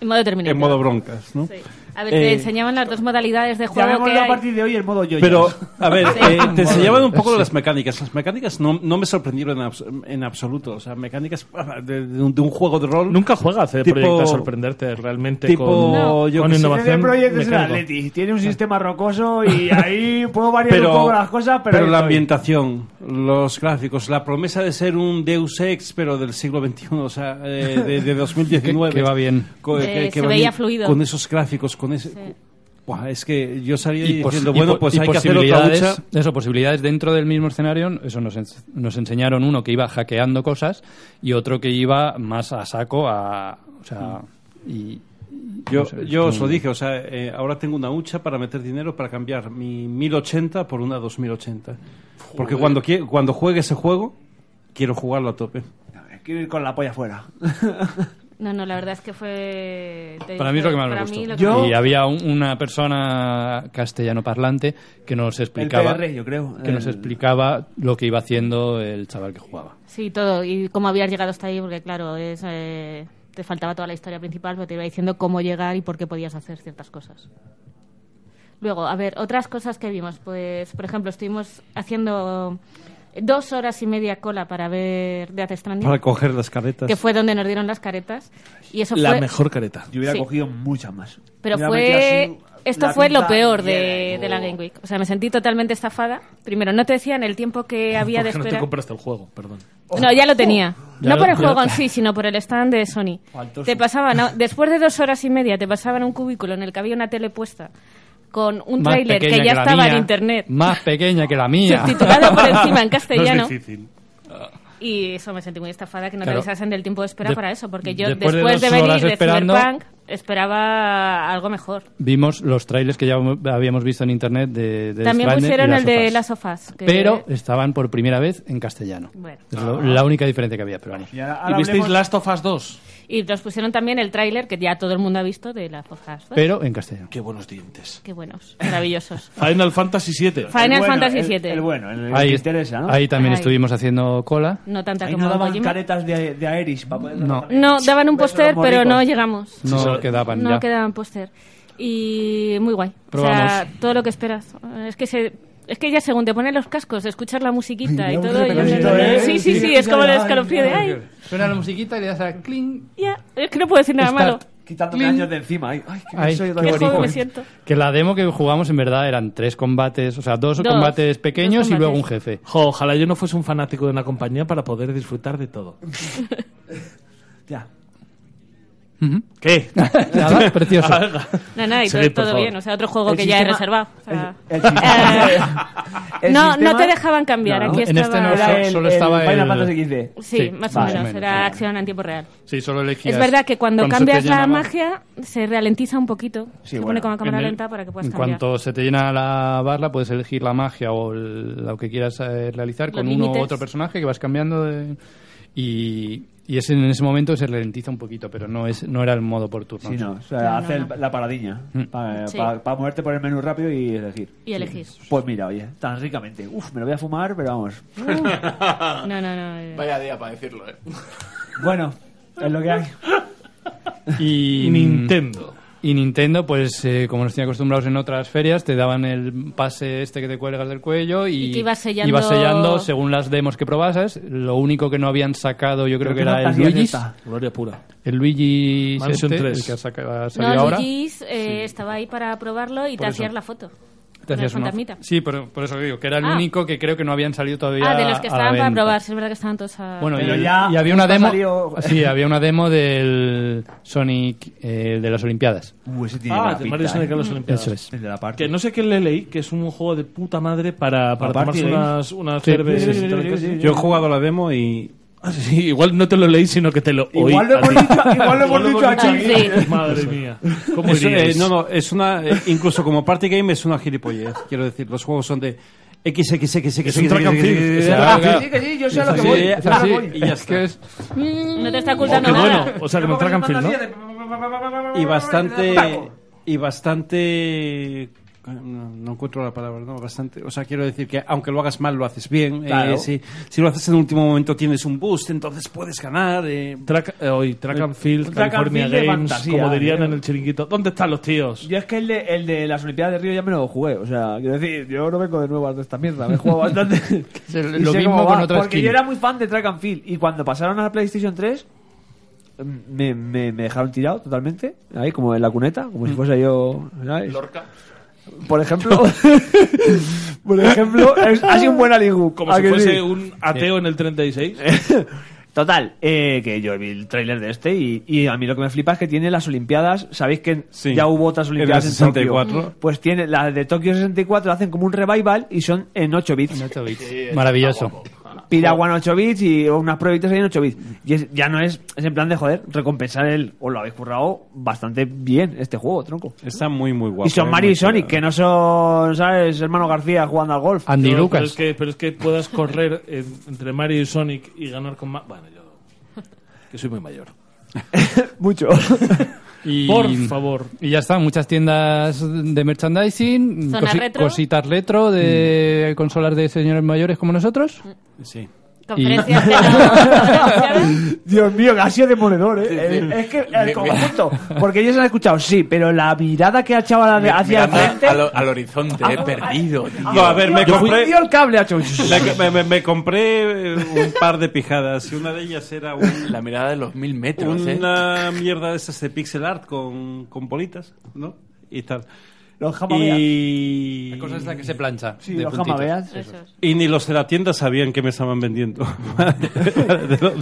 S4: En modo terminado.
S5: en modo broncas, ¿no?
S4: A ver, te
S5: Eh,
S4: enseñaban las dos modalidades de juego que
S11: Llamémoslo a
S4: hay.
S11: partir de hoy el modo yo.
S5: Pero, a ver,
S4: Sí.
S5: eh, te enseñaban un poco
S11: Sí.
S5: las mecánicas. Las mecánicas no, no me sorprendieron en, abs- en absoluto. O sea, mecánicas ah, de, de un, de un juego de rol.
S1: Nunca juega CD
S5: tipo-
S1: Projekt a sorprenderte realmente
S5: tipo,
S1: con,
S5: No. yo
S1: con
S5: que sé.
S1: innovación.
S11: CD Projekt es el
S1: mecánica.
S11: Atleti. Tiene un sistema rocoso y ahí puedo variar
S5: Pero-
S11: un poco las cosas, pero,
S5: Pero
S11: ahí
S5: la
S11: estoy.
S5: ambientación, los gráficos, la promesa de ser un Deus Ex, pero del siglo XXI, o sea, eh, de, de 2019.
S2: Que- que va bien.
S5: Co-
S2: Eh, se
S5: va
S2: veía
S5: bien
S2: fluido.
S5: Con esos gráficos, con ese... Buah, es que yo salía
S2: Y pos-
S5: diciendo,
S2: y
S5: bueno,
S2: po-
S5: pues
S2: y
S5: hay que hacer otra
S2: posibilidades-
S5: lucha.
S2: Eso, posibilidades dentro del mismo escenario. Eso nos, ens- nos enseñaron uno que iba hackeando cosas y otro que iba más a saco a. O sea. Y,
S5: Yo,
S2: no sé,
S5: yo
S2: es
S5: os lo
S2: un-
S5: dije, o sea, eh, ahora tengo una hucha para meter dinero para cambiar mi 1080 por una 2080. Porque
S11: Joder.
S5: cuando, quie- cuando juegue ese juego, quiero jugarlo a tope.
S11: Quiero ir con la polla afuera.
S4: No, no, la verdad es que fue... te
S2: Para mí es lo que
S4: digo,
S2: más me
S4: para mí
S2: gustó.
S4: lo que-
S2: Y había un- una persona castellano parlante que nos explicaba.
S11: PR, yo creo,
S2: Que nos
S11: el-
S2: explicaba lo que iba haciendo el chaval que jugaba.
S4: Sí, todo. Y cómo habías llegado hasta ahí, porque claro, es, eh, te faltaba toda la historia principal, pero te iba diciendo cómo llegar y por qué podías hacer ciertas cosas. Luego, a ver, otras cosas que vimos. Pues, por ejemplo, estuvimos haciendo dos horas y media cola para ver Death Stranding.
S5: Para coger las caretas.
S4: Que fue donde nos dieron las caretas. Y eso fue...
S1: careta.
S11: Yo hubiera
S4: Sí.
S11: cogido muchas más.
S4: Pero
S11: Hubiera
S4: fue.
S11: metido así
S4: Esto
S11: la
S4: fue lo
S11: pinza
S4: peor
S11: llena
S4: de, de la Game Week. O sea, me sentí totalmente estafada. Primero, no te decían el tiempo que había de
S1: Porque no te
S4: espera.
S1: compraste el juego, perdón.
S4: No, ya lo tenía.
S1: Ya
S4: no
S1: lo-
S4: por el
S1: ya
S4: juego
S1: lo-
S4: en sí, sino por el stand de Sony.
S1: Faltoso.
S4: Te pasaban, a- después de dos horas y media, te pasaban a un cubículo en el que había una tele puesta con un
S2: Más
S4: tráiler que
S2: pequeña
S4: ya
S2: la
S4: estaba
S2: mía,
S4: en internet,
S2: Más pequeña que la mía.
S4: subtitulado por encima en castellano.
S2: No es difícil.
S4: y eso me sentí muy estafada que no
S2: Claro.
S4: te avisasen del tiempo de espera
S2: De-
S4: para eso, porque yo
S2: después
S4: después,
S2: de dos
S4: de, venir
S2: horas
S4: de
S2: esperando-
S4: Cyberpunk esperaba algo mejor.
S2: Vimos los trailers que ya habíamos visto en internet de, de
S4: También
S2: Stranded y
S4: pusieron
S2: Last
S4: el
S2: of
S4: de
S2: Us.
S4: las sofás. que-
S2: Pero eh, estaban por primera vez en castellano.
S4: Bueno.
S2: Es lo- la única diferencia que había, pero vamos.
S11: Y, ahora-
S1: ¿Y
S11: ahora
S1: visteis
S11: hablemos-
S1: Last of Us 2?
S4: Y nos pusieron también el tráiler que ya todo el mundo ha visto de las sofás.
S2: Pero en castellano.
S1: Qué buenos dientes.
S4: Qué buenos, maravillosos.
S1: Final Fantasy VII.
S4: Final El bueno, Fantasy el- VII. el
S11: bueno, el-
S2: Ahí,
S11: que interesa, ¿no?
S2: ahí también
S4: Ahí.
S2: estuvimos haciendo cola.
S4: No tanta
S11: Ahí
S4: como
S11: no daban
S4: Kojima.
S11: caretas de, de Aeris para poder
S2: No.
S4: No, daban un póster,
S11: los
S4: pero no
S11: morricos.
S4: llegamos.
S2: No quedaban
S4: No
S2: ya.
S4: quedaban póster. Y muy guay. O sea,
S2: Probamos.
S4: todo lo que esperas. Es que se... Es que ya según te ponen los cascos, escuchar la musiquita y todo... ya-
S11: ¿eh?
S4: Sí, sí, sí, es como el escalofrío de... ¡Ay!
S2: Suena la musiquita y le das a cling.
S4: Ya, es que no puedo decir nada
S2: Start.
S4: malo.
S11: Quitándome
S2: Clean.
S11: años de encima. Ay, ay, que
S2: Ay,
S11: soy
S2: qué
S11: tan
S2: bonito.
S4: joven me siento.
S2: Que la demo que jugamos en verdad eran tres combates, o sea, dos,
S4: Dos.
S2: combates pequeños
S4: Dos
S2: y luego un
S4: combates.
S2: jefe.
S1: Jo, ojalá yo no fuese un fanático de una compañía para poder disfrutar de todo.
S11: Ya.
S1: ¿Qué?
S2: Nada, precioso.
S1: Haga.
S4: No, no, y todo,
S1: Seguid, por
S4: todo
S1: favor.
S4: bien. O sea, otro juego
S11: El
S4: que ya he
S11: sistema-
S4: reservado. O sea,
S11: el- el sistema-
S4: eh,
S11: el
S4: no,
S11: sistema-
S4: no te dejaban cambiar.
S11: No,
S4: Aquí
S2: en este
S4: estaba...
S2: no,
S11: Era
S2: solo-
S11: el-
S2: solo
S11: el
S2: estaba
S11: Final
S2: el-
S11: Fantasy XD.
S4: Sí,
S2: Sí,
S4: más
S11: vale,
S4: o menos.
S2: menos,
S4: Era acción en tiempo real.
S2: Sí, solo elegías.
S4: Es verdad que cuando
S2: se
S4: cambias
S2: te
S4: la
S2: llenaba-
S4: magia se ralentiza un poquito.
S11: Sí,
S4: se
S11: bueno.
S4: pone como a cámara
S2: En el-
S4: lenta para que puedas
S2: En
S4: cambiar.
S2: cuanto se te llena la barra, puedes elegir la magia o el- lo que quieras eh, realizar
S4: Los
S2: con uno u
S4: límites.
S2: otro personaje que vas cambiando. de- y y es en ese momento se ralentiza un poquito, pero no es no Mm. era el modo por turno.
S11: Sí, no. O sea,
S4: No, no,
S11: hace el-
S4: no.
S11: la paradiña. Para,
S4: Sí.
S11: para- para moverte por el menú rápido y elegir.
S4: Y elegir.
S11: Pues mira, oye, tan ricamente. Uf, me lo voy a fumar, pero vamos.
S4: No, no, no. eh.
S9: Vaya día para decirlo, ¿eh?
S11: Bueno, es lo que hay.
S2: Y
S1: Nintendo.
S2: Y Nintendo, pues eh, como nos tenía acostumbrados en otras ferias, te daban el pase este que te cuelgas del cuello y,
S4: Y que ibas sellando-
S2: ibas sellando según las demos que probases. Lo único que no habían sacado, yo creo, que era el Luigi's.
S1: Gloria pura.
S2: El Luigi's
S1: Mansion
S2: este,
S1: 3.
S2: el que ha saca- ha salido
S4: No,
S2: ahora.
S4: Luigi's eh, estaba ahí para probarlo y
S2: Por
S4: te
S2: eso.
S4: hacías la foto.
S2: Te hacías
S4: Una
S2: una-
S4: fantasmita.
S2: Sí, por, por eso digo, que era el
S4: Ah.
S2: único que creo que no habían salido todavía.
S4: Ah, de los que
S2: a la
S4: estaban para
S2: venta.
S4: probar, sí, es verdad que estaban todos a...
S2: Bueno,
S11: Pero
S2: y,
S11: ya
S2: y había una
S11: esto
S2: demo.
S11: salió-
S2: Sí, había una demo del Sonic eh, el de las Olimpiadas.
S11: Uh, ese tiene
S1: Ah,
S11: mala
S1: de
S11: pinta,
S1: Mario
S11: ¿eh?
S1: Sonic a las Olimpiadas.
S2: Eso es.
S11: El de la parte.
S1: Que no sé qué le leí, que es un juego de puta madre para, para
S11: Para
S1: tomarse
S11: party
S1: unas,
S11: games.
S1: unas
S2: Sí,
S1: cervezas
S2: sí,
S1: y
S2: sí,
S1: tal
S11: sí,
S1: cosa.
S11: sí,
S5: Yo he jugado la demo y
S1: Ah, sí, sí, igual no te lo leí, sino que te lo oí.
S11: Igual lo
S1: a
S11: hemos
S1: ti.
S11: dicho- igual lo hemos
S4: Ah,
S11: dicho aquí.
S4: Sí.
S1: Madre mía. ¿Cómo
S5: Eso, eh,
S1: iríais?
S5: no, no, es una. eh, incluso como party game es una gilipollez. Quiero decir, los juegos son de XXXX.
S1: Es un track and field.
S2: Claro, claro.
S11: Sí, que sí, yo sé a lo
S5: Sí,
S11: que
S5: sí,
S11: voy.
S5: sí,
S11: yo
S2: Es
S11: sé a lo
S2: así,
S11: que voy.
S5: Y ya
S2: es que es-
S4: No te está
S1: Oh,
S4: ocultando
S1: qué
S4: nada.
S1: bueno. O sea, que me tragan film, ¿no?
S5: Y bastante. Y bastante. No, no encuentro la palabra, ¿no? Bastante. O sea, quiero decir que aunque lo hagas mal, lo haces bien. eh,
S11: Claro.
S5: si, si lo haces en el último momento, tienes un boost, entonces puedes ganar. eh.
S1: Track, eh, hoy, track and Field,
S11: Track and
S1: California
S11: Field de
S1: Games,
S11: fantasía, ¿eh?
S1: como dirían
S11: tío.
S1: en el chiringuito. ¿Dónde están los tíos?
S11: Yo es que el de, el de las Olimpiadas de Río ya me lo jugué. O sea, quiero decir, yo no vengo de nuevo de esta mierda. Me he jugado bastante.
S2: es
S11: Y
S2: lo
S11: sé
S2: mismo
S11: cómo
S2: con
S11: va,
S2: otra
S11: Porque
S2: skin.
S11: yo era muy fan de Track and Field. Y cuando pasaron a la PlayStation 3, me, me, me dejaron tirado totalmente. Ahí, como en la cuneta, como
S2: Mm.
S11: si fuese yo. ¿sabes? Por ejemplo. por ejemplo, es- ha sido un buen aligu.
S1: Como
S11: ¿a
S1: si
S11: que
S1: fuese
S11: sí?
S1: un
S9: Eh,
S1: ateo en el 36.
S11: Total, eh, que yo vi el tráiler de este y, y a mí lo que me flipa es que tiene las Olimpiadas. Sabéis que
S5: Sí.
S11: ya hubo otras
S5: En
S11: Olimpiadas
S5: la
S11: en
S5: 64.
S11: Tokio. Pues tiene las de Tokio 64, hacen como un revival y son en 8 bits.
S2: Nacho Beats. Maravilloso.
S11: Piraguan 8 bits y unas pruebitas ahí en 8 bits. Y es- ya no es, es en plan de joder, recompensar el. Os lo habéis currado bastante bien este juego, tronco.
S5: Está muy, muy guapo.
S11: Y son
S5: eh,
S11: Mario
S5: muy
S11: y Sonic, que
S5: chulo.
S11: no son, ¿sabes? Hermano García jugando al golf.
S2: Andy
S1: Pero- Pero
S2: Lucas.
S1: es, que, pero es que puedas correr en- entre Mario y Sonic y ganar con... Ma- bueno, yo... Que soy muy mayor.
S11: Mucho.
S2: Y-
S1: Por favor.
S2: Y ya está, muchas tiendas de merchandising,
S4: Zona
S2: cosi-
S4: retro.
S2: cositas retro de consolas de señores mayores como nosotros.
S4: Mm.
S5: Sí.
S4: Conferencias que no-
S11: Dios mío, que ha sido demoledor, ¿eh? El- Es que el conjunto, porque ellos han escuchado, sí, pero la mirada que ha echado a la- hacia el
S9: Mirando
S11: frente... Ah.
S9: al, al horizonte, he perdido. tío.
S5: No, a ver, me
S11: Yo fui-
S5: compré-
S11: tío, el cable ha hecho...
S5: Me, me- me- me compré eh, un par de pijadas y una de ellas era un-
S9: La mirada de los mil metros, ¿eh?
S5: una mierda de esas de pixel art con, con bolitas, ¿no? Y tal.
S11: Los jamabeas.
S5: Y...
S2: La cosa es la que se plancha.
S11: Sí,
S2: de
S11: los
S2: puntitos.
S11: jamabeas.
S4: Eso es.
S5: Y ni los de la tienda sabían que me estaban vendiendo.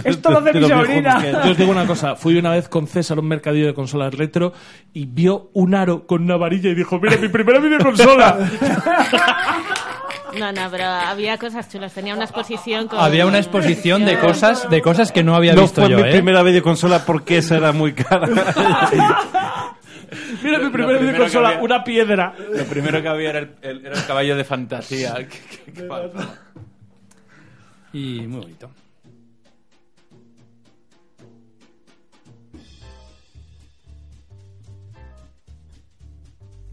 S11: Esto lo hace mi sobrina.
S1: Yo os digo una cosa, fui una vez con César a un mercadillo de consolas retro y vio un aro con una varilla y dijo, mira, mi primera videoconsola.
S4: No, no, pero había cosas chulas. Tenía una exposición con...
S2: Había una exposición de cosas, de cosas que no había
S5: No
S2: visto
S5: fue
S2: yo,
S5: mi
S2: ¿eh?
S5: primera videoconsola porque esa era muy cara.
S1: mira, mi primera
S9: primero que
S1: videoconsola,
S9: había-
S1: una piedra.
S9: Lo primero que había era el, el- era el caballo de fantasía. ¿Qué- qué- qué pasa?
S2: Y muy bonito.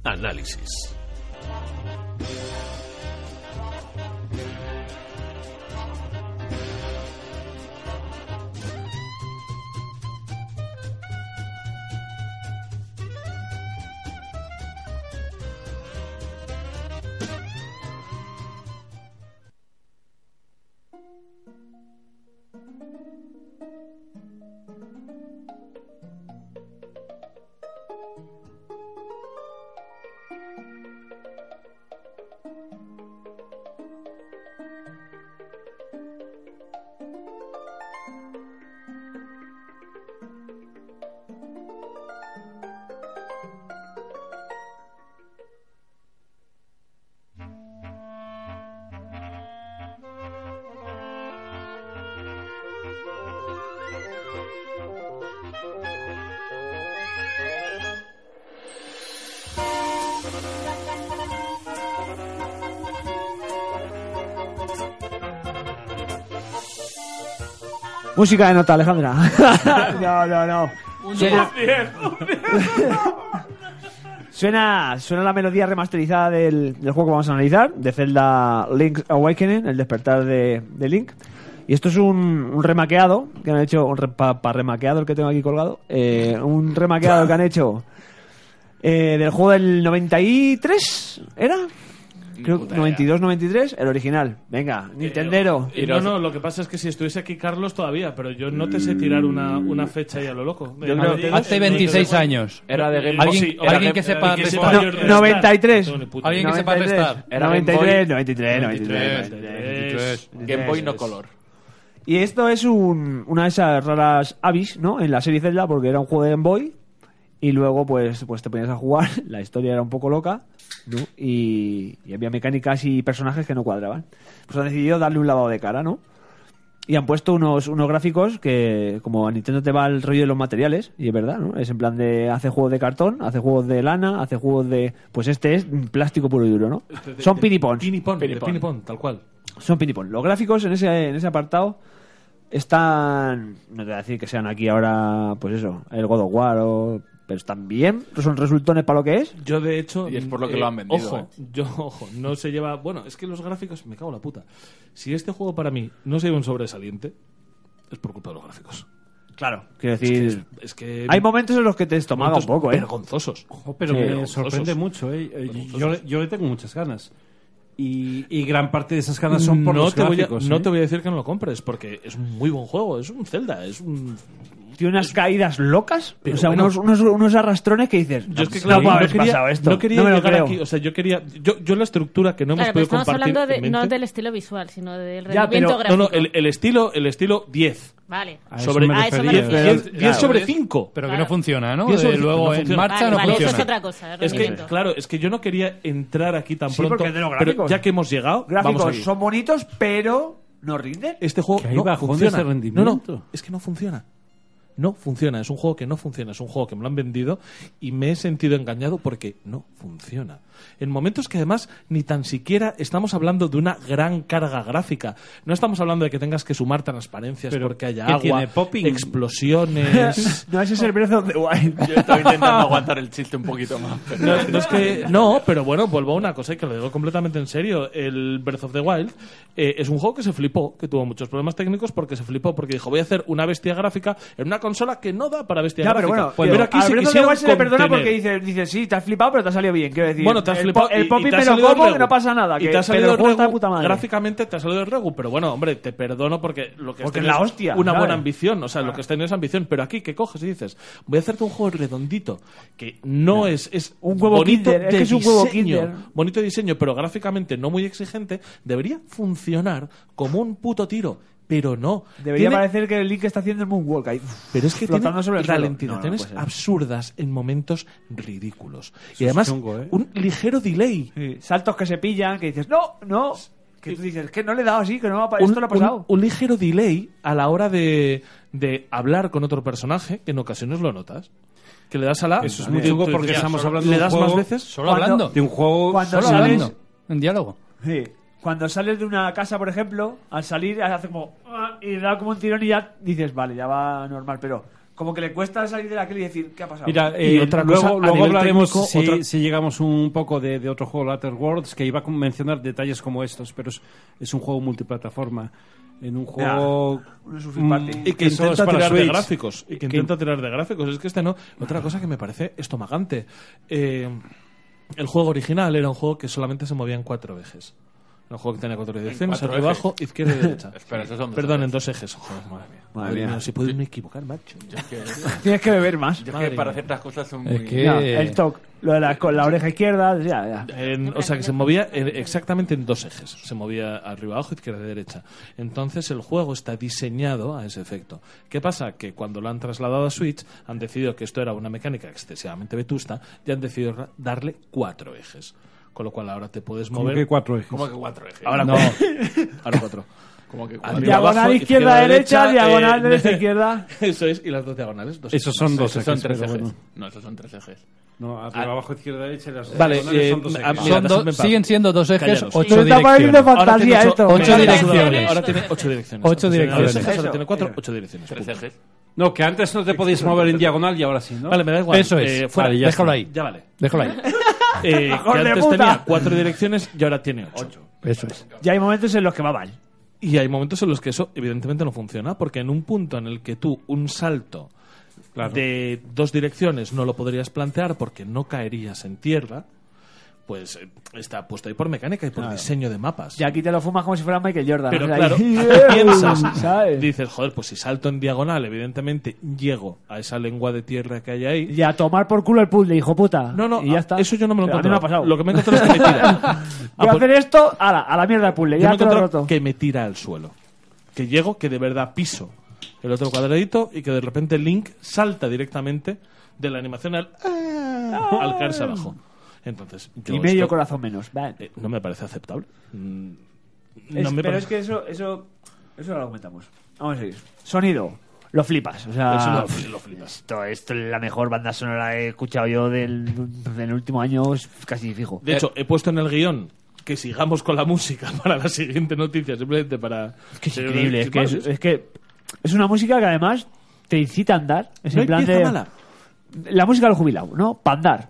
S8: Análisis.
S11: Música de nota, Alejandra. no, no, no. Suena... suena, suena la melodía remasterizada del, del juego que vamos a analizar, de Zelda Link's Awakening, el despertar de, de Link. Y esto es un, un remaqueado que han hecho, un para remaqueado el que tengo aquí colgado, eh, un remaqueado que han hecho eh, del juego del 93, ¿era? Creo que 92, 93, el original. Venga, Nintendero.
S1: No, no, lo que pasa es que si estuviese aquí Carlos todavía, pero yo no te sé tirar una, una fecha y a lo loco.
S2: Yo creo- hace 26 años. Era de Game Boy. Alguien-
S1: Sí, era
S2: alguien
S1: Game-
S2: que
S1: era
S2: sepa
S1: Game
S2: restar.
S1: Boy, era
S11: No, 93.
S1: Restar. No, ni puta
S2: Alguien
S1: idea.
S2: que sepa
S11: 93,
S2: restar.
S11: 93, 93, 93,
S9: 93. Game Boy no color.
S11: Y esto es un- una de esas raras avis, ¿no? En la serie Zelda, porque era un juego de Game Boy. Y luego, pues, pues te ponías a jugar. La historia era un poco loca, ¿no? Y, y había mecánicas y personajes que no cuadraban. Pues han decidido darle un lavado de cara, ¿no? Y han puesto unos, unos gráficos que, como a Nintendo te va el rollo de los materiales, y es verdad, ¿no? Es en plan de hace juegos de cartón, hace juegos de lana, hace juegos de. Pues este es mm, plástico puro y duro, ¿no? Son pinipons.
S1: Pinipón, de pinipón, tal cual.
S11: Son pinipón. Los gráficos en ese, en ese apartado están. No te voy a decir que sean aquí ahora, pues eso, el God of War o. Pero están bien, son resultones para lo que es.
S1: Yo, de hecho. eh,
S9: Y es por lo que lo han vendido, ¿eh?
S1: Ojo, yo, ojo, no se lleva. Bueno, es que los gráficos, me cago en la puta. Si este juego para mí no se lleva un sobresaliente, es por culpa de los gráficos.
S11: Claro. Quiero decir.
S1: Es que. es que-
S11: hay momentos en los que te estomaba un
S1: momentos
S11: poco, ¿eh?
S1: Vergonzosos.
S11: Ojo,
S5: pero
S11: Sí.
S5: me Eh, sorprende mucho, ¿eh? Eh, Yo, le- yo le tengo muchas ganas. Y, y gran parte de esas ganas son por
S1: Mm, no
S5: los
S1: te
S5: gráficos.
S1: Voy a, No
S5: ¿eh?
S1: te voy a decir que no lo compres, porque es un muy buen juego, es un Zelda, es un...
S11: Tiene unas caídas locas.
S1: Pero
S11: o sea,
S1: bueno.
S11: unos, unos, unos arrastrones que dices.
S1: Yo es que,
S11: no
S1: claro,
S11: puede
S1: no
S11: haber
S1: quería-
S11: pasado esto.
S1: no quería
S11: me lo
S1: llegar
S11: creo.
S1: aquí, o sea, yo quería... Yo, yo la estructura que no hemos
S4: Claro, pero
S1: podido
S4: estamos
S1: compartir...
S4: hablando de-
S1: en mente-
S4: no del estilo visual, sino del
S1: Ya, pero-
S4: rendimiento
S1: no,
S4: gráfico.
S1: no, el, el estilo, el estilo 10.
S4: Vale.
S1: A eso Sobre- me
S4: Ah, eso me
S1: refería.
S4: refiero.
S1: 10 sobre 5.
S2: Pero que no funciona, ¿no?
S1: Diez sobre
S2: Eh,
S1: cinco,
S2: luego
S1: no
S2: en
S1: funciona.
S2: marcha no
S4: Vale, eso
S2: funciona.
S4: es otra cosa.
S1: Es que,
S4: rendimiento.
S1: claro, es que yo no quería entrar aquí tan
S11: Sí,
S1: pronto,
S11: porque de los
S1: pero
S11: gráficos.
S1: ya que hemos llegado, vamos
S11: Gráficos
S1: allí.
S11: son bonitos, pero no rinden.
S1: Este juego
S5: Que hay
S1: no
S5: bajón de
S1: funciona.
S5: ese rendimiento.
S1: No, no, es que no funciona. No funciona, es un juego que no funciona, es un juego que me lo han vendido y me he sentido engañado porque no funciona. En momentos que además ni tan siquiera estamos hablando de una gran carga gráfica. No estamos hablando de que tengas que sumar transparencias
S5: Pero,
S1: porque haya
S5: ¿qué
S1: agua,
S5: tiene, popping?
S1: explosiones.
S11: no, ese es el Breath of the Wild.
S9: Yo estaba intentando aguantar el chiste un poquito más. pero-
S1: No, no es que- no, pero bueno, vuelvo a una cosa y que lo digo completamente en serio. El Breath of the Wild eh, es un juego que se flipó, que tuvo muchos problemas técnicos porque se flipó, porque dijo, voy a hacer una bestia gráfica en una consola que no da para bestia
S11: Ya, pero
S1: gráfica.
S11: bueno,
S1: pero aquí
S11: al
S1: se
S11: Breath of the
S1: quisieron
S11: Wild se le perdona
S1: contener.
S11: porque dice, dice, sí, te has flipado, pero te ha salido bien. Quiero decir,
S1: Bueno, te has
S11: el,
S1: flipado.
S11: po- el
S1: y-
S11: popping
S1: y te ha
S11: me lo
S1: salido el
S11: como que
S1: regu.
S11: no pasa nada.
S1: Y
S11: que-
S1: te ha salido
S11: pero el
S1: el
S11: juego está de
S1: regu,
S11: puta madre.
S1: Gráficamente te ha salido el regu, pero bueno, hombre, te perdono porque lo que has
S11: Porque
S1: tenido
S11: es la
S1: es
S11: hostia,
S1: Una
S11: ¿sabes?
S1: buena ambición, o sea, lo que has tenido es ambición. Pero aquí, ¿qué coges y dices? Voy a hacerte un juego redondito, que no es. es
S11: Un huevo
S1: bonito
S11: kinder, es
S1: de
S11: que es un huevo
S1: diseño,
S11: kinder.
S1: Bonito de diseño, pero gráficamente no muy exigente, debería funcionar como un puto tiro. Pero no.
S11: Debería
S1: Tiene-
S11: parecer que el Link está haciendo el Moonwalk ahí.
S1: pero es que tiene
S11: flotando sobre el suelo.
S1: ralentizaciones
S11: No, no puede ser.
S1: absurdas en momentos ridículos.
S5: Eso
S1: Y
S5: es
S1: además,
S5: chungo, ¿eh?
S1: un ligero delay.
S11: Sí, Saltos que se pillan, que dices, no, no. Que tú dices, que no le he dado así, que no me ha pa- esto no ha pasado.
S1: un ligero delay a la hora de, de hablar con otro personaje, que en ocasiones lo notas. Que le das a la.
S5: Eso es muy chungo porque estamos hablando
S1: Le
S5: de un
S1: das
S5: juego-
S1: más veces.
S2: Solo
S11: Cuando-
S2: hablando.
S5: De un juego
S11: Cuando
S2: Solo
S11: sales,
S2: hablando. En diálogo.
S11: sí, cuando sales de una casa, por ejemplo, al salir hace como "Ah", y da como un tirón y ya dices, vale, ya va normal, pero como que le cuesta salir de la aquel y decir, ¿qué ha pasado?
S5: Mira,
S1: Y
S5: eh,
S1: otra
S5: luego,
S1: cosa, a
S5: luego
S1: nivel
S5: hablaremos
S1: técnico,
S5: si,
S1: otra-
S5: si llegamos un poco de, de otro juego, Latter Worlds, que iba a con- mencionar detalles como estos, pero es, es un juego multiplataforma. En un juego.
S1: Ah.
S11: un surfing party.
S1: mm, Y que
S5: solo es
S1: intenta
S5: para
S1: tirar de
S5: Switch.
S1: gráficos. Y que intenta tirar de gráficos. Es que este no. Otra cosa que me parece estomagante. Eh, el juego original era un juego que solamente se movía en cuatro ejes. Era un juego que tenía cuatro direcciones,
S9: cuatro
S1: arriba,
S9: ejes.
S1: abajo, izquierda y derecha.
S9: Espera, esos son dos
S1: Perdón,
S9: ejes.
S1: en dos ejes. Joder, madre mía.
S11: Madre
S1: Madre
S11: mía.
S1: mía, si puedo irme a equivocar, macho.
S11: Tienes que beber más.
S9: Yo
S1: Madre
S9: es que para
S1: mía.
S9: ciertas cosas son
S2: Es
S9: muy...
S2: que-
S11: Ya,
S2: Eh.
S11: el toque, lo de la, con la oreja izquierda, ya, ya.
S1: En- o sea, que se movía en- exactamente en dos ejes. Se movía arriba, abajo, izquierda, derecha. Entonces el juego está diseñado a ese efecto. ¿Qué pasa? Que cuando lo han trasladado a Switch, han decidido que esto era una mecánica excesivamente vetusta y han decidido ra- darle cuatro ejes. Con lo cual ahora te puedes
S5: Como
S1: mover.
S5: que cuatro eh, ejes.
S9: Como que cuatro ejes.
S1: Ahora,
S2: No.
S1: cuatro. ahora cuatro.
S9: Como que cuatro.
S1: Arriba,
S11: Diagonal
S1: abajo, eh,
S11: izquierda, derecha, diagonal derecha, izquierda.
S1: Eso es, y las dos diagonales. Dos
S5: Esos son dos
S9: Esos
S5: ejes.
S9: son tres
S5: pero
S9: ejes.
S5: bueno.
S9: No, esos son tres ejes.
S5: No, arriba,
S1: Ah.
S5: abajo, izquierda, derecha. Las
S1: Vale,
S5: diagonales
S1: eh,
S5: ah, son dos
S1: a-
S5: ejes.
S1: mira,
S2: Son dos-
S1: déjame en paz.
S2: siguen siendo dos e- ejes,
S1: Callaros.
S11: Pero
S2: ocho
S11: está pareciendo
S2: direcciones.
S1: Ahora tiene
S11: fantasía
S1: ocho-
S11: esto.
S2: Ocho
S1: Ahora tiene
S2: direcciones.
S1: Ahora tiene ocho direcciones.
S2: Ocho
S1: Antes tenía dos
S2: direcciones.
S1: ejes, Ahora
S11: Eso,
S1: tiene cuatro, ocho
S9: Tres
S1: direcciones.
S9: ejes.
S5: No, que antes no te podías mover en diagonal y ahora sí, ¿no?
S1: Vale, me da igual.
S2: Eso es.
S1: Eh, fuera,
S2: Vale,
S1: ya
S2: ya déjalo
S1: está.
S2: ahí.
S1: Ya vale.
S2: Déjalo ahí.
S1: Eh, que
S11: ¡Hijo de
S1: antes
S11: puta!
S1: tenía cuatro direcciones y ahora tiene ocho.
S2: Eso es.
S11: Ya hay momentos en los que va mal.
S1: Y hay momentos en los que eso evidentemente no funciona, porque en un punto en el que tú un salto de dos direcciones no lo podrías plantear porque no caerías en tierra, pues eh, está puesto ahí por mecánica y por
S11: Claro.
S1: diseño de mapas.
S11: Y aquí te lo fumas como si fuera Michael Jordan.
S1: Pero
S11: o sea,
S1: claro,
S11: y-
S1: aquí piensas, dices, joder, pues si salto en diagonal, evidentemente llego a esa lengua de tierra que hay ahí.
S11: Y a tomar por culo el puzzle, hijo puta.
S1: No, no, a- eso yo no me lo
S11: A mí
S1: encontré.
S11: me ha pasado.
S1: Lo que me encontré es que me tira.
S11: Voy
S1: Ah,
S11: a
S1: pues-
S11: hacer esto, ala, a la mierda el puzzle.
S1: Yo me
S11: Ya te lo he
S1: encontré
S11: roto.
S1: que me tira al suelo. Que llego, que de verdad piso el otro cuadradito y que de repente Link salta directamente de la animación al, ¡ah! al caerse abajo. Entonces, yo
S11: Y medio
S1: esto-
S11: corazón menos. Vale.
S1: eh, no me parece aceptable. Mm,
S11: Es-
S1: no me
S11: pero
S1: parece-
S11: es que eso, eso, eso lo comentamos. Vamos a seguir. Sonido. Lo flipas. O sea,
S1: Eso lo- lo flipas.
S11: Esto, esto es la mejor banda sonora que he escuchado yo del, del último año, es casi fijo.
S1: De hecho, he puesto en el guión que sigamos con la música para la siguiente noticia, simplemente para... Es que
S11: es increíble. Es que es, es que es una música que además te incita a andar. Es
S1: No
S11: en plan
S1: empieza
S11: de.
S1: mala.
S11: La música del jubilado, ¿no? Para andar.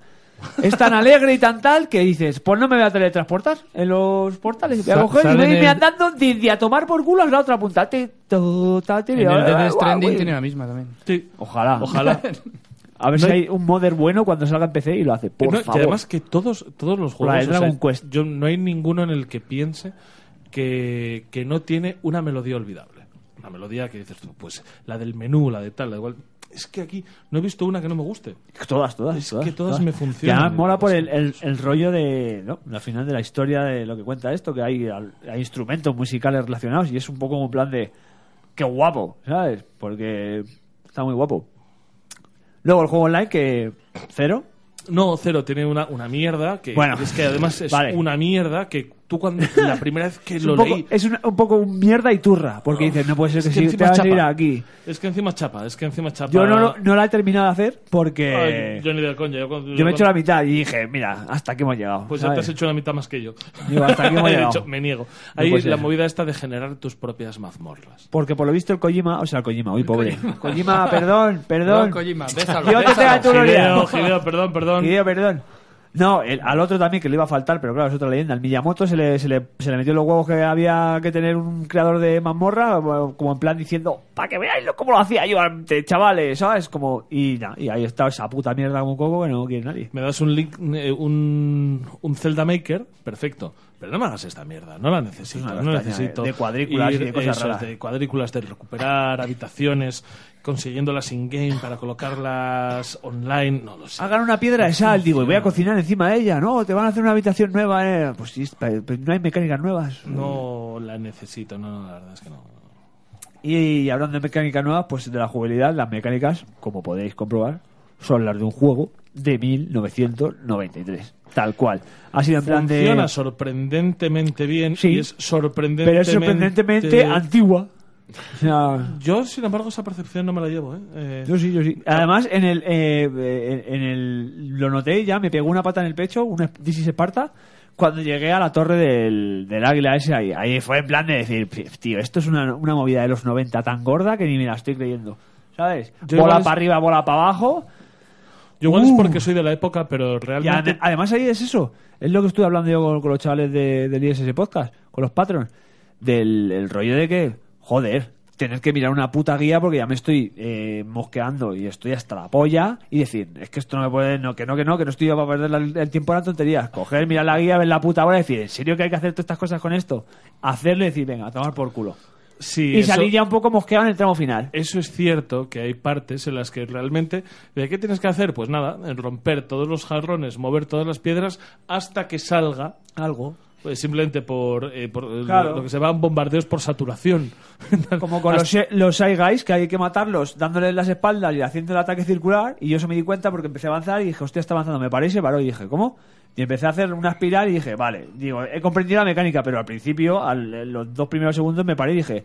S11: Es tan alegre y tan tal que dices, pues no me voy a teletransportar en los portales. Voy a
S2: Sa-
S11: coger y
S2: sale
S11: voy a
S2: en
S11: irme
S2: el-
S11: andando desde a tomar por culo a la otra punta. Te- to- ta- te-
S2: En el Death
S11: guau,
S2: Stranding
S11: güey.
S2: tiene la misma también.
S11: Ojalá.
S1: Ojalá.
S11: A ver
S1: No
S11: si
S1: hay-
S11: hay un modder bueno cuando salga en PC y lo hace. Por
S1: No, Y
S11: favor.
S1: además que todos, todos los juegos...
S11: La de
S1: o sea,
S11: Dragon Quest.
S1: Yo, no hay ninguno en el que piense que, que no tiene una melodía olvidable. Una melodía que dices tú, pues la del menú, la de tal, la igual... Es que aquí no he visto una que no me guste.
S11: Todas, todas.
S1: Es
S11: todas,
S1: que todas me funcionan.
S11: Y además mola por el, el- el rollo de. ¿no? Al final de la historia de lo que cuenta esto, que hay, al- hay instrumentos musicales relacionados y es un poco un plan de. ¡Qué guapo! ¿Sabes? Porque está muy guapo. Luego el juego online, que. Cero.
S1: No, cero, tiene una, una mierda que
S11: Bueno.
S1: es que además es
S11: Vale.
S1: una mierda que tú cuando la primera vez que
S11: Es,
S1: lo
S11: un, poco,
S1: leí
S11: es un, un poco un mierda y turra, porque dices, no puede ser que,
S1: es que
S11: si te
S1: encima
S11: vas a ir
S1: chapa.
S11: aquí.
S1: es que encima chapa, es que encima chapa.
S11: Yo no, lo- no la he terminado de hacer porque.
S1: Ay, yo ni del coño, yo, cuando-
S11: Yo me he hecho la
S1: cuando-
S11: mitad y dije, mira, hasta aquí hemos llegado.
S1: Pues ya
S11: ¿sabes?
S1: te has hecho la mitad más que yo.
S11: Digo, hasta aquí hemos
S1: He
S11: llegado.
S1: dicho, me niego.
S11: No
S1: Ahí
S11: puede
S1: la
S11: ser.
S1: movida esta de generar tus propias mazmorras.
S11: Porque por lo visto el Kojima, o sea, el Kojima, uy, pobre. Kojima, perdón, perdón.
S2: No, Kojima, bésalo,
S11: Yo te
S2: bésalo.
S11: tenga tu gloria.
S1: Gideo, Gideo, perdón, perdón.
S11: Hideo, perdón. No, el- al otro también que le iba a faltar, pero claro, es otra leyenda. Al Miyamoto se le, se le, se le metió en los huevos que había que tener un creador de mazmorra, bueno, como en plan diciendo, para que veáis lo- cómo lo hacía yo antes, chavales, ¿sabes? Como, y, na, y ahí está esa puta mierda como un coco que no quiere nadie.
S1: Me das un link, eh, un, un Zelda Maker, perfecto. Pero no me hagas esta mierda, no la necesito.
S11: Es una
S1: no
S11: castaña
S1: necesito.
S11: de cuadrículas y de cosas
S1: eso,
S11: raras.
S1: de cuadrículas, de recuperar habitaciones, consiguiéndolas in-game para colocarlas online, no lo sé.
S11: Hagan una piedra de sal, digo, y voy a cocinar encima de ella, ¿no? Te van a hacer una habitación nueva, eh. Pues sí, pero no hay mecánicas nuevas.
S1: No la necesito, no, no, la verdad es que no.
S11: Y hablando de mecánicas nuevas, pues de la jugabilidad, las mecánicas, como podéis comprobar, son las de un juego de 1993. Tal cual. Ha sido en plan de.
S1: Funciona sorprendentemente bien
S11: Sí.
S1: y es sorprendentemente...
S11: Pero es sorprendentemente antigua. O sea,
S1: Yo, sin embargo, esa percepción no me la llevo, ¿eh? Eh,
S11: yo sí, yo sí. Además, en el, eh, eh, en el. Lo noté y ya, me pegó una pata en el pecho, una DC Esparta, cuando llegué a la torre del, del águila ese ahí. Ahí fue en plan de decir, tío, esto es una, una movida de los 90 tan gorda que ni me la estoy creyendo. ¿Sabes?
S1: Yo
S11: bola
S1: igual es-
S11: para arriba, bola para abajo.
S1: Yo igual es
S11: Uh.
S1: porque soy de la época, pero
S11: Y
S1: realmente...
S11: ade- además ahí es eso. Es lo que estuve hablando yo con, con los chavales de, del ISS Podcast, con los patrons. Del el rollo de que, joder, tener que mirar una puta guía porque ya me estoy eh, mosqueando y estoy hasta la polla y decir, es que esto no me puede, no, que no, que no, que no estoy yo para perder la- el tiempo en las tonterías. Coger, mirar la guía, ver la puta hora y decir, ¿en serio que hay que hacer todas estas cosas con esto? Hacerlo y decir, venga, a tomar por culo.
S1: Sí,
S11: Y,
S1: eso-
S11: salir ya un poco mosqueado en el tramo final.
S1: Eso es cierto que hay partes en las que realmente. ¿De qué tienes que hacer? Pues nada, romper todos los jarrones, mover todas las piedras hasta que salga.
S11: Algo.
S1: Pues simplemente por, eh, por, eh,
S11: Claro.
S1: lo que se llaman bombardeos por saturación.
S11: Como con los, los Shy Guys, que hay que matarlos dándoles las espaldas y haciendo el ataque circular. Y yo eso me di cuenta porque empecé a avanzar y dije, hostia, está avanzando, me parece, paró. Y dije, ¿cómo? Y empecé a hacer una espiral y dije, vale, digo, he comprendido la mecánica, pero al principio, al, en los dos primeros segundos me paré y dije,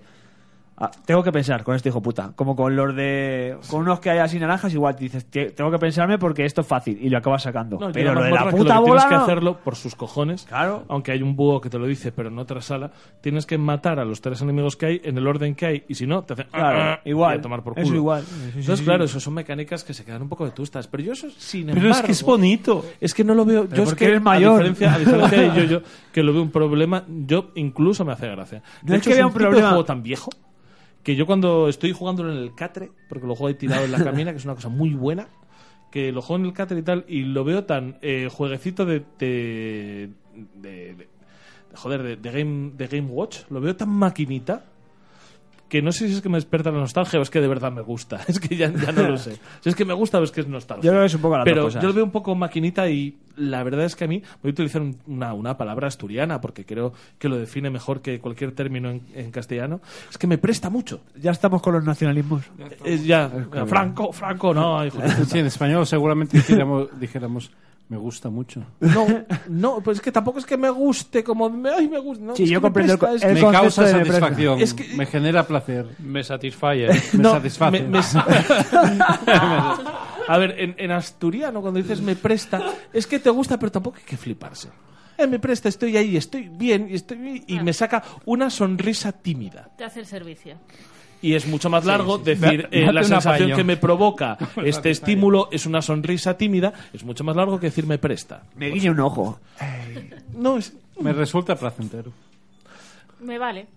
S11: Ah, tengo que pensar con este hijo puta. Como con los de. Con unos que hay así naranjas, igual dices, "Te- tengo que pensarme porque esto es fácil y lo acabas sacando.
S1: No,
S11: pero
S1: yo
S11: lo de
S1: mazmorra que
S11: la
S1: lo
S11: puta
S1: que
S11: bola.
S1: Tienes que
S11: no.
S1: hacerlo por sus cojones. Claro. Aunque hay un búho que te lo dice, pero en otra sala. Tienes que matar a los tres enemigos que hay en el orden que hay. Y si no, te hacen.
S11: Claro,
S1: "Ah, ah", y
S11: igual.
S1: a tomar por culo.
S11: Eso igual. Sí, sí,
S1: Entonces,
S11: sí,
S1: claro,
S11: sí.
S1: eso son mecánicas que se quedan un poco de tustas. Pero yo, eso, sin
S11: Pero es
S1: embargo.
S11: que es bonito.
S1: Es que no lo veo.
S11: Pero
S1: yo es
S11: porque
S1: que.
S11: eres mayor.
S1: A diferencia, a diferencia de yo, yo, que lo veo un problema, yo incluso me hace gracia. De
S11: No es
S1: hecho,
S11: que vea
S1: un
S11: un
S1: tipo de
S11: problema.
S1: juego tan viejo que yo cuando estoy jugándolo en el catre, porque lo juego ahí tirado en la camina, que es una cosa muy buena, que lo juego en el catre y tal, y lo veo tan eh, jueguecito de, de, de- de- joder, de, de game, de Game Watch, lo veo tan maquinita que no sé si es que me despierta la nostalgia o es que de verdad me gusta. Es que ya, ya no lo sé. Si es que me gusta o es que es nostalgia.
S11: Yo creo que es un poco las dos
S1: Pero
S11: cosas.
S1: yo lo veo un poco maquinita y la verdad es que a mí voy a utilizar un- una, una palabra asturiana porque creo que lo define mejor que cualquier término en, en castellano. Es que me presta mucho.
S11: Ya estamos con los nacionalismos.
S1: Es ya,
S5: claro.
S1: Franco, Franco, no, hijo de puta.
S5: Sí, en español seguramente dijéramos, dijéramos, me gusta mucho.
S1: No, no, pues es que tampoco es que me guste como me, ay, me gusta. No,
S11: Sí,
S1: es que
S11: yo
S1: me
S11: comprendo el
S1: presta,
S11: co-
S1: es-
S11: el
S5: me
S11: concepto
S5: causa
S11: de me
S5: satisfacción,
S1: presta. Es que-
S5: me genera placer,
S2: Me satisface.
S5: me
S1: No,
S5: satisface.
S1: me- me- A ver, en, en asturiano cuando dices me presta, es que te gusta, pero tampoco hay que fliparse. Eh, me presta, estoy ahí, estoy bien, y estoy bien, y me saca una sonrisa tímida.
S4: Te hace el servicio.
S1: y es mucho más largo
S2: sí, sí.
S1: decir
S2: Date-
S1: eh, la
S2: date un
S1: sensación
S2: apaño.
S1: que me provoca este estímulo es una sonrisa tímida es mucho más largo que decir me presta
S11: Me guiña un ojo.
S1: no es
S5: me resulta placentero.
S4: Me vale.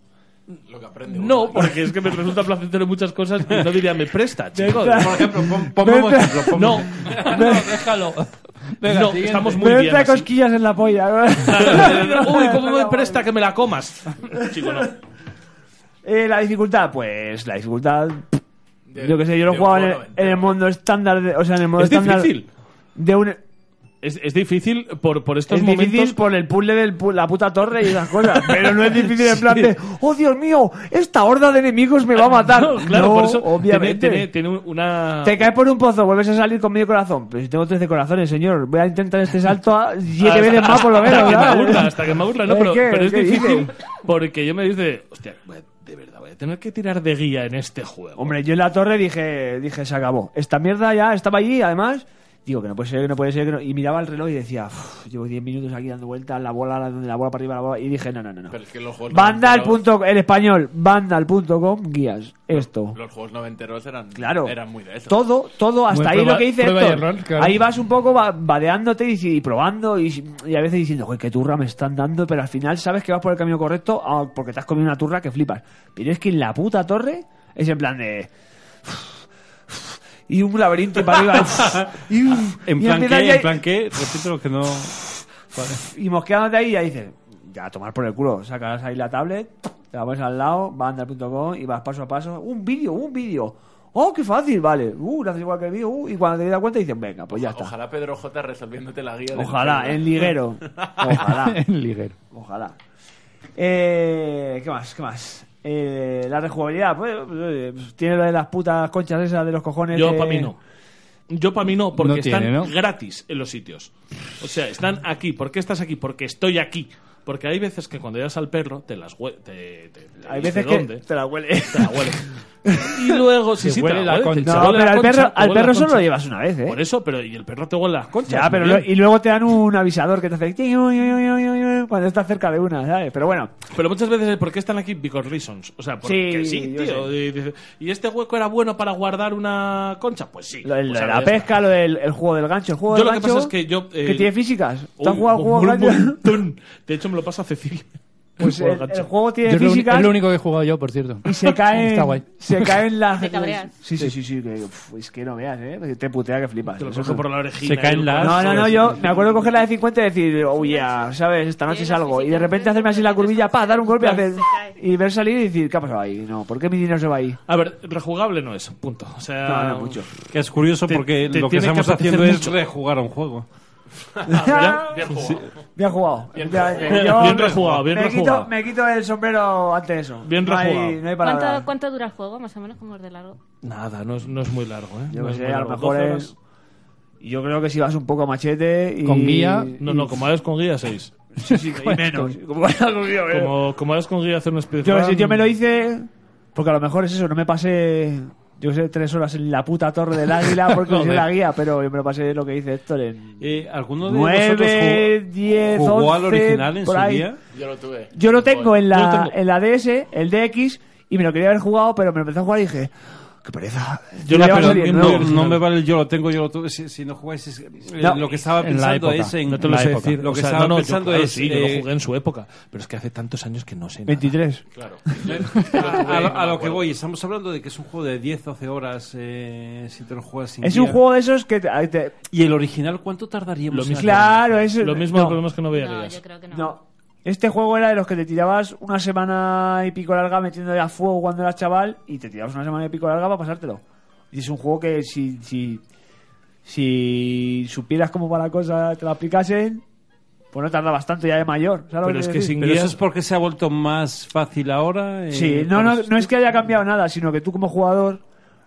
S9: Lo que aprende
S1: no porque es que me resulta placentero muchas cosas y no diría me presta chico
S5: Por ejemplo, pon- ponme un ejemplo, ponme
S1: no
S5: un ejemplo.
S1: no déjalo no
S5: siguiente.
S1: estamos muy
S11: me
S1: bien
S11: entra
S1: así.
S11: cosquillas en la polla.
S1: uy cómo me presta que me la comas chico no
S11: Eh, la dificultad, pues la dificultad.
S9: De-
S11: yo que sé, yo lo
S9: de
S11: jugaba
S9: un
S11: en el,
S9: juego
S11: en el mundo estándar, de- o sea, en el mundo
S1: es
S11: estándar
S1: difícil
S11: de un
S1: es, es difícil por, por estos
S11: es
S1: momentos
S11: difícil por el puzzle de la puta torre y esas cosas, pero no es difícil en plan de, oh Dios mío, esta horda de enemigos me va a matar.
S1: No, claro,
S11: No,
S1: por eso tiene-
S11: obviamente.
S1: tiene, tiene una
S11: Te caes por un pozo, vuelves a salir con medio corazón. Pues tengo 13 corazones, señor. Voy a intentar este salto a siete
S1: Hasta-
S11: veces más por lo
S1: hasta
S11: menos.
S1: que me
S11: ¿verdad?
S1: aburra, hasta que me aburra, no,
S11: Es
S1: pero,
S11: que-
S1: pero es
S11: que
S1: difícil
S11: dices,
S1: porque yo me dice, hostia, voy a- de verdad, voy a tener que tirar de guía en este juego.
S11: Hombre, yo en la torre dije, dije, se acabó. Esta mierda ya estaba allí, además. Digo que no puede ser, que no puede ser. que no- Y miraba el reloj y decía, "Uf, llevo 10 minutos aquí dando vueltas, la bola, la, la bola para arriba, la bola. Y dije, no, no, no. no.
S9: Pero es que los juegos
S11: Vandal.
S9: noventeros-
S11: punto- El español, vandal.com, guías. Esto.
S9: Los juegos noventeros eran,
S11: Claro.
S9: eran muy de eso.
S11: Todo, todo, hasta
S2: Muy
S11: ahí
S2: prueba-
S11: lo que dice
S2: prueba y
S11: Héctor.
S2: error, claro.
S11: Ahí vas un poco va- vadeándote y, y probando y, y a veces diciendo, joder, qué turra me están dando, pero al final sabes que vas por el camino correcto ah, porque te has comido una turra que flipas. Pero es que en la puta torre es en plan de... Y un laberinto y para arriba. y,
S5: En
S11: y
S5: plan
S11: empiezas
S5: qué,
S11: ya-
S5: en plan qué, repito lo que no...
S11: y mosqueándote ahí ya dices, ya a tomar por el culo, sacas ahí la tablet, te la pones al lado, vas a andar.com y vas paso a paso, un vídeo, un vídeo. Oh, qué fácil, vale. Uh, lo haces igual que el vídeo, uh, y cuando te das cuenta dices, venga, pues ya está. Ojalá,
S9: Ojalá Pedro J resolviéndote la guía. de-
S11: en liguero. Ojalá,
S2: en liguero.
S11: ojalá. Eh, ¿Qué más? ¿Qué más? Eh, la rejugabilidad, pues, eh, tiene lo de las putas conchas esas de los cojones.
S1: yo
S11: eh,
S1: para mí no. Yo para mí no, porque
S2: No tiene,
S1: están
S2: ¿no?
S1: gratis en los sitios. O sea, están aquí. ¿Por qué estás aquí? Porque estoy aquí. Porque hay veces que cuando llegas al perro te las hue- te, te- te
S11: Hay
S1: dice
S11: veces que
S1: dónde,
S11: te la huele.
S1: te la huele. Y luego, si sí,
S2: Te
S1: te
S2: huele la
S1: te
S2: concha.
S1: huele
S11: No,
S1: la
S11: pero al
S1: concha,
S11: perro,
S1: te
S11: al
S1: huele la
S11: perro solo
S1: concha.
S11: lo llevas una vez, ¿eh?
S1: Por eso, pero y el perro te huele las conchas.
S11: Ya,
S1: muy
S11: pero
S1: bien.
S11: lo- y luego te dan un avisador que te hace "Ting, uy, uy, uy, uy, uy", cuando estás cerca de una, ¿sabes? Pero bueno,
S1: Pero muchas veces es porque están aquí because reasons. O sea, porque sí,
S11: Sí, yo
S1: tío.
S11: sé.
S1: Y, dices, "¿Y este hueco era bueno para guardar una concha? Pues sí.
S11: lo, del-
S1: Pues
S11: lo de
S1: ahora
S11: la
S1: ya está.
S11: pesca, lo del el juego del gancho, el juego
S1: Yo
S11: del
S1: lo que
S11: gancho,
S1: pasa es que yo, eh,
S11: que tiene físicas. ¿Te has
S1: Uy,
S11: jugado al juego
S1: un
S11: del gancho?
S1: montón. De hecho, me lo pasa Cecilia.
S11: Pues
S1: El juego
S11: el,
S1: del
S11: el
S1: gancho.
S11: juego tiene
S2: Yo es, lo único-
S11: físicas
S2: es lo único eh, que he jugado yo, por cierto.
S11: y se
S2: Está guay.
S11: caen, se caen las...
S4: Te cabreas.
S11: Sí, sí, sí, sí, que, uf, es que no veas, ¿eh? Te putea que flipas.
S1: Te lo
S11: Eso
S1: cojo
S11: no.
S1: por la orejita.
S2: Se caen
S1: y-
S2: las-
S11: No, no, no, yo me acuerdo coger la de 50 y decir, oh yeah, ¿sabes? Esta noche
S4: Tienes
S11: salgo. Y de repente hacerme así la curvilla, pa, dar un golpe y hacer... Y ver salir y decir, ¿qué ha pasado ahí? No, ¿por qué mi dinero se va ahí?
S1: A ver, rejugable no es, punto. O sea,
S11: No, no, mucho.
S5: Que es curioso
S1: Te-
S5: porque
S1: te
S5: lo que
S1: tiene que
S5: estamos
S1: apetecer
S5: haciendo es
S1: mucho.
S5: rejugar a un juego.
S1: Mira, bien jugado.
S11: Ah, Bien jugado. efectivamente.
S1: bien
S11: Yo
S1: bien
S11: me-
S1: rejugado, bien
S11: me
S1: rejugado.
S11: Quito, me quito el sombrero ante eso.
S1: Bien
S11: no Hay,
S1: rejugado.
S11: no hay palabra.
S4: ¿Cuánto, ¿Cuánto dura el juego? Más o menos, como es de largo.
S1: Nada, no es, no es muy largo, ¿eh?
S11: Yo
S1: no
S11: que
S1: es
S11: sé,
S1: muy
S11: a lo
S1: largo.
S11: mejor
S1: 12
S11: es...
S1: horas.
S11: Yo creo que si vas un poco machete y...
S2: Con guía,
S1: No, no, como hagas con guía, 6.
S11: Sí, sí, y menos. Como vaya conmigo, eh.
S1: Como, como hagas con guía, hacer una especie
S11: Yo, si yo me lo hice... Porque a lo mejor es eso, no me pasé, yo qué sé, tres horas en la puta torre del águila porque soy
S5: Joder.
S11: la guía, pero yo me lo pasé lo que dice Héctor en
S5: Eh, ¿Alguno de vosotros
S11: nueve,
S5: jugó-
S11: diez,
S5: jugó al
S11: 11,
S5: original en
S11: por
S5: su
S11: ahí.
S5: día?
S9: Yo lo tuve.
S11: Yo lo tengo en
S5: Yo lo
S11: la,
S5: tengo.
S11: en la DS, el DX, y me lo quería haber jugado, pero me lo empecé a jugar y dije, qué pereza.
S5: Yo no,
S11: Ya va a
S5: pero
S11: salir el
S5: no,
S11: nuevo.
S5: no me vale, yo lo tengo, yo lo tuve. Si, si no jugáis, es- eh,
S1: No.
S5: lo que estaba
S1: En la
S5: pensando
S1: época.
S5: es en.
S1: No te lo sé
S5: la época.
S1: decir.
S5: Lo
S1: O
S5: que
S1: sea,
S5: estaba
S1: no, no, yo,
S5: pensando
S1: claro,
S5: es.
S1: sí, yo lo
S5: eh,
S1: jugué en su época, pero es que hace tantos años que no sé nada.
S11: 23.
S5: Claro. a, lo- a lo que voy, estamos hablando de que es un juego de 10-12 horas eh, si te lo juegas sin
S11: Es un
S5: guía.
S11: juego de esos que... te- te-
S5: ¿Y el original cuánto tardaríamos?
S11: Lo
S5: en
S11: mismo-
S5: hacer?
S11: Claro, es-
S1: Lo mismo
S11: no.
S1: problemas que no veía
S4: No,
S1: guías.
S4: yo creo que no.
S11: No. Este juego era de los que te tirabas una semana y pico larga metiéndole a fuego cuando eras chaval y te tirabas una semana y pico larga para pasártelo. Y es un juego que si, si, si supieras cómo va la cosa, te la aplicasen, pues no tardabas tanto ya de mayor. ¿sabes lo
S5: Pero
S11: te
S5: es que
S11: quiero
S5: sin
S11: decir?
S5: guía. Eso es porque se ha vuelto más fácil ahora. eh,
S11: Sí, no, no,
S5: para-
S11: no es que haya cambiado nada, sino que tú como jugador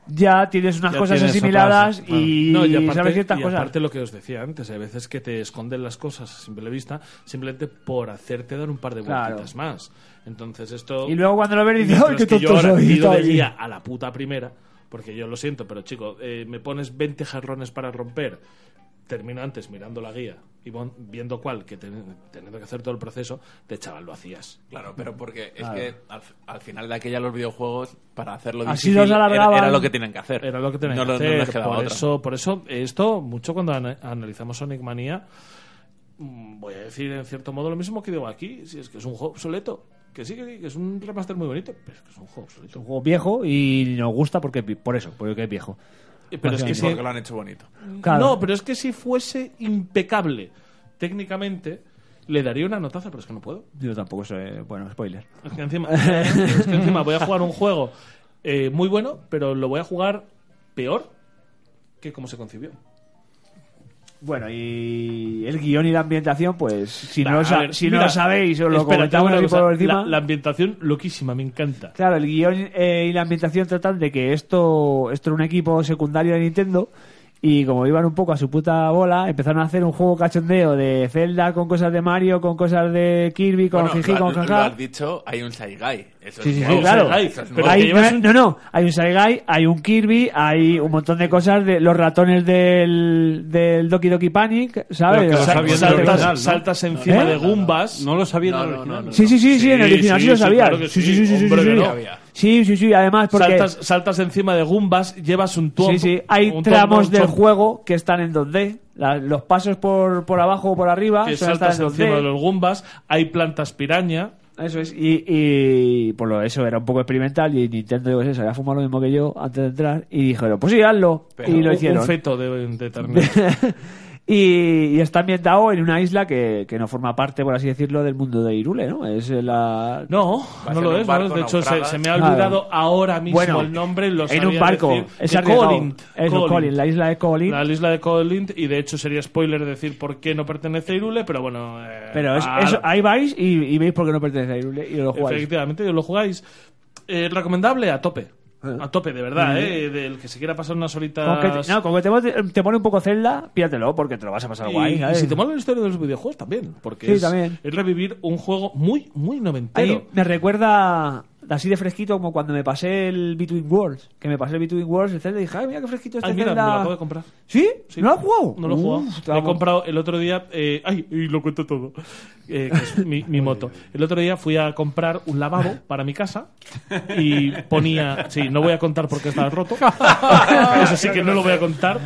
S11: ya tienes unas
S5: Ya
S11: cosas
S5: tienes
S11: asimiladas
S5: otras,
S11: y,
S1: Ah. No, y aparte,
S11: sabes ciertas
S1: y
S11: cosas.
S1: aparte lo que os decía antes, hay veces que te esconden las cosas a simple vista simplemente por hacerte dar un par de
S11: Claro.
S1: vueltitas más. Entonces esto...
S11: Y luego cuando lo ves dices,
S1: Mientras
S11: ¡ay, qué
S1: que yo
S11: tonto
S1: ahora
S11: soy!
S1: he ido de
S11: Tal.
S1: guía a la puta primera, porque yo lo siento, pero chico, eh, me pones 20 jarrones para romper, termino antes mirando la guía y bon- viendo cuál, que ten- teniendo que hacer todo el proceso, de chaval lo hacías.
S9: Claro, pero porque es
S1: Claro.
S9: que al, al final de aquella los videojuegos, para hacerlo
S1: Así
S9: difícil,
S1: los alargaban.
S9: era, era lo que tienen que hacer.
S1: Era lo que tenían
S9: no,
S1: que
S9: lo- no
S1: hacer.
S9: les quedaba
S1: por,
S9: otra.
S1: eso, por eso, esto, mucho cuando ana- analizamos Sonic Manía, mm, voy a decir en cierto modo lo mismo que digo aquí, si es que es un juego obsoleto. Que sí, que sí, que es un remaster muy bonito, pero es que es un juego obsoleto.
S11: un juego viejo y nos gusta porque por eso, porque es viejo.
S1: Eh, Pero es que
S9: Y
S1: sí-
S9: porque lo han hecho bonito.
S11: Claro.
S1: No, pero es que si fuese impecable técnicamente, le daría una notaza, pero es que no puedo.
S11: Yo tampoco soy, bueno, spoiler.
S1: Es que encima, es que encima voy a jugar un juego eh, muy bueno, pero lo voy a jugar peor que como se concibió.
S11: Bueno, y el guión y la ambientación, pues si
S1: Bah,
S11: no, lo
S1: a
S11: sa-
S1: ver,
S11: si
S1: mira,
S11: no lo sabéis o lo
S1: espera, te hago
S11: comentamos
S1: una
S11: aquí
S1: cosa.
S11: por encima.
S1: La, la ambientación loquísima, me encanta.
S11: Claro, el guión eh, y la ambientación tratan de que esto, esto era un equipo secundario de Nintendo y como iban un poco a su puta bola, empezaron a hacer un juego cachondeo de Zelda con cosas de Mario, con cosas de Kirby, con
S9: Bueno,
S11: Jiji,
S9: lo,
S11: con
S9: lo- lo
S11: Jaja.
S9: has dicho, hay un Saigai. Eso
S11: Sí,
S9: es
S11: sí, sí,
S9: nuevo.
S11: claro.
S9: Eso es nuevo.
S11: Hay- no, no, hay un Saigai, hay un Kirby, hay un montón de cosas de los ratones del, del Doki Doki Panic, ¿sabes?
S5: Pero que lo
S11: O sea,
S5: sabían
S11: saltas-
S5: de original, ¿no?
S1: Saltas encima
S11: ¿Eh?
S1: de Goombas.
S5: No lo sabía ¿eh? en
S9: No,
S5: el
S9: no,
S5: original.
S9: no, no.
S11: Sí, sí, sí, sí, en el
S1: Sí,
S11: original sí,
S1: sí,
S11: lo
S1: sí,
S11: sabías.
S1: claro que
S11: sí,
S1: sí,
S11: sí, sí, sí, sí,
S1: hombre,
S11: sí.
S1: que no.
S11: Sí, sí, sí, además porque
S1: Saltas, saltas encima de Goombas, llevas un tubo.
S11: sí, sí, hay tramos del juego que están en 2D, La- los pasos por, por abajo o por arriba
S1: Que
S11: suelen estar
S1: saltas
S11: en
S1: encima de
S11: 2D.
S1: los Goombas, hay plantas piraña.
S11: Eso es, y, y por lo eso era un poco experimental y Nintendo, yo qué sé, se había fumado lo mismo que yo antes de entrar y dijeron, pues sí, hazlo.
S9: Pero
S11: y
S1: un-
S11: lo hicieron.
S1: Un feto de, de ternera.
S11: y, y está ambientado en una isla que, que no forma parte, por así decirlo, del mundo de Irule, ¿no? Es la...
S1: No,
S9: Va
S1: no
S9: a ser
S1: lo
S9: un
S1: es.
S9: barco
S1: no lo es. De hecho, se,
S9: naufragas.
S1: se me ha
S11: Claro.
S1: olvidado ahora mismo
S11: Bueno,
S1: el nombre. Lo
S11: en un
S1: sabía
S11: barco.
S1: decir.
S11: es
S1: De
S11: arriesgado.
S1: Colint.
S11: Eso,
S1: Colint.
S11: Colin, la isla de Colin.
S1: La isla de Colint, y de hecho sería spoiler decir por qué no pertenece a Irule, pero bueno. eh,
S11: Pero es-
S1: ahora-
S11: eso- ahí vais y, y veis por qué no pertenece a Irule y lo jugáis.
S1: Efectivamente, lo jugáis. Eh, recomendable a tope. A tope, de verdad, ¿eh? Del que se quiera pasar unas
S11: Ah. Mm. Con que,
S1: horitas.
S11: te- no, con que te, mote- te pone un poco Zelda, píratelo porque te lo vas a pasar guay.
S1: y, y
S11: ¿sabes?
S1: si te mola la historia de los videojuegos también, porque
S11: Sí,
S1: es,
S11: también.
S1: es revivir un juego muy, muy noventero.
S11: Ahí me recuerda así de fresquito como cuando me pasé el Between Worlds. Que me pasé el Between Worlds, el Zelda, y dije, ay, mira qué fresquito este
S1: Ay, mira,
S11: Zelda.
S1: me lo acabo de comprar.
S11: ¿Sí?
S1: Sí.
S11: ¿No lo has jugado?
S1: No lo he jugado.
S11: Uf, te
S1: Me he
S11: amo.
S1: comprado el otro día. eh, ay, y lo cuento todo. Eh, que es mi, mi moto. El otro día fui a comprar un lavabo para mi casa y ponía. Sí, no voy a contar porque estaba roto. Eso sí que no lo voy a contar.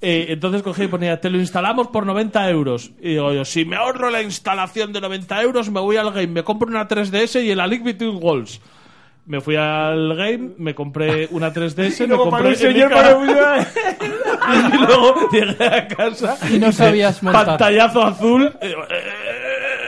S1: Eh, entonces cogí y ponía, te lo instalamos por 90 euros. Y digo yo, si me ahorro la instalación de 90 euros, me voy al game, me compro una 3DS y el Alic Between Walls. Me fui al game, me compré una 3DS, me compré el Ica- y luego llegué a casa
S2: Y no sabías montar.
S1: pantallazo azul y digo,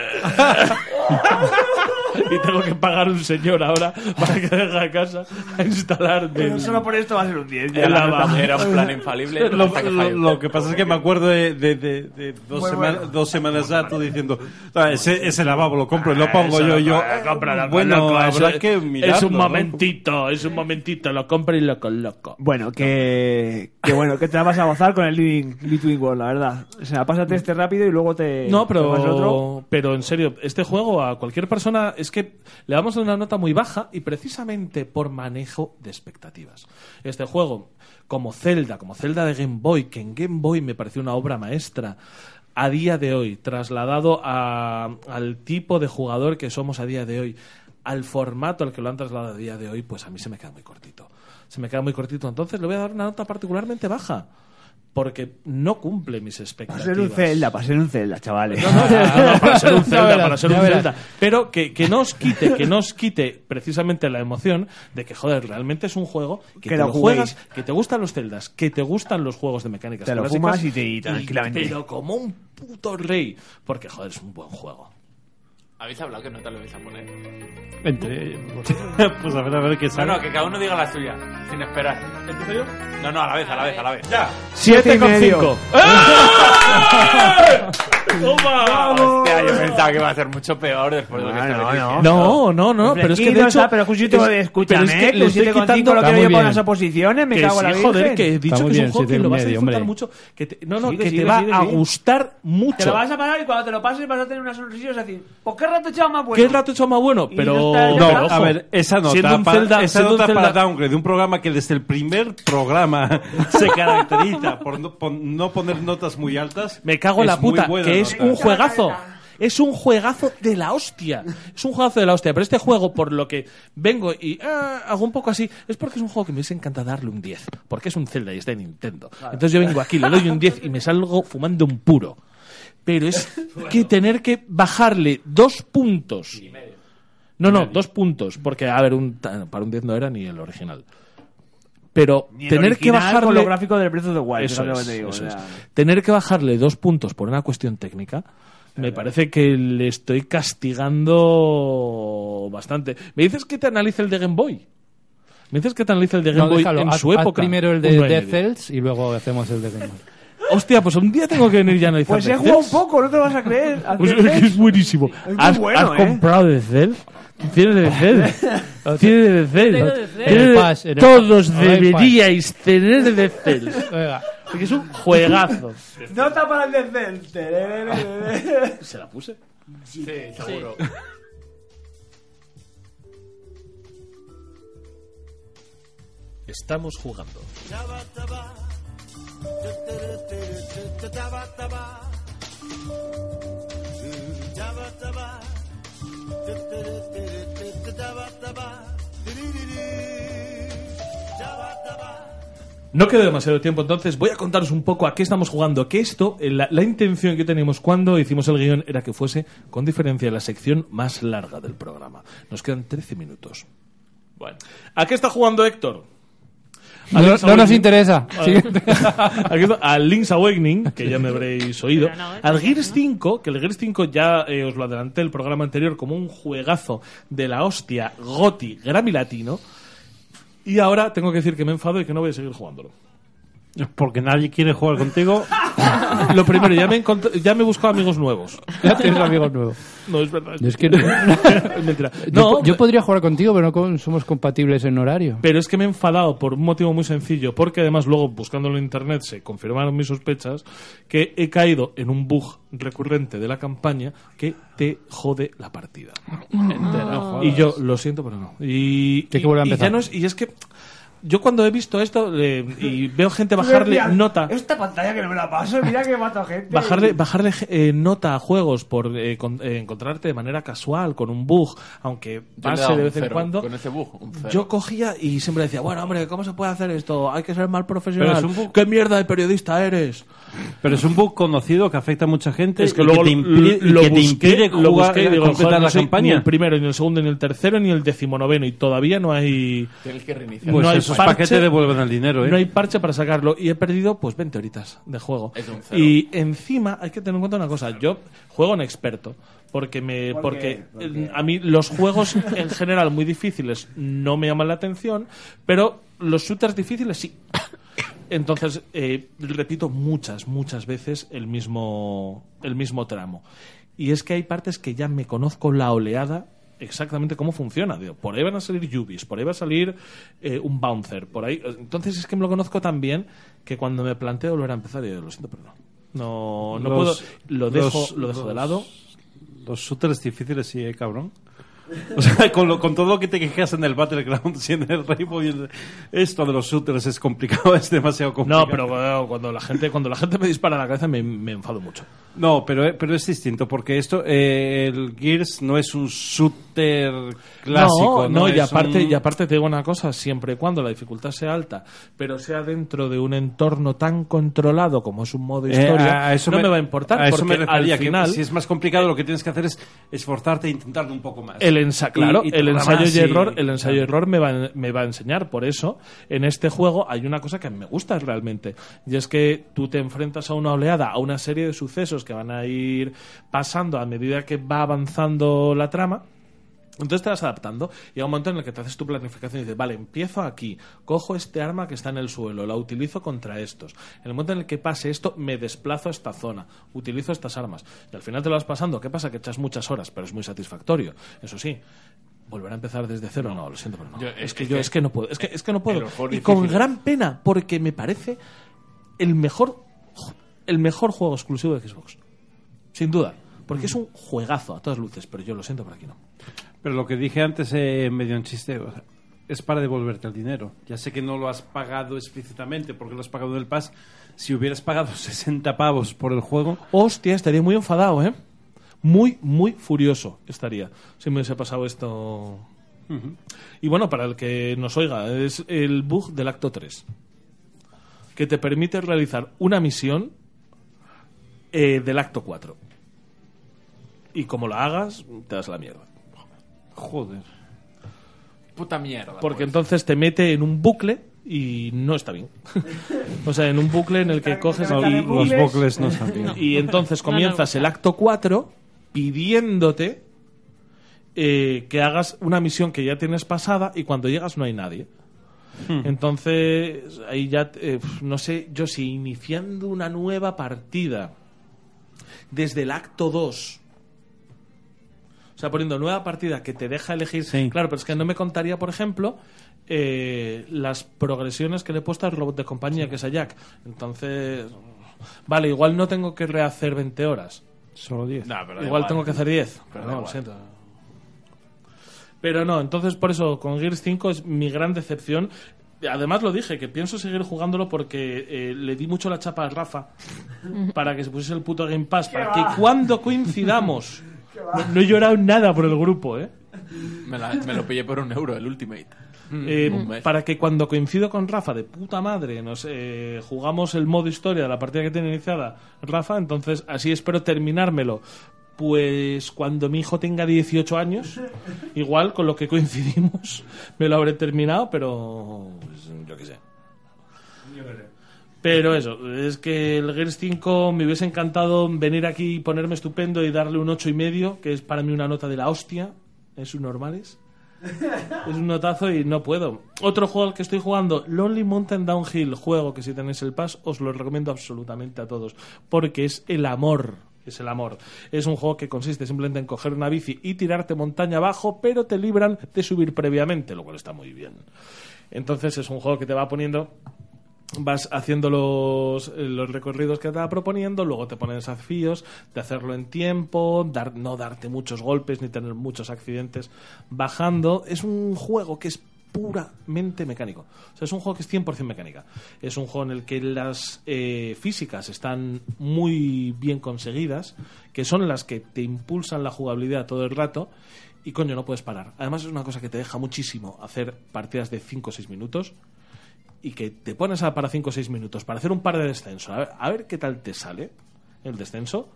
S1: "Eh". y tengo que pagar un señor ahora para que venga a casa a instalar
S11: Pero
S1: el,
S11: solo por esto va a ser un 10.
S1: el lavabo.
S9: Era un plan infalible.
S5: Lo,
S9: hasta que
S5: lo-
S9: falló.
S5: lo que pasa es que me acuerdo de, de- de- de dos,
S11: Muy
S5: semanas-
S11: bueno.
S5: dos semanas ya tú diciendo "Ah, ese, ese lavabo lo compro y lo pongo
S1: Ah, Eso
S5: yo
S1: lo
S5: yo
S1: co- cómpralo,
S5: bueno
S1: loco, eso
S5: habrá
S1: es-
S5: que mirarlo
S1: es un
S5: ¿no?
S1: momentito es un momentito lo compro y lo coloco
S11: Bueno, que, que bueno, que te la vas a gozar con el Living Between Worlds, la verdad. O sea, pásate este rápido y luego te.
S1: no
S11: te vas al otro.
S1: pero pero en serio este juego a cualquier persona es es que le vamos a dar una nota muy baja y precisamente por manejo de expectativas. Este juego, como Zelda, como Zelda de Game Boy, que en Game Boy me pareció una obra maestra, a día de hoy, trasladado a- al tipo de jugador que somos a día de hoy, al formato al que lo han trasladado a día de hoy, pues a mí se me queda muy cortito. Se me queda muy cortito, entonces le voy a dar una nota particularmente baja. Porque no cumple mis
S12: Para
S1: expectativas.
S12: ser un Zelda, para ser un Zelda, chavales.
S1: No, no, no, Ah, para ser un
S12: Ya
S1: Zelda,
S12: verás,
S1: para ser
S12: ya
S1: un
S12: verás.
S1: Zelda. Pero que, que no os quite, que no os quite precisamente la emoción de que, joder, realmente es un juego que,
S12: Que
S1: te
S12: lo
S1: lo juegas,
S12: juguéis.
S1: que te gustan los Zeldas, que te gustan los juegos de mecánicas
S12: Te lo
S1: clásicas,
S12: fumas y te- y tranquilamente.
S1: Pero como un puto rey, porque, joder, es un buen juego.
S9: ¿Habéis hablado que no te lo vais a poner?
S2: Entre...
S5: pues a ver, a ver qué
S9: No,
S5: sale.
S9: no, que cada uno diga la suya, sin esperar. ¿Empiezo yo? No, no, a la vez, a la vez, a la vez. ¡Ya!
S12: Siete y medio.
S1: ¡Eh!
S9: Hostia, yo pensaba que iba a ser mucho peor después de lo que
S12: No,
S9: está
S12: no,
S9: diciendo.
S1: No, no, no, pero es que de
S12: Tranquilo,
S1: hecho...
S12: está, pero es un sitio de- escúchame, ¿eh?
S1: pero es que
S12: que un
S1: le estoy
S12: 7,5
S1: quitando
S12: lo
S1: la
S12: quiero yo
S1: muy
S12: para
S1: bien.
S12: las oposiciones, me
S1: Que
S12: cago en la
S1: sí, joder,
S12: virgen.
S1: que he dicho
S12: Está
S1: que
S12: muy
S1: es un
S12: bien,
S1: juego que
S12: siete y
S1: lo vas a
S12: medio,
S1: disfrutar
S12: hombre.
S1: mucho. Que te- no, no,
S12: Sigue,
S1: que
S12: sigue,
S1: te va
S12: sigue,
S1: a
S12: sigue.
S1: gustar mucho.
S12: Te lo vas a pagar y cuando te lo pases vas a tener una sonrisa y vas a decir, ¿por qué rato echado más bueno?
S1: ¿Qué rato he hecho más bueno?
S12: Y
S1: Pero.
S12: no está el
S1: pero
S12: rato.
S1: ojo,
S5: A ver, esa
S1: siendo
S5: nota,
S1: un
S5: para,
S1: Zelda-
S5: esa
S1: siendo un
S5: nota para
S1: Zelda-
S5: Downgrade de un programa que desde el primer programa se caracteriza por no, pon- no poner notas muy altas.
S1: Me cago en
S5: es
S1: la puta,
S5: muy buena
S1: que es
S5: nota.
S1: un juegazo. Es un juegazo de la hostia. Es un juegazo de la hostia. Pero este juego, por lo que vengo y ah, hago un poco así, es porque es un juego que me hubiese encantado darle un 10. Porque es un Zelda y es de Nintendo. Entonces yo vengo aquí, le doy un 10 y me salgo fumando un puro. Pero es que tener que bajarle dos puntos. No, no, dos puntos. Porque, a ver, un, tan- para un 10 no era ni el original. Pero
S12: Ni el
S1: tener que
S12: original con
S1: bajarle
S12: los gráficos del precio de Wild.
S1: eso
S12: fíjate lo que
S1: es,
S12: te digo,
S1: eso
S12: o
S1: es.
S12: sea.
S1: Tener que bajarle dos puntos por una cuestión técnica, me parece que le estoy castigando bastante. ¿Me dices que te analice el de Game Boy? ¿Me dices que te analice el de Game
S2: No,
S1: Boy
S2: déjalo.
S1: en
S2: haz-
S1: su
S2: haz
S1: época?
S2: primero el
S1: Un
S2: de
S1: nueve y
S2: Death
S1: medio.
S2: Cells y luego hacemos el de Game Boy.
S1: Hostia, pues un día tengo que venir ya a analizar.
S12: Pues he
S1: Death
S12: jugado un
S1: Cells.
S12: poco, no te lo vas a creer. Al
S1: Pues es
S12: final,
S1: que es buenísimo.
S12: muy
S1: ¿Has,
S12: bueno,
S1: has
S12: ¿eh?
S1: comprado de Cells? Tienes de Cells. Tienes de
S4: Tengo
S1: Cells.
S4: de Cells.
S1: Tienes
S2: En el
S1: de-
S2: Pass, en el-
S1: Todos
S2: en el Pass.
S1: deberíais tener de Cells.
S2: Venga.
S1: Porque es un juegazo.
S12: Nota para el descente.
S1: ¿Se la puse?
S9: Sí, seguro.
S1: Estamos jugando. No queda demasiado tiempo, entonces voy a contaros un poco a qué estamos jugando. Que esto, eh, la, la intención que teníamos cuando hicimos el guión era que fuese, con diferencia, la sección más larga del programa. Nos quedan 13 minutos.
S9: Bueno.
S1: ¿A qué está jugando Héctor?
S2: No,
S1: Alex
S2: no nos
S1: Awakening.
S2: interesa. Siguiente.
S1: Aquí está, al Link's Awakening, que ya me habréis oído.
S4: Pero no, ¿eh?
S1: Al Gears 5, que el Gears 5 ya eh, os lo adelanté el programa anterior como un juegazo de la hostia, goti, Grammy Latino. Y ahora tengo que decir que me enfado y que no voy a seguir jugándolo.
S5: Porque nadie quiere jugar contigo.
S1: Lo primero, ya me, he encont- ya me he buscado amigos nuevos.
S2: Ya tienes amigos nuevos.
S1: No, es verdad.
S2: Yo es que no-
S1: Es mentira.
S2: Yo,
S1: No,
S2: yo podría jugar contigo, pero no con- somos compatibles en horario.
S1: Pero es que me he enfadado por un motivo muy sencillo, porque además luego buscándolo en internet se confirmaron mis sospechas que he caído en un bug recurrente de la campaña que te jode la partida.
S9: Ah.
S1: Y yo lo siento, pero no. Y,
S2: Que hay que
S1: y-
S2: volver a
S1: y
S2: empezar.
S1: ya no es, y es que yo cuando he visto esto eh, y veo gente bajarle
S12: Mira,
S1: nota
S12: Esta pantalla que no me la paso, mira que mato a gente.
S1: Bajarle, bajarle eh, nota a juegos por eh, con- eh, encontrarte de manera casual con un bug, aunque
S9: Yo le he dado
S1: pase de
S9: un
S1: vez en
S9: cero,
S1: cuando.
S9: Con ese bug, un cero.
S1: Yo cogía y siempre decía, bueno, hombre, ¿cómo se puede hacer esto? Hay que ser mal profesional.
S5: Pero es un bug.
S1: ¿Qué mierda de periodista eres?
S5: Pero es un bug conocido que afecta a mucha gente. y te impide,
S1: l-
S5: y que te impide
S1: lo
S5: jugar- eh,
S1: busqué y digo,
S5: completar
S1: joder, no
S5: la
S1: soy Ni
S5: campaña.
S1: el primero, ni el segundo, ni el tercero, ni el decimonoveno. Y todavía no hay,
S9: Tienes que reiniciar.
S5: Pues
S1: no hay
S5: esos
S1: parche.
S5: paquetes devuelven el dinero, ¿eh?
S1: no hay parche para sacarlo. Y he perdido pues 20 horitas de juego.
S9: Es un cero.
S1: Y encima hay que tener en cuenta una cosa. Yo juego en experto. Porque me
S12: ¿Por
S1: porque,
S12: qué? ¿Por
S1: eh,
S12: qué?
S1: a mí los juegos en general muy difíciles no me llaman la atención, pero los shooters difíciles sí. Entonces, eh, repito muchas, muchas veces el mismo, el mismo tramo. Y es que hay partes que ya me conozco la oleada exactamente cómo funciona. Digo, por ahí van a salir Yubis, por ahí va a salir eh, un bouncer, por ahí. Entonces es que me lo conozco tan bien que cuando me planteo volver a empezar, yo lo siento, pero no. No, no
S5: Los-
S1: puedo. Lo dejo,
S5: los-
S1: lo dejo de
S5: los-
S1: lado.
S5: Los shooters difíciles sí, ¿eh, cabrón. O sea, con, lo- con todo lo que te quejas en el Battleground, si en el Rainbow y en- esto de los shooters es complicado, es demasiado complicado.
S1: No, pero cuando- cuando la gente, cuando la gente me dispara en la cabeza me, me enfado mucho.
S5: No, pero, eh, pero es distinto, porque esto, eh, el Gears no es un shooter clásico.
S1: no, no, y
S5: Es
S1: aparte,
S5: un-
S1: y aparte te digo una cosa, siempre y cuando la dificultad sea alta, pero sea dentro de un entorno tan controlado como es un modo
S5: Eh,
S1: historia, no me, va a importar,
S5: a eso
S1: porque
S5: me refería,
S1: al
S5: que
S1: final
S5: si es más complicado, lo que tienes que hacer es esforzarte e intentarlo un poco más.
S1: El ensa-
S5: Y-
S1: claro,
S5: y
S1: el
S5: nada
S1: ensayo
S5: más,
S1: y
S5: y-
S1: error, el ensayo y error me va, me va a enseñar. Por eso, en este juego hay una cosa que me gusta realmente. Y es que tú te enfrentas a una oleada, a una serie de sucesos que van a ir pasando a medida que va avanzando la trama. Entonces te vas adaptando y a un momento en el que te haces tu planificación y dices, vale, empiezo aquí, cojo este arma que está en el suelo, la utilizo contra estos. En el momento en el que pase esto, me desplazo a esta zona, utilizo estas armas. Y al final te lo vas pasando. ¿Qué pasa? Que echas muchas horas, pero es muy satisfactorio. Eso sí, volver a empezar desde cero, no, lo siento, pero no.
S9: Yo-
S1: es, que, yo es que no puedo, es que, es que no puedo.
S9: el horror
S1: Y con
S9: difícil.
S1: gran pena, porque me parece el mejor, el mejor juego exclusivo de Xbox. Sin duda. Porque es un juegazo a todas luces, pero yo lo siento, por aquí no.
S5: Pero lo que dije antes, eh, medio en chiste, o sea, es para devolverte el dinero. Ya sé que no lo has pagado explícitamente porque lo has pagado en el Pass. Si hubieras pagado 60 pavos por el juego,
S1: Hostia, estaría muy enfadado, ¿eh? Muy, muy furioso estaría si me hubiese pasado esto. Y bueno, para el que nos oiga, es el bug del acto 3, que te permite realizar una misión eh, del acto 4. Y como la hagas, te das la mierda.
S5: Joder.
S9: Puta mierda.
S1: Porque entonces te mete en un bucle y no está bien. o sea, en un bucle en el que coges
S5: no,
S1: y-
S5: los
S1: y-
S5: bucles no están bien.
S1: Y entonces
S5: No,
S1: comienzas el acto 4 pidiéndote eh, que hagas una misión que ya tienes pasada y cuando llegas no hay nadie.
S5: Hmm.
S1: Entonces, ahí ya, eh, pf, no sé, yo si iniciando una nueva partida desde el acto 2. O sea, poniendo nueva partida que te deja elegir. Claro, pero es que no me contaría, por ejemplo, eh, las progresiones que le he puesto al robot de compañía, que es a Jack. Entonces, vale, igual no tengo que rehacer 20 horas.
S12: Solo 10.
S1: Igual, tengo que hacer 10. Pero no, lo siento. Pero no, entonces por eso con Gears 5 es mi gran decepción. Además lo dije, que pienso seguir jugándolo porque eh, le di mucho la chapa a Rafa para que se pusiese el puto Game Pass, para que
S9: va?
S1: cuando coincidamos... No, no he llorado nada por el grupo, ¿eh?
S9: Me, la- me lo pillé por un euro, el Ultimate.
S1: Eh,
S9: Un mes.
S1: para que cuando coincido con Rafa de puta madre, nos eh, jugamos el modo historia de la partida que tiene iniciada Rafa, entonces así espero terminármelo. Pues cuando mi hijo tenga 18 años, igual con lo que coincidimos, me lo habré terminado, pero pues, yo qué sé. Pero eso, es que el Gears 5 me hubiese encantado venir aquí y ponerme estupendo y darle un ocho y medio, que es para mí una nota de la hostia, es un normales. Es un notazo y no puedo. Otro juego al que estoy jugando, Lonely Mountain Downhill, juego que si tenéis el pass os lo recomiendo absolutamente a todos, porque es el amor, es el amor. Es un juego que consiste simplemente en coger una bici y tirarte montaña abajo, pero te libran de subir previamente, lo cual está muy bien. Entonces es un juego que te va poniendo vas haciendo los, eh, los recorridos que te va proponiendo, luego te ponen desafíos de hacerlo en tiempo, dar, no darte muchos golpes ni tener muchos accidentes bajando. Es un juego que es puramente mecánico. O sea, es un juego que es 100% mecánica. Es un juego en el que las eh, físicas están muy bien conseguidas, que son las que te impulsan la jugabilidad todo el rato y coño, no puedes parar. Además es una cosa que te deja muchísimo hacer partidas de 5 o 6 minutos y que te pones a para 5 o 6 minutos para hacer un par de descensos, a ver, a ver qué tal te sale el descenso,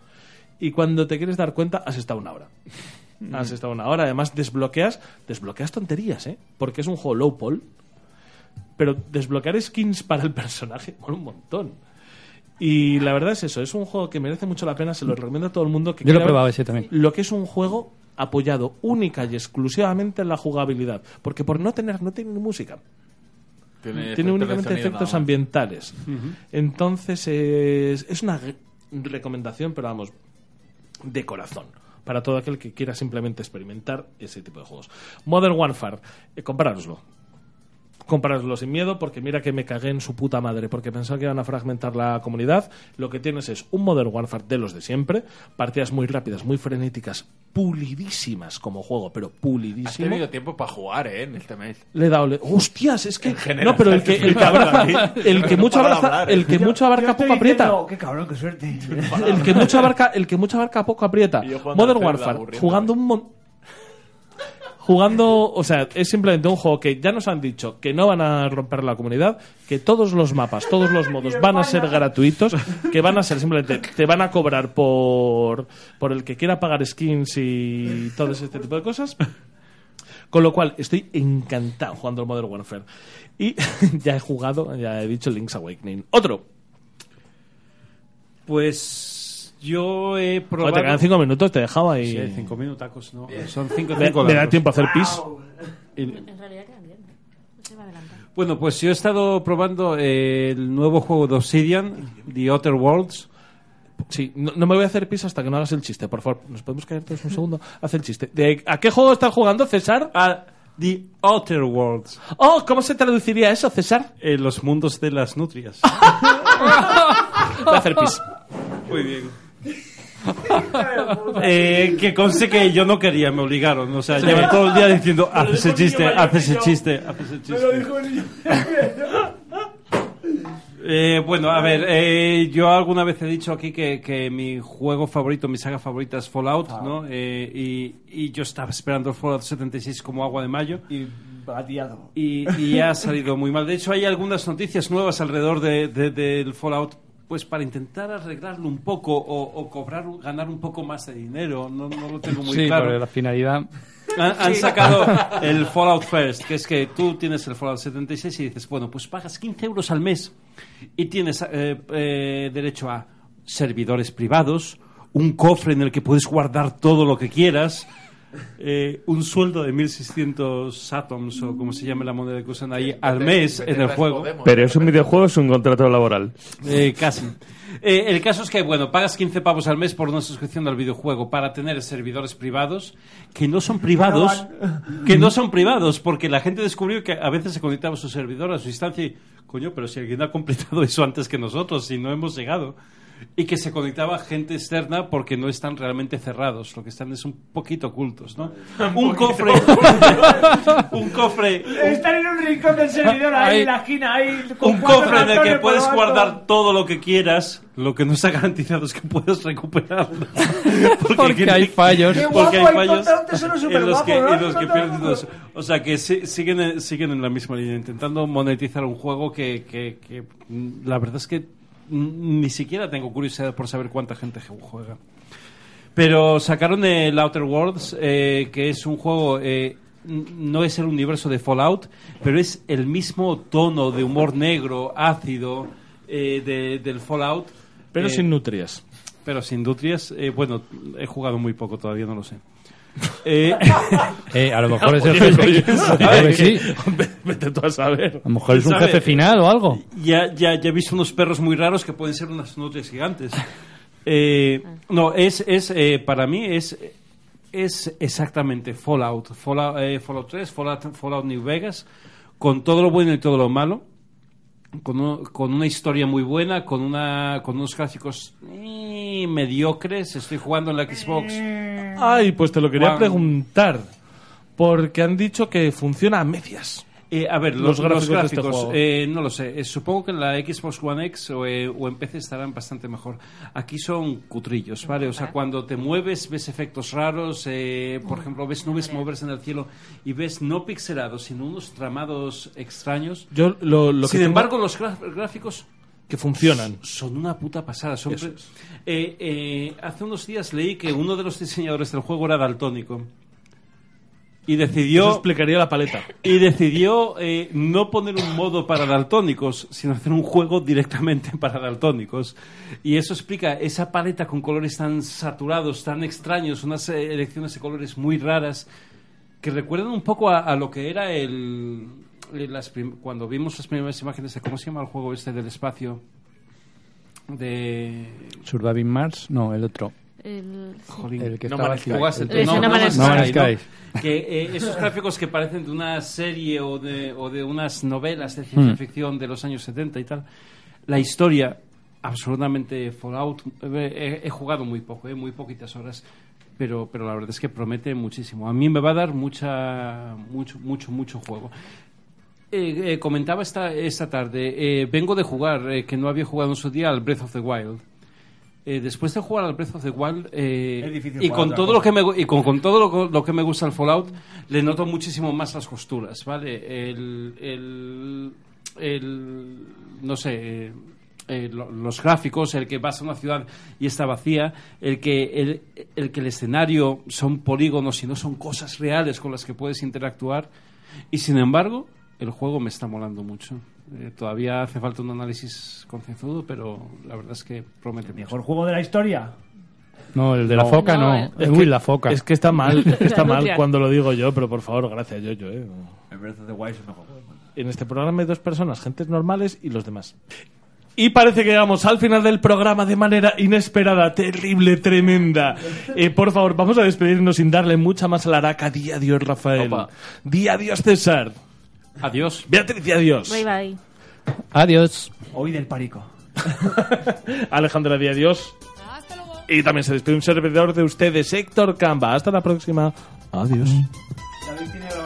S1: y cuando te quieres dar cuenta has estado una hora. Has estado una hora, además desbloqueas, desbloqueas tonterías, ¿eh? Porque es un juego low poll, pero desbloquear skins para el personaje por un montón. Y la verdad es eso, es un juego que merece mucho la pena, se lo recomiendo a todo el mundo que
S2: Yo lo he
S1: quiera
S2: probado
S1: ver
S2: ese también.
S1: Lo que es un juego apoyado única y exclusivamente en la jugabilidad, porque por no tener no tiene ni música tiene
S9: Tiene, efectos de
S1: únicamente
S9: sonido
S1: efectos
S9: nada más.
S1: ambientales. Entonces es, es una re- recomendación, pero vamos, de corazón. Para todo aquel que quiera simplemente experimentar ese tipo de juegos. Modern Warfare, eh, comprároslo. Compraroslo sin miedo porque mira que me cagué en su puta madre porque pensaba que iban a fragmentar la comunidad. Lo que tienes es un Modern Warfare de los de siempre, partidas muy rápidas, muy frenéticas, pulidísimas como juego, pero
S9: Has
S1: pulidísimo.
S9: tenido tiempo para jugar, ¿eh? En este mes.
S1: Le he dado. le- ¡Hostias! Es que.
S9: general.
S1: No, pero el que, el que abraza.
S9: Sí.
S1: El que mucho
S9: Para
S1: abraza.
S9: hablar,
S1: El
S9: eh.
S1: que
S9: Yo-
S1: mucho abarca poco aprieta.
S11: qué cabrón, qué suerte.
S1: El que mucho abarca, el que mucho abarca poco aprieta.
S11: Y yo jugando al
S1: Modern
S11: Zelda,
S1: Warfare,
S11: aburriéndome.
S1: jugando un mon- jugando, o sea, es simplemente un juego que ya nos han dicho que no van a romper la comunidad, que todos los mapas, todos los modos van a ser gratuitos, que van a ser simplemente te van a cobrar por por el que quiera pagar skins y todo ese tipo de cosas. Con lo cual, estoy encantado jugando al Modern Warfare. Y ya he jugado, ya he dicho Link's Awakening. Otro.
S5: Pues yo he
S1: Joder,
S5: probado.
S1: te quedan cinco minutos, te dejaba ahí.
S5: Sí, cinco minutacos, ¿no? Son cinco,
S1: Me-
S5: cinco
S1: me da
S5: largos.
S1: tiempo a hacer pis.
S5: Y-
S4: En realidad quedan bien. No se va a adelantar.
S5: Bueno, pues yo he estado probando eh, el nuevo juego de Obsidian, The Outer Worlds.
S1: Sí, no, no me voy a hacer pis hasta que no hagas el chiste, por favor. ¿Nos podemos caer todos un segundo? Haz el chiste. ¿De- ¿A qué juego estás jugando, César?
S5: A Ah, The Outer Worlds.
S1: Oh, ¿cómo se traduciría eso, César?
S5: Eh, los mundos de las nutrias.
S1: Voy a hacer pis.
S5: Muy bien. Eh, que conste que yo no quería, me obligaron. O sea,
S1: Sí.
S5: llevan todo el día diciendo,
S1: Lo
S5: haz
S1: dijo
S5: ese
S1: el niño
S5: chiste,
S1: mayor
S5: haz
S1: que
S5: ese
S1: yo.
S5: chiste, haz ese chiste.
S1: niño.
S5: Eh, bueno, a ver, eh, yo alguna vez he dicho aquí que, que mi juego favorito, mi saga favorita es Fallout, ¿no? Eh, y, y yo estaba esperando el Fallout 76 como agua de mayo.
S11: Y bateado.
S5: Y, y ha salido muy mal. De hecho, hay algunas noticias nuevas alrededor de- de- del Fallout, pues para intentar arreglarlo un poco o, o cobrar, ganar un poco más de dinero. No, no lo tengo muy
S2: sí,
S5: claro.
S2: pero la finalidad.
S5: Han, han
S2: Sí.
S5: sacado el Fallout First, que es que tú tienes el Fallout 76 y dices, bueno, pues pagas 15 euros al mes y tienes eh, eh, derecho a servidores privados, un cofre en el que puedes guardar todo lo que quieras, eh, un sueldo de 1.600 atoms o como se llame la moneda que usan ahí al mes en el juego.
S13: Pero es un videojuego, es un contrato laboral.
S5: Eh, casi. Eh, el caso es que, bueno, pagas 15 pavos al mes por una suscripción al videojuego para tener servidores privados que no son privados, que no son privados, porque la gente descubrió que a veces se conectaba a su servidor, a su instancia y, coño, pero si alguien ha completado eso antes que nosotros y no hemos llegado. Y que se conectaba gente externa porque no están realmente cerrados, lo que están es un poquito ocultos, ¿no? Un cofre, un cofre,
S11: Están en un rincón del servidor ahí,
S5: Ahí.
S11: en la esquina, ahí. con
S5: un
S11: cuatro
S5: cofre en el que
S11: ratones por
S5: puedes
S11: lo alto.
S5: guardar todo lo que quieras. Lo que no está garantizado es que puedas recuperarlo. Porque,
S2: hay fallos. Qué
S5: Porque hay
S2: guapo, hay
S5: fallos
S2: encontrado un tesoro
S5: en los
S2: superguapo,
S5: que,
S2: ¿no?
S5: en los que
S2: Encontrado
S5: pierden
S2: todo.
S5: los- O sea, que si- siguen, en- siguen en la misma línea, intentando monetizar un juego que, que- que, mm, la verdad es que mm, ni siquiera tengo curiosidad por saber cuánta gente juega. Pero sacaron el Outer Worlds, eh, que es un juego, eh, n- no es el universo de Fallout, pero es el mismo tono de humor negro, ácido, eh, de- del Fallout.
S1: Pero
S5: Eh,
S1: sin nutrias.
S5: Pero sin nutrias, eh, bueno, he jugado muy poco todavía, no lo sé. Eh,
S2: Eh, a lo mejor es el jefe. A ver, sí. Mm.
S1: Vete tú a saber.
S2: A lo mejor es un
S5: ¿Sabe?
S2: jefe final o algo.
S5: Ya, ya, ya he visto unos perros muy raros que pueden ser unas nutrias gigantes. Eh, no, es, es eh, para mí es, es exactamente Fallout. Fallout, eh, Fallout 3, Fallout, Fallout New Vegas, con todo lo bueno y todo lo malo. Con, un- con una historia muy buena, con, una, con unos gráficos eh, mediocres. Estoy jugando en la Xbox.
S1: Ay, pues te lo quería
S5: Juan.
S1: preguntar. Porque han dicho que funciona a medias.
S5: Eh, a ver,
S1: Los
S5: los,
S1: gráficos
S5: los gráficos,
S1: de este juego.
S5: eh, no lo sé. Eh, supongo que en la Xbox One X o, eh, o en PC estarán bastante mejor. Aquí son cutrillos, ¿vale? O sea, cuando te mueves ves efectos raros, eh, por ejemplo, ves nubes moverse en el cielo y ves no pixelados, sino unos tramados extraños.
S1: Yo lo, lo que
S5: Sin
S1: tengo-
S5: embargo, los graf- gráficos
S1: que funcionan.
S5: son una puta pasada. Son pre- Eh, eh, hace unos días leí que uno de los diseñadores del juego era daltónico. Y decidió.
S1: Eso explicaría la paleta.
S5: Y decidió eh, no poner un modo para daltónicos, sino hacer un juego directamente para daltónicos. Y eso explica esa paleta con colores tan saturados, tan extraños, unas eh, elecciones de colores muy raras, que recuerdan un poco a, a lo que era el. el- las prim- cuando vimos las primeras imágenes de cómo se llama el juego este del espacio. De.
S2: Surviving Mars, no, el otro.
S4: El-
S5: Jolín.
S2: El que
S5: No
S2: estaba
S5: Man's
S2: aquí.
S5: Sky.
S2: Jugaste
S5: El-
S2: tú, ¿no?
S5: No,
S2: No Man's
S5: No Man's
S2: Sky,
S5: Sky,
S2: ¿no?
S5: Que eh, esos gráficos que parecen de una serie o de, o de unas novelas de
S2: Mm.
S5: ciencia ficción de los años 70 y tal. La historia, absolutamente Fallout. eh, He, he jugado muy poco, eh, muy poquitas horas. Pero, pero la verdad es que promete muchísimo. A mí me va a dar mucha, mucho, mucho, mucho juego. Eh, eh, comentaba esta, esta tarde, eh, vengo de jugar, eh, que no había jugado en su día, al Breath of the Wild. Eh, después de jugar al Breath of the Wild eh,
S11: Es difícil
S5: y
S11: jugar
S5: con
S11: otra
S5: todo
S11: cosa.
S5: lo que me gu- y con, con todo lo, lo que me gusta el Fallout le noto muchísimo más las costuras vale el, el, el- no sé eh, eh, lo- los gráficos el que vas a una ciudad y está vacía el que el, el que el escenario son polígonos y no son cosas reales con las que puedes interactuar y sin embargo el juego me está molando mucho Eh, todavía hace falta un análisis concienzudo pero la verdad es que promete mejor
S11: juego de la historia
S2: No, el de la foca no.
S1: eh, Es
S2: Uy,
S1: que-
S2: la foca.
S1: Es que está mal, es que está mal
S2: Gracias.
S1: cuando lo digo yo, pero por favor, gracias, yo, yo. eh.
S11: El Breath of the Wild es mejor.
S1: En este programa hay dos personas, gentes normales y los demás. Y parece que llegamos al final del programa de manera inesperada, terrible, tremenda. Eh, por favor, vamos a despedirnos sin darle mucha más laraca. Di adiós, Rafael. Di adiós, César.
S5: Adiós.
S1: Beatriz, di adiós.
S4: Bye bye.
S2: Adiós.
S11: Hoy del parico.
S1: Alejandra, di adiós. Y también se despide un servidor de ustedes, Héctor Camba. Hasta la próxima. Adiós.
S11: David tiene